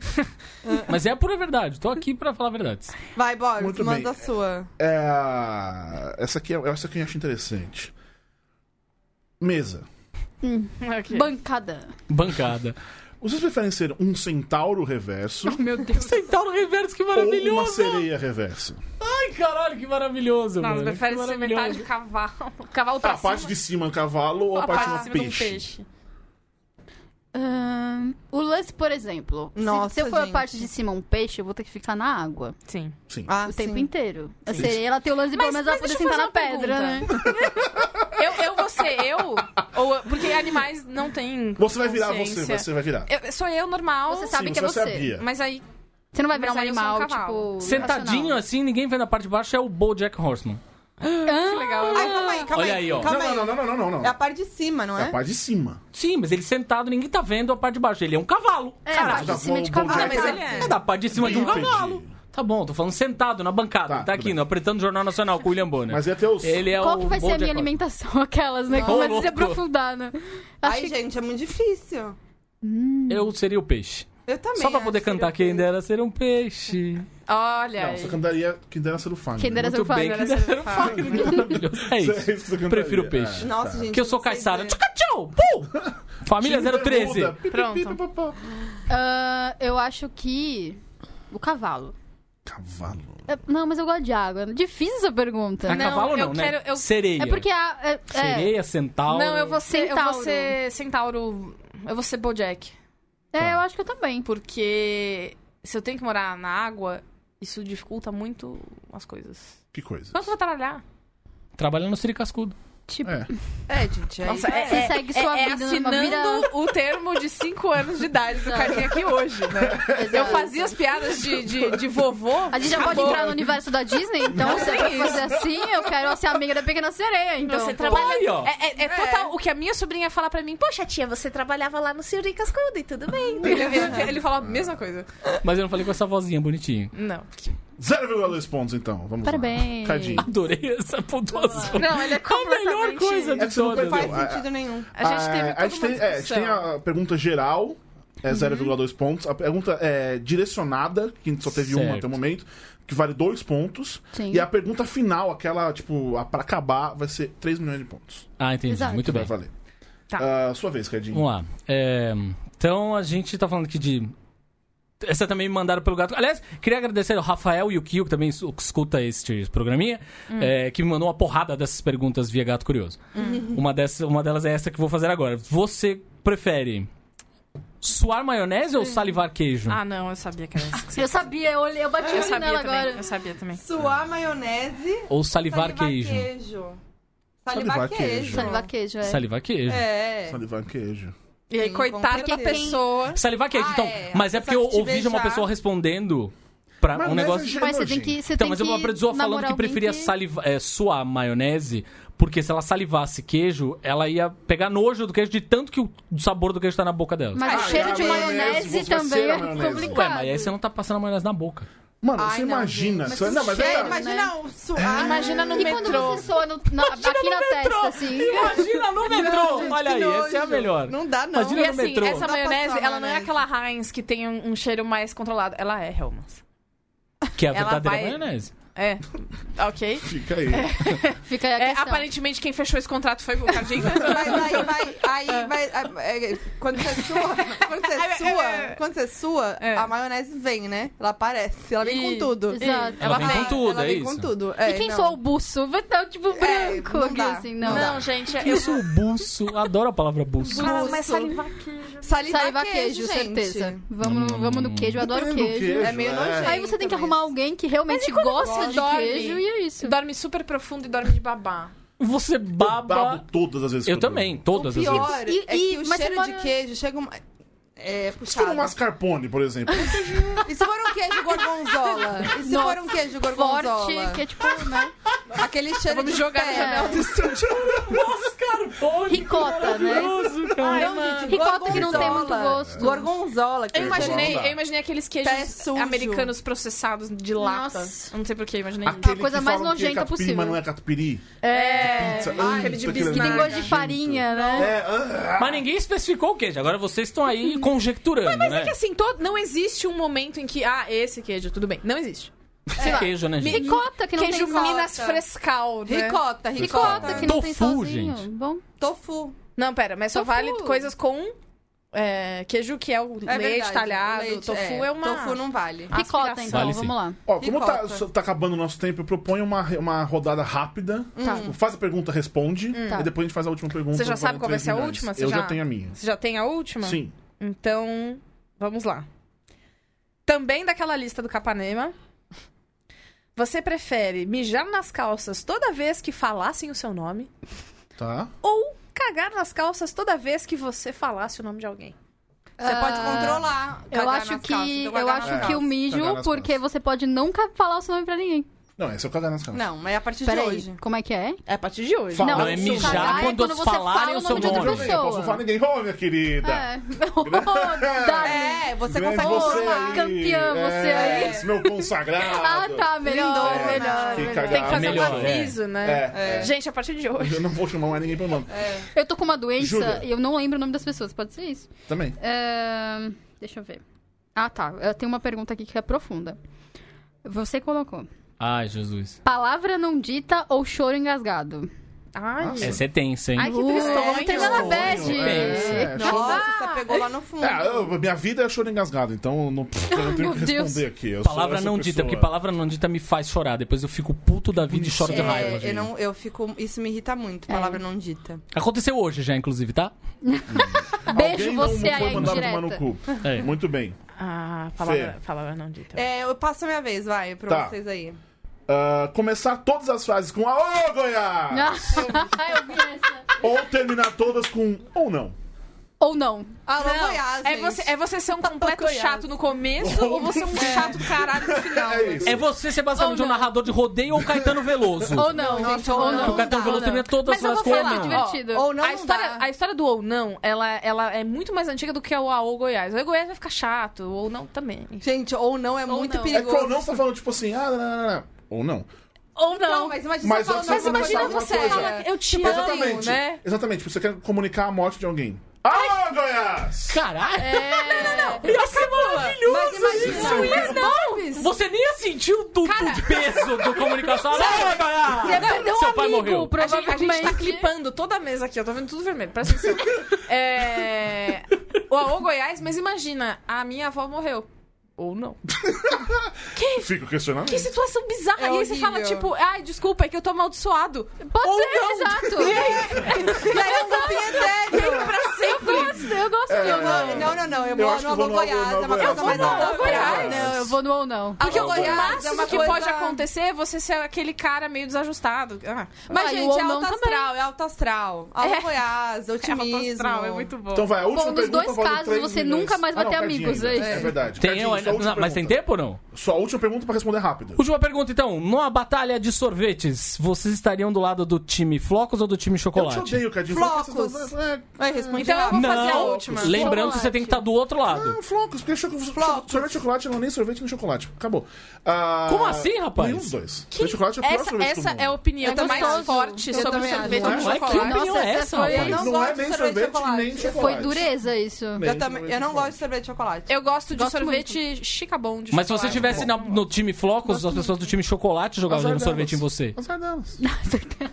[SPEAKER 7] Mas é a pura verdade. Tô aqui pra falar verdades.
[SPEAKER 4] Vai, Boris,
[SPEAKER 1] Muito
[SPEAKER 4] manda
[SPEAKER 1] bem.
[SPEAKER 4] a sua.
[SPEAKER 1] É a- Essa aqui, é- essa aqui eu acho interessante. Mesa.
[SPEAKER 2] Ok.
[SPEAKER 3] Bancada.
[SPEAKER 7] Bancada.
[SPEAKER 1] Vocês preferem ser um centauro reverso
[SPEAKER 3] Meu Deus.
[SPEAKER 7] Centauro Reverso, que
[SPEAKER 1] ou uma
[SPEAKER 7] maravilhoso!
[SPEAKER 1] sereia reverso?
[SPEAKER 7] Ai, caralho, que maravilhoso,
[SPEAKER 2] Nossa,
[SPEAKER 7] mano.
[SPEAKER 2] prefere
[SPEAKER 7] que
[SPEAKER 2] ser
[SPEAKER 7] maravilhoso.
[SPEAKER 2] metade cavalo. Cavalo pra
[SPEAKER 1] A Ah, parte
[SPEAKER 2] cima,
[SPEAKER 1] de cima, um cavalo, ou a,
[SPEAKER 2] a
[SPEAKER 1] parte,
[SPEAKER 2] de
[SPEAKER 1] do
[SPEAKER 2] cima de um
[SPEAKER 1] peixe?
[SPEAKER 3] Ahn, o lance, por exemplo. se-
[SPEAKER 4] Nossa,
[SPEAKER 3] se eu for a
[SPEAKER 4] gente.
[SPEAKER 3] parte de cima um peixe, eu vou ter que ficar na água
[SPEAKER 2] Sim.
[SPEAKER 1] Sim.
[SPEAKER 4] Ah,
[SPEAKER 3] o tempo
[SPEAKER 4] sim.
[SPEAKER 3] inteiro. A sereia, ela tem o lance de
[SPEAKER 2] Mas-
[SPEAKER 3] pelo menos ela
[SPEAKER 2] mas
[SPEAKER 3] poder
[SPEAKER 2] deixa eu
[SPEAKER 3] sentar na
[SPEAKER 2] fazer uma
[SPEAKER 3] pedra, né?
[SPEAKER 2] Eu, eu vou ser eu, ou, porque animais não têm.
[SPEAKER 1] Você vai virar você,
[SPEAKER 2] consciência. É,
[SPEAKER 1] você vai virar.
[SPEAKER 2] Eu, sou eu normal,
[SPEAKER 3] Você sabe
[SPEAKER 1] Sim,
[SPEAKER 3] que é
[SPEAKER 1] você
[SPEAKER 3] você.
[SPEAKER 1] sabia.
[SPEAKER 2] mas aí.
[SPEAKER 3] Você não vai virar um
[SPEAKER 2] Mas aí eu sou um
[SPEAKER 3] animal,
[SPEAKER 2] cavalo.
[SPEAKER 3] tipo.
[SPEAKER 7] Sentadinho
[SPEAKER 3] irracional.
[SPEAKER 7] assim, ninguém vê na parte de baixo, é o Bojack Horseman.
[SPEAKER 2] Que legal.
[SPEAKER 4] Ai, calma aí, calma
[SPEAKER 7] Olha aí, ó.
[SPEAKER 4] Calma
[SPEAKER 1] não,
[SPEAKER 4] aí.
[SPEAKER 1] não, não, não, não, não, não.
[SPEAKER 4] É a parte de cima, não
[SPEAKER 1] É
[SPEAKER 4] é?
[SPEAKER 1] a parte de cima.
[SPEAKER 7] Sim, mas ele sentado, ninguém tá vendo a parte de baixo. Ele é um cavalo.
[SPEAKER 3] É, a parte
[SPEAKER 1] tá
[SPEAKER 3] de cima
[SPEAKER 1] bom,
[SPEAKER 3] de
[SPEAKER 1] bom
[SPEAKER 4] Ah,
[SPEAKER 3] cavalo. Ah,
[SPEAKER 1] dia.
[SPEAKER 2] mas ele é.
[SPEAKER 7] É da parte de cima de um
[SPEAKER 1] Entendi.
[SPEAKER 7] cavalo. Tá bom, tô falando sentado na bancada.
[SPEAKER 1] Tá,
[SPEAKER 7] Tá,
[SPEAKER 1] tudo
[SPEAKER 7] aqui,
[SPEAKER 1] bem.
[SPEAKER 7] no apresentando o Jornal Nacional com o William Bonner.
[SPEAKER 1] Mas ia ter os.
[SPEAKER 7] Né? Ele é
[SPEAKER 3] Qual
[SPEAKER 7] o
[SPEAKER 3] que vai ser a
[SPEAKER 7] Bojack
[SPEAKER 3] minha
[SPEAKER 7] Horseman.
[SPEAKER 3] alimentação? Aquelas, né?
[SPEAKER 7] Ô,
[SPEAKER 3] Começa a se
[SPEAKER 7] louco.
[SPEAKER 3] aprofundar, né? Acho
[SPEAKER 4] Ai,
[SPEAKER 3] que
[SPEAKER 4] gente, é muito difícil.
[SPEAKER 7] Eu seria o peixe.
[SPEAKER 4] Eu também.
[SPEAKER 7] Só pra
[SPEAKER 4] acho
[SPEAKER 7] poder
[SPEAKER 4] que é
[SPEAKER 7] cantar
[SPEAKER 4] seria
[SPEAKER 7] quem
[SPEAKER 4] o
[SPEAKER 7] dera ser um peixe.
[SPEAKER 2] Olha.
[SPEAKER 1] Não,
[SPEAKER 2] aí.
[SPEAKER 1] você cantaria quem dera ser o Fagner.
[SPEAKER 3] quem dera ser
[SPEAKER 7] Muito
[SPEAKER 3] o
[SPEAKER 7] bem, quem
[SPEAKER 3] Fagner.
[SPEAKER 7] dera
[SPEAKER 2] né?
[SPEAKER 7] ser o Fagner. Que maravilhoso. É
[SPEAKER 1] É isso que você
[SPEAKER 7] isso.
[SPEAKER 1] cantaria. É, tá.
[SPEAKER 7] Prefiro o peixe.
[SPEAKER 4] peixe. Nossa, gente.
[SPEAKER 7] Porque eu sou
[SPEAKER 4] não sei
[SPEAKER 7] caissara.
[SPEAKER 4] dizer.
[SPEAKER 7] Tchuca, tchau! Pum! Família 013.
[SPEAKER 2] Pronto.
[SPEAKER 1] Pronto.
[SPEAKER 3] Ah, eu acho que. O cavalo.
[SPEAKER 1] Cavalo.
[SPEAKER 3] É, Não, mas eu gosto de água. Difícil essa pergunta.
[SPEAKER 7] A
[SPEAKER 2] Não,
[SPEAKER 7] cavalo
[SPEAKER 2] eu
[SPEAKER 7] não, né?
[SPEAKER 2] quero- eu-
[SPEAKER 7] Sereia.
[SPEAKER 3] É porque a. É, é.
[SPEAKER 7] Sereia, centauro.
[SPEAKER 2] Não, eu vou ser. Eu vou
[SPEAKER 3] Centauro.
[SPEAKER 2] ser centauro. Eu vou ser Bojack.
[SPEAKER 3] É, eu acho que eu também.
[SPEAKER 2] Porque se eu tenho que morar na água, isso dificulta muito as coisas.
[SPEAKER 1] Que coisa.
[SPEAKER 2] Quanto eu vou trabalhar?
[SPEAKER 7] Trabalhando no Siri Cascudo.
[SPEAKER 3] Tipo,
[SPEAKER 1] É.
[SPEAKER 4] É, gente, aí...
[SPEAKER 2] Nossa, é,
[SPEAKER 3] Você segue sua vida numa
[SPEAKER 2] assinando
[SPEAKER 3] vida-
[SPEAKER 2] o termo de 5 anos de idade do carinha aqui hoje, né?
[SPEAKER 3] exato.
[SPEAKER 2] Eu fazia as piadas de, de, de vovô.
[SPEAKER 3] A gente já pode
[SPEAKER 2] acabou.
[SPEAKER 3] entrar no universo da Disney, então
[SPEAKER 2] Não
[SPEAKER 3] se é
[SPEAKER 2] tem
[SPEAKER 3] pra
[SPEAKER 2] isso.
[SPEAKER 3] fazer assim, eu quero ser amiga da pequena sereia, então.
[SPEAKER 2] Você
[SPEAKER 3] pô.
[SPEAKER 2] trabalha-
[SPEAKER 7] Aí, ó.
[SPEAKER 2] É, é- é total o que a minha sobrinha fala pra mim. Poxa, tia, você trabalhava lá no Senhor Cascudo e tudo bem. Ele, ele- ele fala a mesma coisa.
[SPEAKER 7] Mas eu não falei com essa vozinha bonitinha.
[SPEAKER 2] Não.
[SPEAKER 1] 0,2 pontos, então. Vamos
[SPEAKER 3] Parabéns.
[SPEAKER 1] lá. Cadinho.
[SPEAKER 7] Adorei essa pontuação.
[SPEAKER 2] Não, ele é
[SPEAKER 7] A melhor
[SPEAKER 2] completamente...
[SPEAKER 7] coisa
[SPEAKER 1] É
[SPEAKER 7] de
[SPEAKER 1] que você não
[SPEAKER 7] todas.
[SPEAKER 1] perdeu.
[SPEAKER 4] Não faz sentido nenhum.
[SPEAKER 2] A gente teve
[SPEAKER 1] Ah,
[SPEAKER 2] toda
[SPEAKER 1] a gente
[SPEAKER 2] uma
[SPEAKER 1] tem, é, a gente tem
[SPEAKER 2] discussão.
[SPEAKER 1] a pergunta geral, é 0,2 pontos. A pergunta é direcionada, que a gente só teve uma
[SPEAKER 7] Certo.
[SPEAKER 1] até o momento, que vale 2 pontos.
[SPEAKER 3] Sim.
[SPEAKER 1] E a pergunta final, aquela, tipo, a, pra acabar, vai ser 3 milhões de pontos.
[SPEAKER 7] Ah, entendi.
[SPEAKER 3] Exato.
[SPEAKER 7] Muito bem.
[SPEAKER 1] Vai valer.
[SPEAKER 2] Tá.
[SPEAKER 1] Ah, sua vez, Cadinho.
[SPEAKER 7] Vamos lá. É, então a gente tá falando aqui de. Essa também me mandaram pelo gato. Aliás, queria agradecer ao Rafael e o Kio, que também es- escuta este programinha, é, que me mandou uma porrada dessas perguntas via Gato Curioso. Uma, dessas, uma delas é essa que eu vou fazer agora. Você prefere suar maionese ou salivar queijo?
[SPEAKER 2] Ah, não, eu sabia que era isso.
[SPEAKER 3] Eu sabia, eu, olhei, eu bati
[SPEAKER 2] Eu
[SPEAKER 3] o olho nela
[SPEAKER 2] sabia também,
[SPEAKER 3] agora.
[SPEAKER 2] eu sabia também.
[SPEAKER 4] Suar maionese...
[SPEAKER 7] ou salivar, queijo?
[SPEAKER 4] Salivar,
[SPEAKER 1] Salivar
[SPEAKER 4] queijo.
[SPEAKER 1] queijo.
[SPEAKER 3] Salivar queijo, é.
[SPEAKER 7] Salivar queijo.
[SPEAKER 4] É.
[SPEAKER 1] Salivar queijo.
[SPEAKER 2] E aí,
[SPEAKER 4] Sim,
[SPEAKER 2] coitada
[SPEAKER 4] com
[SPEAKER 2] da
[SPEAKER 4] certeza.
[SPEAKER 2] pessoa.
[SPEAKER 7] Salivar queijo,
[SPEAKER 4] Ah,
[SPEAKER 7] então.
[SPEAKER 4] é.
[SPEAKER 7] Mas é
[SPEAKER 4] Só
[SPEAKER 7] porque eu
[SPEAKER 4] que te
[SPEAKER 7] ouvi de uma
[SPEAKER 4] beijar.
[SPEAKER 7] pessoa respondendo pra
[SPEAKER 1] Mas
[SPEAKER 7] um
[SPEAKER 1] não é
[SPEAKER 7] negócio.
[SPEAKER 1] exagero.
[SPEAKER 3] Mas você tem que. Você
[SPEAKER 7] Então,
[SPEAKER 3] tem
[SPEAKER 7] mas
[SPEAKER 3] que
[SPEAKER 7] eu vi uma pessoa falando
[SPEAKER 3] namorar
[SPEAKER 7] que
[SPEAKER 3] alguém
[SPEAKER 7] preferia saliva- é, suar maionese, porque se ela salivasse queijo, ela ia pegar nojo do queijo de tanto que o sabor do queijo tá na boca dela.
[SPEAKER 3] Mas
[SPEAKER 4] Ah,
[SPEAKER 3] o cheiro
[SPEAKER 4] e a
[SPEAKER 3] de
[SPEAKER 1] maionese,
[SPEAKER 3] maionese
[SPEAKER 1] você vai
[SPEAKER 3] também
[SPEAKER 1] ser a
[SPEAKER 3] é
[SPEAKER 1] maionese.
[SPEAKER 3] complicado.
[SPEAKER 7] Ué, mas aí você não tá passando a maionese na boca.
[SPEAKER 1] Mano,
[SPEAKER 4] Ai,
[SPEAKER 1] você
[SPEAKER 4] não,
[SPEAKER 1] imagina.
[SPEAKER 4] gente.
[SPEAKER 1] você- não, mas
[SPEAKER 4] É,
[SPEAKER 1] é,
[SPEAKER 2] Chega,
[SPEAKER 1] mas...
[SPEAKER 4] imagina um suar...
[SPEAKER 2] Imagina no
[SPEAKER 3] E quando
[SPEAKER 2] metrô.
[SPEAKER 3] você soa no- na- aqui na testa, assim.
[SPEAKER 7] Imagina no metrô!
[SPEAKER 4] gente,
[SPEAKER 7] Olha
[SPEAKER 4] que
[SPEAKER 7] aí,
[SPEAKER 4] nojo.
[SPEAKER 7] essa é a melhor.
[SPEAKER 4] Não dá, não.
[SPEAKER 7] Imagina
[SPEAKER 2] E
[SPEAKER 7] no
[SPEAKER 2] assim,
[SPEAKER 7] metrô.
[SPEAKER 2] essa
[SPEAKER 4] Dá pra
[SPEAKER 2] maionese,
[SPEAKER 4] passar
[SPEAKER 2] ela não é
[SPEAKER 4] maionese.
[SPEAKER 2] aquela Heinz que tem um, um cheiro mais controlado. Ela é, Helmans.
[SPEAKER 7] Que é a
[SPEAKER 2] ela
[SPEAKER 7] verdadeira
[SPEAKER 2] vai-
[SPEAKER 7] maionese.
[SPEAKER 2] É. ok.
[SPEAKER 1] Fica aí.
[SPEAKER 3] Fica aí a
[SPEAKER 2] É,
[SPEAKER 3] questão.
[SPEAKER 2] aparentemente, quem fechou esse contrato foi o Cardinho.
[SPEAKER 4] Mas aí vai, aí vai. é, é, Quando você sua, quando
[SPEAKER 2] É, é,
[SPEAKER 4] você sua,
[SPEAKER 2] é.
[SPEAKER 4] quando você sua,
[SPEAKER 2] É.
[SPEAKER 4] a maionese vem, né? Ela aparece, ela vem
[SPEAKER 2] E-
[SPEAKER 4] com tudo.
[SPEAKER 3] Exato.
[SPEAKER 7] Ela vem
[SPEAKER 4] vem-
[SPEAKER 7] com tudo,
[SPEAKER 4] ela
[SPEAKER 7] é
[SPEAKER 4] vem
[SPEAKER 7] isso.
[SPEAKER 4] com tudo. É,
[SPEAKER 3] E quem
[SPEAKER 4] não.
[SPEAKER 3] soa o buço? Vai estar, tipo,
[SPEAKER 4] É,
[SPEAKER 3] branco.
[SPEAKER 4] não dá.
[SPEAKER 3] assim, não.
[SPEAKER 2] Não, gente, eu...
[SPEAKER 7] Isso, buço. Adoro a palavra buço.
[SPEAKER 4] Ah,
[SPEAKER 2] mas
[SPEAKER 4] mas
[SPEAKER 2] salivar
[SPEAKER 4] salivar
[SPEAKER 2] queijo.
[SPEAKER 4] Salivar,
[SPEAKER 3] Salivar queijo,
[SPEAKER 4] queijo, gente.
[SPEAKER 3] certeza. Vamos,
[SPEAKER 7] Hum.
[SPEAKER 3] no- vamos no queijo, eu
[SPEAKER 7] Tá
[SPEAKER 3] adoro
[SPEAKER 1] Depende do
[SPEAKER 3] queijo.
[SPEAKER 1] queijo, né?
[SPEAKER 4] É meio nojento.
[SPEAKER 3] Aí você tem que
[SPEAKER 4] também.
[SPEAKER 3] arrumar alguém que realmente gosta
[SPEAKER 2] você
[SPEAKER 3] de
[SPEAKER 2] dorme?
[SPEAKER 3] queijo e é isso.
[SPEAKER 2] Dorme super profundo e dorme de babá.
[SPEAKER 7] Você baba.
[SPEAKER 1] Babo todas as vezes que
[SPEAKER 7] Eu também, todas
[SPEAKER 4] o
[SPEAKER 7] as vezes.
[SPEAKER 4] pior
[SPEAKER 3] vezes.
[SPEAKER 4] é
[SPEAKER 3] E-
[SPEAKER 4] que
[SPEAKER 3] e-
[SPEAKER 4] o
[SPEAKER 3] mas
[SPEAKER 4] cheiro
[SPEAKER 3] você
[SPEAKER 4] de
[SPEAKER 3] mora-
[SPEAKER 4] queijo chega uma...
[SPEAKER 1] Se
[SPEAKER 4] É,
[SPEAKER 1] for um
[SPEAKER 4] puxado.
[SPEAKER 1] mascarpone, por exemplo.
[SPEAKER 4] E se for um queijo gorgonzola? E se for um queijo gorgonzola?
[SPEAKER 3] Forte, que é tipo, né?
[SPEAKER 4] Aquele cheiro
[SPEAKER 2] vou me
[SPEAKER 4] de
[SPEAKER 2] jogar na
[SPEAKER 4] pé.
[SPEAKER 2] janela
[SPEAKER 3] Ricota, né?
[SPEAKER 4] Não, gente,
[SPEAKER 3] Ricota que não tem muito
[SPEAKER 4] gorgonzola.
[SPEAKER 3] gosto.
[SPEAKER 4] Gorgonzola. que é
[SPEAKER 2] Eu imaginei,
[SPEAKER 1] Não dá.
[SPEAKER 2] eu imaginei aqueles
[SPEAKER 4] Pé
[SPEAKER 2] queijos
[SPEAKER 4] sujo.
[SPEAKER 2] americanos processados de lata.
[SPEAKER 3] Nossa.
[SPEAKER 2] Eu não sei por que, imaginei. isso.
[SPEAKER 1] Aquele
[SPEAKER 3] coisa
[SPEAKER 1] que
[SPEAKER 3] mais
[SPEAKER 1] falam que é
[SPEAKER 3] nojenta
[SPEAKER 1] catupiry,
[SPEAKER 3] possível.
[SPEAKER 1] Mas não é catupiry.
[SPEAKER 2] É.
[SPEAKER 1] Pizza.
[SPEAKER 2] Ai, aquele de
[SPEAKER 1] Aquele
[SPEAKER 3] Que tem
[SPEAKER 2] bisnaga.
[SPEAKER 3] gosto de farinha, né?
[SPEAKER 1] É, ah,
[SPEAKER 7] Mas ninguém especificou o queijo. Agora vocês estão aí conjecturando,
[SPEAKER 2] Mas
[SPEAKER 7] né?
[SPEAKER 2] é que assim, todo... não existe um momento em que, ah, esse queijo, tudo bem. Não existe.
[SPEAKER 7] Esse queijo, né, gente?
[SPEAKER 3] Ricota que não
[SPEAKER 2] É, queijo
[SPEAKER 3] tem sal.
[SPEAKER 2] Minas Frescal, né?
[SPEAKER 4] É. Ricota, ricota.
[SPEAKER 3] Ricota que não tem
[SPEAKER 7] Tofu,
[SPEAKER 3] salzinho.
[SPEAKER 7] gente.
[SPEAKER 3] Bom,
[SPEAKER 4] Tofu.
[SPEAKER 2] Não, pera, mas só
[SPEAKER 3] Tofu.
[SPEAKER 2] vale coisas com é, queijo que é o
[SPEAKER 4] É
[SPEAKER 2] leite
[SPEAKER 4] verdade.
[SPEAKER 2] talhado.
[SPEAKER 4] Leite,
[SPEAKER 2] tofu é, uma.
[SPEAKER 4] Tofu Ah, não vale.
[SPEAKER 3] ricota então,
[SPEAKER 7] Vale sim.
[SPEAKER 3] vamos lá.
[SPEAKER 1] Ó, como tá,
[SPEAKER 4] Ricota.
[SPEAKER 1] tá acabando o nosso tempo, eu proponho uma, uma rodada rápida.
[SPEAKER 3] Tá.
[SPEAKER 1] Tipo, Faz a pergunta, responde. E depois a gente faz a última pergunta.
[SPEAKER 2] Você já
[SPEAKER 1] valendo
[SPEAKER 2] sabe qual vai
[SPEAKER 1] três
[SPEAKER 2] ser a
[SPEAKER 1] milhões.
[SPEAKER 2] última? Você
[SPEAKER 1] Eu
[SPEAKER 2] já-
[SPEAKER 1] já tenho a minha.
[SPEAKER 2] Você já tem a última?
[SPEAKER 1] Sim.
[SPEAKER 2] Então, vamos lá. Também daquela lista do Capanema. Você prefere mijar nas calças toda vez que falassem o seu nome
[SPEAKER 1] Tá.
[SPEAKER 2] ou cagar nas calças toda vez que você falasse o nome de alguém?
[SPEAKER 4] Você pode controlar.
[SPEAKER 3] Eu
[SPEAKER 4] cagar
[SPEAKER 3] acho
[SPEAKER 4] nas
[SPEAKER 3] que
[SPEAKER 4] calças, então
[SPEAKER 3] eu
[SPEAKER 4] cagar nas
[SPEAKER 3] acho que o
[SPEAKER 4] calças.
[SPEAKER 3] mijo,
[SPEAKER 1] Cagar nas
[SPEAKER 3] porque
[SPEAKER 1] calças.
[SPEAKER 3] você pode nunca falar o seu nome pra ninguém.
[SPEAKER 1] Não, essa é o cagar nas calças.
[SPEAKER 4] Não, mas é a partir de
[SPEAKER 3] Peraí,
[SPEAKER 4] hoje.
[SPEAKER 3] como é que é?
[SPEAKER 2] É a partir de hoje.
[SPEAKER 1] Fala.
[SPEAKER 7] Não, é mijar
[SPEAKER 3] cagar
[SPEAKER 7] quando
[SPEAKER 3] você
[SPEAKER 7] falarem
[SPEAKER 3] fala
[SPEAKER 7] o seu
[SPEAKER 3] nome de outra
[SPEAKER 1] Tudo bem, eu posso
[SPEAKER 3] pessoa.
[SPEAKER 1] falar ninguém. Ô, minha querida!
[SPEAKER 3] É. Oh, Dali.
[SPEAKER 4] É, você
[SPEAKER 1] Grande
[SPEAKER 4] consegue
[SPEAKER 1] você
[SPEAKER 4] controlar.
[SPEAKER 1] aí.
[SPEAKER 3] campeã, você
[SPEAKER 1] é,
[SPEAKER 3] aí.
[SPEAKER 1] Esse meu consagrado.
[SPEAKER 3] Ah, tá, melhor,
[SPEAKER 4] Lindona.
[SPEAKER 3] melhor.
[SPEAKER 1] Que
[SPEAKER 3] melhor.
[SPEAKER 1] cagada.
[SPEAKER 2] Tem que fazer
[SPEAKER 7] Melhor,
[SPEAKER 2] um
[SPEAKER 7] é.
[SPEAKER 2] aviso, né?
[SPEAKER 1] É, é.
[SPEAKER 2] Gente, a partir de hoje.
[SPEAKER 1] Eu não vou chamar mais ninguém pelo nome.
[SPEAKER 3] Eu tô com uma doença
[SPEAKER 1] Júlia.
[SPEAKER 3] e eu não lembro o nome das pessoas, pode ser isso?
[SPEAKER 1] Também.
[SPEAKER 3] Ahn, deixa eu ver. Ah, tá. Eu tenho uma pergunta aqui que é profunda. Você colocou:
[SPEAKER 7] Ai, Jesus.
[SPEAKER 3] palavra não dita ou choro engasgado?
[SPEAKER 2] Ai,
[SPEAKER 1] Nossa.
[SPEAKER 7] Essa é tensa, hein?
[SPEAKER 2] ai que
[SPEAKER 3] Uh,
[SPEAKER 2] tristão, hein?
[SPEAKER 3] Termina
[SPEAKER 2] João?
[SPEAKER 3] bad.
[SPEAKER 1] É,
[SPEAKER 2] Não.
[SPEAKER 4] Nossa, você pegou lá no fundo.
[SPEAKER 1] É, eu- minha vida é choro engasgado, então eu não, eu
[SPEAKER 3] Meu
[SPEAKER 1] não tenho que responder
[SPEAKER 3] Deus.
[SPEAKER 1] aqui. Eu sou
[SPEAKER 7] Palavra
[SPEAKER 1] essa
[SPEAKER 7] não dita,
[SPEAKER 1] pessoa.
[SPEAKER 7] porque palavra não dita me faz chorar. Depois eu fico puto da vida e choro de
[SPEAKER 4] É,
[SPEAKER 7] raiva.
[SPEAKER 4] eu não, eu fico, isso me irrita
[SPEAKER 3] É.
[SPEAKER 4] muito, palavra não dita.
[SPEAKER 7] Aconteceu hoje já, inclusive, tá?
[SPEAKER 3] Beijo
[SPEAKER 1] Alguém
[SPEAKER 3] você
[SPEAKER 1] não
[SPEAKER 3] aí,
[SPEAKER 1] foi mandado tomar no
[SPEAKER 3] indireta.
[SPEAKER 1] cu.
[SPEAKER 7] É.
[SPEAKER 1] Muito bem.
[SPEAKER 2] Ah,
[SPEAKER 1] Fê.
[SPEAKER 2] palavra, palavra não dita.
[SPEAKER 4] É, eu passo a minha vez, vai, pra
[SPEAKER 1] Tá.
[SPEAKER 4] vocês aí.
[SPEAKER 1] Ah, começar todas as frases com Aô, Goiás!
[SPEAKER 3] Ah, eu vi essa.
[SPEAKER 1] Ou terminar todas com ou não.
[SPEAKER 3] Ou Ah, não.
[SPEAKER 4] Alô,
[SPEAKER 2] Não,
[SPEAKER 4] Goiás,
[SPEAKER 2] é
[SPEAKER 4] gente.
[SPEAKER 2] você, é você ser um completo
[SPEAKER 4] Goiás.
[SPEAKER 2] chato no começo ou você é um chato do caralho no final?
[SPEAKER 3] né?
[SPEAKER 1] É isso.
[SPEAKER 7] É você ser basicamente
[SPEAKER 3] Ou
[SPEAKER 7] um
[SPEAKER 3] não.
[SPEAKER 7] narrador de rodeio ou Caetano Veloso.
[SPEAKER 2] Oh,
[SPEAKER 3] Ou não,
[SPEAKER 4] Nossa,
[SPEAKER 3] gente. Ou
[SPEAKER 4] não.
[SPEAKER 7] Porque o
[SPEAKER 3] não.
[SPEAKER 7] Caetano
[SPEAKER 4] dá,
[SPEAKER 7] Veloso
[SPEAKER 4] não.
[SPEAKER 7] termina todas
[SPEAKER 3] Mas eu
[SPEAKER 7] as
[SPEAKER 3] vou
[SPEAKER 7] coisas.
[SPEAKER 3] falar,
[SPEAKER 7] não.
[SPEAKER 3] divertido. Divertida.
[SPEAKER 4] Ou não,
[SPEAKER 2] a,
[SPEAKER 4] não
[SPEAKER 2] história,
[SPEAKER 4] dá.
[SPEAKER 2] a história do ou não, ela, ela é muito mais antiga do que o AO Goiás. O Goiás vai ficar chato, ou não também.
[SPEAKER 4] Gente, ou não é
[SPEAKER 2] Ou
[SPEAKER 4] muito
[SPEAKER 2] não.
[SPEAKER 1] É que
[SPEAKER 4] perigoso.
[SPEAKER 1] ou não você tá falando tipo assim, ah, não, não, não, não. Ou não.
[SPEAKER 2] Ou não.
[SPEAKER 4] Não,
[SPEAKER 2] mas
[SPEAKER 4] mas imagina
[SPEAKER 1] Mas
[SPEAKER 4] você
[SPEAKER 1] antes
[SPEAKER 4] falando
[SPEAKER 1] de
[SPEAKER 4] alguma
[SPEAKER 2] imagina
[SPEAKER 4] coisa,
[SPEAKER 2] é você
[SPEAKER 1] coisa.
[SPEAKER 2] fala, eu te
[SPEAKER 4] Tipo,
[SPEAKER 2] amo,
[SPEAKER 1] Exatamente.
[SPEAKER 2] né?
[SPEAKER 1] Exatamente, tipo, você quer comunicar a morte de alguém. Aô, Goiás!
[SPEAKER 7] Caralho!
[SPEAKER 2] É. Isso é maravilhoso. é
[SPEAKER 4] Mas imagina.
[SPEAKER 2] não.
[SPEAKER 7] Você nem sentiu o duplo de peso do comunicação. Ah,
[SPEAKER 3] Você
[SPEAKER 2] é
[SPEAKER 3] perdeu um
[SPEAKER 7] Seu pai
[SPEAKER 3] amigo
[SPEAKER 7] morreu.
[SPEAKER 3] pra
[SPEAKER 2] Agora,
[SPEAKER 3] gente,
[SPEAKER 2] a gente tá
[SPEAKER 3] comer.
[SPEAKER 2] clipando toda a mesa aqui, eu tô vendo tudo vermelho, presta atenção. é... O AO Goiás, mas imagina, a minha avó morreu. Ou não.
[SPEAKER 1] Fica o questionamento.
[SPEAKER 2] Que situação bizarra.
[SPEAKER 4] É
[SPEAKER 2] e aí você
[SPEAKER 4] horrível.
[SPEAKER 2] fala, tipo, ai, desculpa, é que eu tô amaldiçoado.
[SPEAKER 3] Pode
[SPEAKER 2] Ou
[SPEAKER 3] ser,
[SPEAKER 2] não.
[SPEAKER 3] exato.
[SPEAKER 4] E aí é um golpe etéreo.
[SPEAKER 2] Pra sempre.
[SPEAKER 3] Gosto, eu gosto
[SPEAKER 1] É.
[SPEAKER 3] de
[SPEAKER 4] Eu vou- Não, não, não. Eu moro
[SPEAKER 1] acho que
[SPEAKER 4] no
[SPEAKER 1] eu vou
[SPEAKER 4] Alô
[SPEAKER 1] no
[SPEAKER 4] Goiás.
[SPEAKER 1] Alô
[SPEAKER 4] É uma coisa
[SPEAKER 1] Goiás. Eu
[SPEAKER 4] mais
[SPEAKER 1] vou no Alô
[SPEAKER 4] alta.
[SPEAKER 2] Goiás.
[SPEAKER 3] Não, eu vou no ou não.
[SPEAKER 4] Alô
[SPEAKER 1] Alô Goiás
[SPEAKER 4] Goiás é
[SPEAKER 2] máximo
[SPEAKER 4] uma
[SPEAKER 2] que
[SPEAKER 4] coisa...
[SPEAKER 2] pode acontecer é você ser aquele cara meio desajustado. Ah.
[SPEAKER 4] Mas,
[SPEAKER 3] Ah, e o
[SPEAKER 4] gente, é
[SPEAKER 3] ou não
[SPEAKER 4] alto
[SPEAKER 3] também.
[SPEAKER 4] astral. É alto astral. Alô Goiás, otimismo.
[SPEAKER 2] É. Astral, é muito bom.
[SPEAKER 1] Então vai, a última
[SPEAKER 3] Bom, nos
[SPEAKER 1] pergunta
[SPEAKER 3] dois
[SPEAKER 1] vale
[SPEAKER 3] casos,
[SPEAKER 1] três
[SPEAKER 3] você
[SPEAKER 1] milhões.
[SPEAKER 3] nunca mais
[SPEAKER 1] Ah,
[SPEAKER 3] vai
[SPEAKER 1] não,
[SPEAKER 3] ter
[SPEAKER 1] perdinho
[SPEAKER 3] amigos,
[SPEAKER 1] ainda.
[SPEAKER 3] é
[SPEAKER 1] É
[SPEAKER 3] isso?
[SPEAKER 1] verdade.
[SPEAKER 7] Tem,
[SPEAKER 1] Perdinho,
[SPEAKER 7] olha,
[SPEAKER 1] só a última
[SPEAKER 7] não, mas tem
[SPEAKER 1] pergunta.
[SPEAKER 7] tempo ou não?
[SPEAKER 1] Só a última pergunta pra responder rápido.
[SPEAKER 7] Última pergunta, então. Numa batalha de sorvetes, vocês estariam do lado do time Flocos ou do time
[SPEAKER 1] Eu te
[SPEAKER 7] Chocolate?
[SPEAKER 1] odeio, Cadinho.
[SPEAKER 4] Flocos.
[SPEAKER 1] Flocos. É,
[SPEAKER 4] Vai, respondi
[SPEAKER 2] Então
[SPEAKER 4] lá.
[SPEAKER 2] eu vou fazer a
[SPEAKER 7] Não.
[SPEAKER 2] última.
[SPEAKER 7] Lembrando que você tem que estar do outro lado.
[SPEAKER 1] é, Não, flocos, porque choco,
[SPEAKER 4] Flocos.
[SPEAKER 1] sorvete de chocolate não é nem sorvete nem chocolate. Acabou. Ah,
[SPEAKER 7] Como assim, rapaz?
[SPEAKER 1] Nenhum dos dois. Sorvete de chocolate é o pior
[SPEAKER 2] Essa,
[SPEAKER 1] sorvete
[SPEAKER 2] essa
[SPEAKER 1] do mundo.
[SPEAKER 2] é a opinião
[SPEAKER 4] Eu também
[SPEAKER 2] mais
[SPEAKER 4] acho.
[SPEAKER 2] forte
[SPEAKER 4] Eu
[SPEAKER 2] sobre
[SPEAKER 4] também
[SPEAKER 2] sorvete
[SPEAKER 1] acho.
[SPEAKER 2] de
[SPEAKER 1] Não é?
[SPEAKER 7] Que
[SPEAKER 2] chocolate.
[SPEAKER 7] opinião é
[SPEAKER 3] Nossa,
[SPEAKER 7] essa,
[SPEAKER 3] essa foi-
[SPEAKER 7] rapaz?
[SPEAKER 4] Eu não
[SPEAKER 1] Não é
[SPEAKER 4] gosto
[SPEAKER 1] nem
[SPEAKER 4] de sorvete de
[SPEAKER 1] sorvete,
[SPEAKER 4] chocolate.
[SPEAKER 1] nem chocolate.
[SPEAKER 3] Foi dureza isso.
[SPEAKER 1] Nem
[SPEAKER 4] Eu, também,
[SPEAKER 1] sorvete
[SPEAKER 4] eu não
[SPEAKER 1] de
[SPEAKER 4] gosto de sorvete de chocolate.
[SPEAKER 2] Eu gosto de
[SPEAKER 3] Gosto
[SPEAKER 2] sorvete chicabon de
[SPEAKER 7] Mas se
[SPEAKER 2] chocolate.
[SPEAKER 7] você tivesse na- no time Flocos, as pessoas do time Chocolate jogavam um
[SPEAKER 1] Azar
[SPEAKER 7] sorvete em
[SPEAKER 1] delas.
[SPEAKER 7] você.
[SPEAKER 1] Azar delas.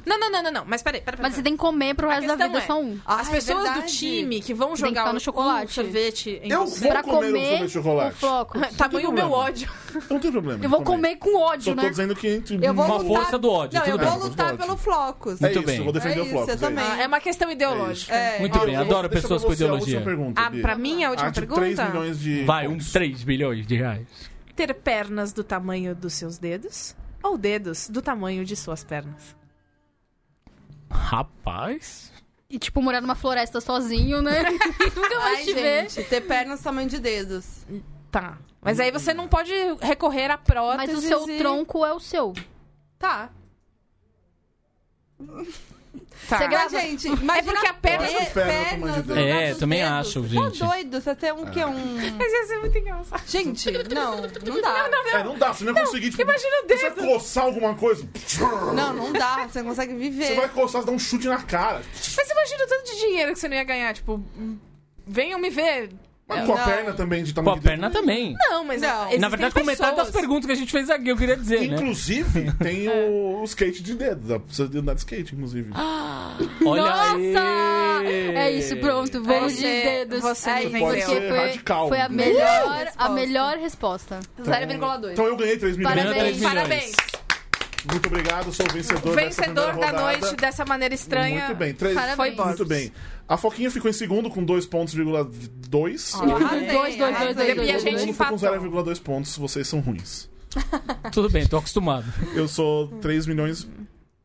[SPEAKER 2] Não, não, não, não, não. Mas peraí, peraí. peraí,
[SPEAKER 3] Mas você
[SPEAKER 2] peraí.
[SPEAKER 3] tem que comer pro resto da
[SPEAKER 2] questão
[SPEAKER 3] vida,
[SPEAKER 2] é-
[SPEAKER 3] só um.
[SPEAKER 2] As
[SPEAKER 4] Ah, é
[SPEAKER 2] pessoas do
[SPEAKER 4] verdade.
[SPEAKER 2] time que vão
[SPEAKER 3] Tem que
[SPEAKER 2] jogar
[SPEAKER 3] ficar
[SPEAKER 2] um
[SPEAKER 3] no chocolate.
[SPEAKER 2] sorvete em
[SPEAKER 1] Eu
[SPEAKER 2] você.
[SPEAKER 1] vou
[SPEAKER 3] Pra
[SPEAKER 1] comer, o
[SPEAKER 3] comer
[SPEAKER 1] sorvete de chocolate.
[SPEAKER 3] o floco.
[SPEAKER 2] Tamanho o meu ódio.
[SPEAKER 1] Não tem problema.
[SPEAKER 3] Eu vou
[SPEAKER 1] em
[SPEAKER 3] comer com
[SPEAKER 1] Só
[SPEAKER 3] ódio,
[SPEAKER 1] tô
[SPEAKER 3] né?
[SPEAKER 1] dizendo que entre
[SPEAKER 4] Eu vou
[SPEAKER 1] um
[SPEAKER 7] Uma
[SPEAKER 1] e
[SPEAKER 4] lutar.
[SPEAKER 7] força do ódio,
[SPEAKER 4] Não,
[SPEAKER 7] tudo
[SPEAKER 4] eu
[SPEAKER 7] bem.
[SPEAKER 4] vou lutar pelo Flocos.
[SPEAKER 1] É
[SPEAKER 7] Muito
[SPEAKER 1] isso,
[SPEAKER 7] bem.
[SPEAKER 1] eu vou defender
[SPEAKER 4] É
[SPEAKER 1] o Flocos.
[SPEAKER 4] isso, eu
[SPEAKER 1] é isso.
[SPEAKER 4] também.
[SPEAKER 2] É uma questão ideológica.
[SPEAKER 4] É.
[SPEAKER 7] Muito bem,
[SPEAKER 1] eu vou
[SPEAKER 7] adoro
[SPEAKER 1] deixar
[SPEAKER 7] pessoas
[SPEAKER 1] pra
[SPEAKER 7] com
[SPEAKER 1] você a última
[SPEAKER 7] ideologia.
[SPEAKER 1] pergunta,
[SPEAKER 2] Ah,
[SPEAKER 1] Bia.
[SPEAKER 2] pra mim, a última
[SPEAKER 1] Ah, de
[SPEAKER 2] pergunta?
[SPEAKER 1] 3 milhões de
[SPEAKER 7] Vai, um
[SPEAKER 1] pontos.
[SPEAKER 7] 3 bilhões de reais.
[SPEAKER 2] Ter pernas do tamanho dos seus dedos ou dedos do tamanho de suas pernas?
[SPEAKER 7] Rapaz.
[SPEAKER 3] E, tipo, morar numa floresta sozinho, né? Nunca mais
[SPEAKER 4] Ai,
[SPEAKER 3] te ver.
[SPEAKER 4] gente, ter pernas tamanho de dedos.
[SPEAKER 2] Tá. Mas aí você não pode recorrer a prótese.
[SPEAKER 3] Mas o seu tronco é o seu.
[SPEAKER 4] Tá.
[SPEAKER 2] Tá.
[SPEAKER 3] Você grava-
[SPEAKER 4] Mas, Ah, gente,
[SPEAKER 2] É
[SPEAKER 4] imagina
[SPEAKER 2] porque a perna.
[SPEAKER 1] Eu acho que perna é o tamanho de
[SPEAKER 4] pernas
[SPEAKER 1] dedo.
[SPEAKER 7] É, também acho, gente.
[SPEAKER 4] Tá doido, você tem um que é um...
[SPEAKER 2] Mas ia ser muito engraçado.
[SPEAKER 4] Gente, não, não dá.
[SPEAKER 1] É, não dá, você não vai conseguir. Tipo,
[SPEAKER 2] imagina o
[SPEAKER 1] Você
[SPEAKER 2] dedo.
[SPEAKER 1] vai coçar alguma coisa,
[SPEAKER 4] Não, não dá, você não consegue
[SPEAKER 1] você
[SPEAKER 4] viver.
[SPEAKER 1] vai coçar, você dá um chute na cara.
[SPEAKER 2] Mas imagina o tanto de dinheiro que você não ia ganhar. Tipo, venham me ver.
[SPEAKER 1] Mas com a
[SPEAKER 4] Não.
[SPEAKER 1] perna também de
[SPEAKER 7] Com
[SPEAKER 1] tamanho
[SPEAKER 7] a
[SPEAKER 1] de dedo.
[SPEAKER 7] perna também.
[SPEAKER 2] Não, mas.
[SPEAKER 4] Não.
[SPEAKER 2] existem
[SPEAKER 7] Na verdade, com metade das
[SPEAKER 2] pessoas-
[SPEAKER 7] perguntas que a gente fez aqui, eu queria dizer, né?
[SPEAKER 1] Inclusive, tem o, o skate de dedo. Dá pra você andar de skate, inclusive.
[SPEAKER 7] Olha
[SPEAKER 3] Nossa!
[SPEAKER 7] aí.
[SPEAKER 3] É isso, pronto. Vamos de
[SPEAKER 2] Você-
[SPEAKER 3] dedos.
[SPEAKER 2] você
[SPEAKER 3] é,
[SPEAKER 2] me
[SPEAKER 3] isso,
[SPEAKER 2] pode
[SPEAKER 1] ser radical.
[SPEAKER 3] foi a
[SPEAKER 1] Boa
[SPEAKER 3] melhor, a
[SPEAKER 4] resposta.
[SPEAKER 3] melhor resposta.
[SPEAKER 4] 0,2.
[SPEAKER 1] Então eu ganhei 3 milhões.
[SPEAKER 3] Parabéns.
[SPEAKER 7] Ganhou três milhões.
[SPEAKER 2] Parabéns.
[SPEAKER 1] Muito obrigado, sou o vencedor,
[SPEAKER 2] Vencedor da
[SPEAKER 1] dessa primeira rodada.
[SPEAKER 2] noite dessa maneira estranha.
[SPEAKER 1] Muito bem, três.
[SPEAKER 3] Parabéns.
[SPEAKER 2] Foi
[SPEAKER 1] Muito
[SPEAKER 2] bosta.
[SPEAKER 1] bem. A Foquinha ficou em segundo com 2,2 pontos.
[SPEAKER 4] Arrasei,
[SPEAKER 3] Dois, dois,
[SPEAKER 4] arrasei.
[SPEAKER 3] dois, dois,
[SPEAKER 2] E a
[SPEAKER 3] dois,
[SPEAKER 1] Todo
[SPEAKER 2] gente
[SPEAKER 1] mundo foi com
[SPEAKER 2] empatou.
[SPEAKER 1] 0,2 pontos, vocês são ruins.
[SPEAKER 7] Tudo bem, tô acostumado.
[SPEAKER 1] Eu sou 3 milhões.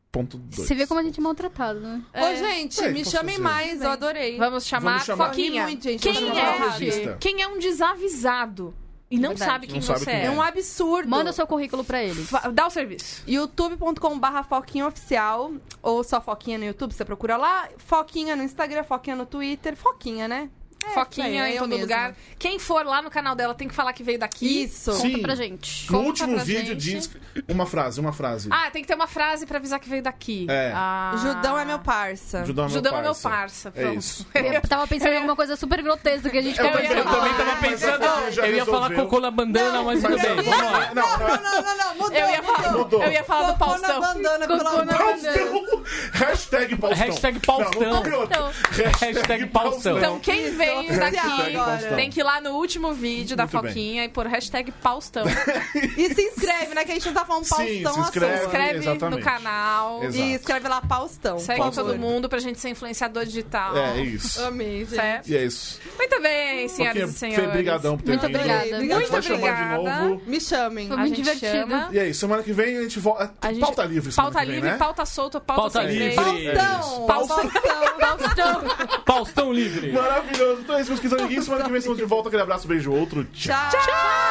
[SPEAKER 1] Ponto dois.
[SPEAKER 3] Você vê como a gente é maltratado, né?
[SPEAKER 4] Ô, gente,
[SPEAKER 1] Ué,
[SPEAKER 4] me
[SPEAKER 1] posso
[SPEAKER 4] chamem
[SPEAKER 1] fazer?
[SPEAKER 4] mais, eu adorei.
[SPEAKER 2] Vamos chamar,
[SPEAKER 1] Vamos chamar.
[SPEAKER 2] Foquinha.
[SPEAKER 4] Eu ri muito, gente, eu
[SPEAKER 2] Quem
[SPEAKER 4] vou chamar
[SPEAKER 1] pra
[SPEAKER 2] é,
[SPEAKER 1] revista.
[SPEAKER 2] quem é um desavisado e não
[SPEAKER 3] Verdade.
[SPEAKER 2] sabe quem
[SPEAKER 1] Não sabe
[SPEAKER 2] você
[SPEAKER 1] quem é.
[SPEAKER 2] é?
[SPEAKER 4] É um absurdo.
[SPEAKER 3] Manda o seu currículo pra ele.
[SPEAKER 2] Fa- Dá o serviço.
[SPEAKER 4] youtube.com.br Foquinha Oficial, ou só Foquinha no YouTube, você procura lá. Foquinha no Instagram, Foquinha no Twitter, Foquinha, né? É, isso
[SPEAKER 2] Foquinha
[SPEAKER 4] aí,
[SPEAKER 2] em
[SPEAKER 4] eu
[SPEAKER 2] todo
[SPEAKER 4] mesma.
[SPEAKER 2] lugar. Quem for lá no canal dela tem que falar que veio daqui.
[SPEAKER 4] Isso.
[SPEAKER 1] Sim.
[SPEAKER 3] Conta pra gente.
[SPEAKER 1] No
[SPEAKER 3] Conta
[SPEAKER 1] último
[SPEAKER 3] pra
[SPEAKER 1] vídeo
[SPEAKER 3] gente.
[SPEAKER 1] diz uma frase, uma frase.
[SPEAKER 2] Ah, tem que ter uma frase pra avisar que veio daqui.
[SPEAKER 1] É.
[SPEAKER 2] Ah.
[SPEAKER 4] Judão é meu parça.
[SPEAKER 1] Judão é meu
[SPEAKER 2] Judão é meu
[SPEAKER 1] parça.
[SPEAKER 2] parça.
[SPEAKER 1] É
[SPEAKER 2] Pronto.
[SPEAKER 1] isso.
[SPEAKER 3] Eu tava pensando em alguma coisa super grotesca que a gente
[SPEAKER 1] Eu
[SPEAKER 3] conversou.
[SPEAKER 7] Eu também
[SPEAKER 1] Ah,
[SPEAKER 7] tava
[SPEAKER 1] mas
[SPEAKER 7] pensando.
[SPEAKER 1] a Foquinha já
[SPEAKER 7] Eu ia falar
[SPEAKER 1] resolveu.
[SPEAKER 7] cocô na bandana, mas tudo
[SPEAKER 1] Mas é
[SPEAKER 7] bem.
[SPEAKER 1] vamos lá. Não, é não,
[SPEAKER 4] Não, não, não, não, mudou,
[SPEAKER 2] Eu ia falar,
[SPEAKER 1] Mudou.
[SPEAKER 2] eu ia falar do
[SPEAKER 4] Cocô na
[SPEAKER 2] Faustão.
[SPEAKER 4] bandana, pelo amor de Deus.
[SPEAKER 1] não. Hashtag Paustão.
[SPEAKER 7] Hashtag Paustão.
[SPEAKER 1] Não, não tem outra.
[SPEAKER 2] Então,
[SPEAKER 1] Hashtag
[SPEAKER 7] Hashtag
[SPEAKER 1] Paustão.
[SPEAKER 7] Paustão.
[SPEAKER 2] então quem
[SPEAKER 4] Isso,
[SPEAKER 2] veio
[SPEAKER 4] oficial
[SPEAKER 2] daqui
[SPEAKER 4] agora.
[SPEAKER 2] tem que ir lá no último vídeo da
[SPEAKER 1] Muito bem.
[SPEAKER 2] Foquinha e pôr hashtag Paustão.
[SPEAKER 4] E se inscreve, né? Que a gente não tá falando
[SPEAKER 1] Sim,
[SPEAKER 4] Paustão
[SPEAKER 1] se inscreve.
[SPEAKER 4] assunto.
[SPEAKER 2] Inscreve no
[SPEAKER 1] Exatamente.
[SPEAKER 2] canal.
[SPEAKER 1] Exato.
[SPEAKER 4] E escreve lá Paustão.
[SPEAKER 2] Segue
[SPEAKER 4] por favor.
[SPEAKER 2] todo mundo pra gente ser influenciador digital.
[SPEAKER 1] É, é isso.
[SPEAKER 4] Amei, gente.
[SPEAKER 2] Certo?
[SPEAKER 1] E é isso.
[SPEAKER 2] Muito bem, senhoras e
[SPEAKER 1] Foquinha,
[SPEAKER 2] senhores.
[SPEAKER 1] Fê, brigadão por ter
[SPEAKER 3] Muito
[SPEAKER 1] vindo.
[SPEAKER 3] obrigada.
[SPEAKER 1] A gente
[SPEAKER 2] Muito
[SPEAKER 1] vai chamar de
[SPEAKER 2] obrigada.
[SPEAKER 1] novo.
[SPEAKER 4] Me chamem.
[SPEAKER 3] Foi
[SPEAKER 2] A
[SPEAKER 3] muito
[SPEAKER 2] gente
[SPEAKER 3] divertido.
[SPEAKER 2] chama-
[SPEAKER 1] E é isso. Semana que vem a gente volta.
[SPEAKER 2] A gente-
[SPEAKER 1] Pauta livre, semana
[SPEAKER 2] Pauta
[SPEAKER 1] que vem,
[SPEAKER 2] livre,
[SPEAKER 1] né?
[SPEAKER 2] pauta solta, pauta,
[SPEAKER 7] Pauta
[SPEAKER 2] sem
[SPEAKER 7] livre.
[SPEAKER 2] freio.
[SPEAKER 4] Paustão!
[SPEAKER 2] Paustão. Paustão.
[SPEAKER 7] Paustão livre.
[SPEAKER 1] Maravilhoso. Então é isso, meus queridos amiguinhos. Semana que vem estamos de volta. Aquele abraço, beijo, outro. Tchau.
[SPEAKER 4] Tchau!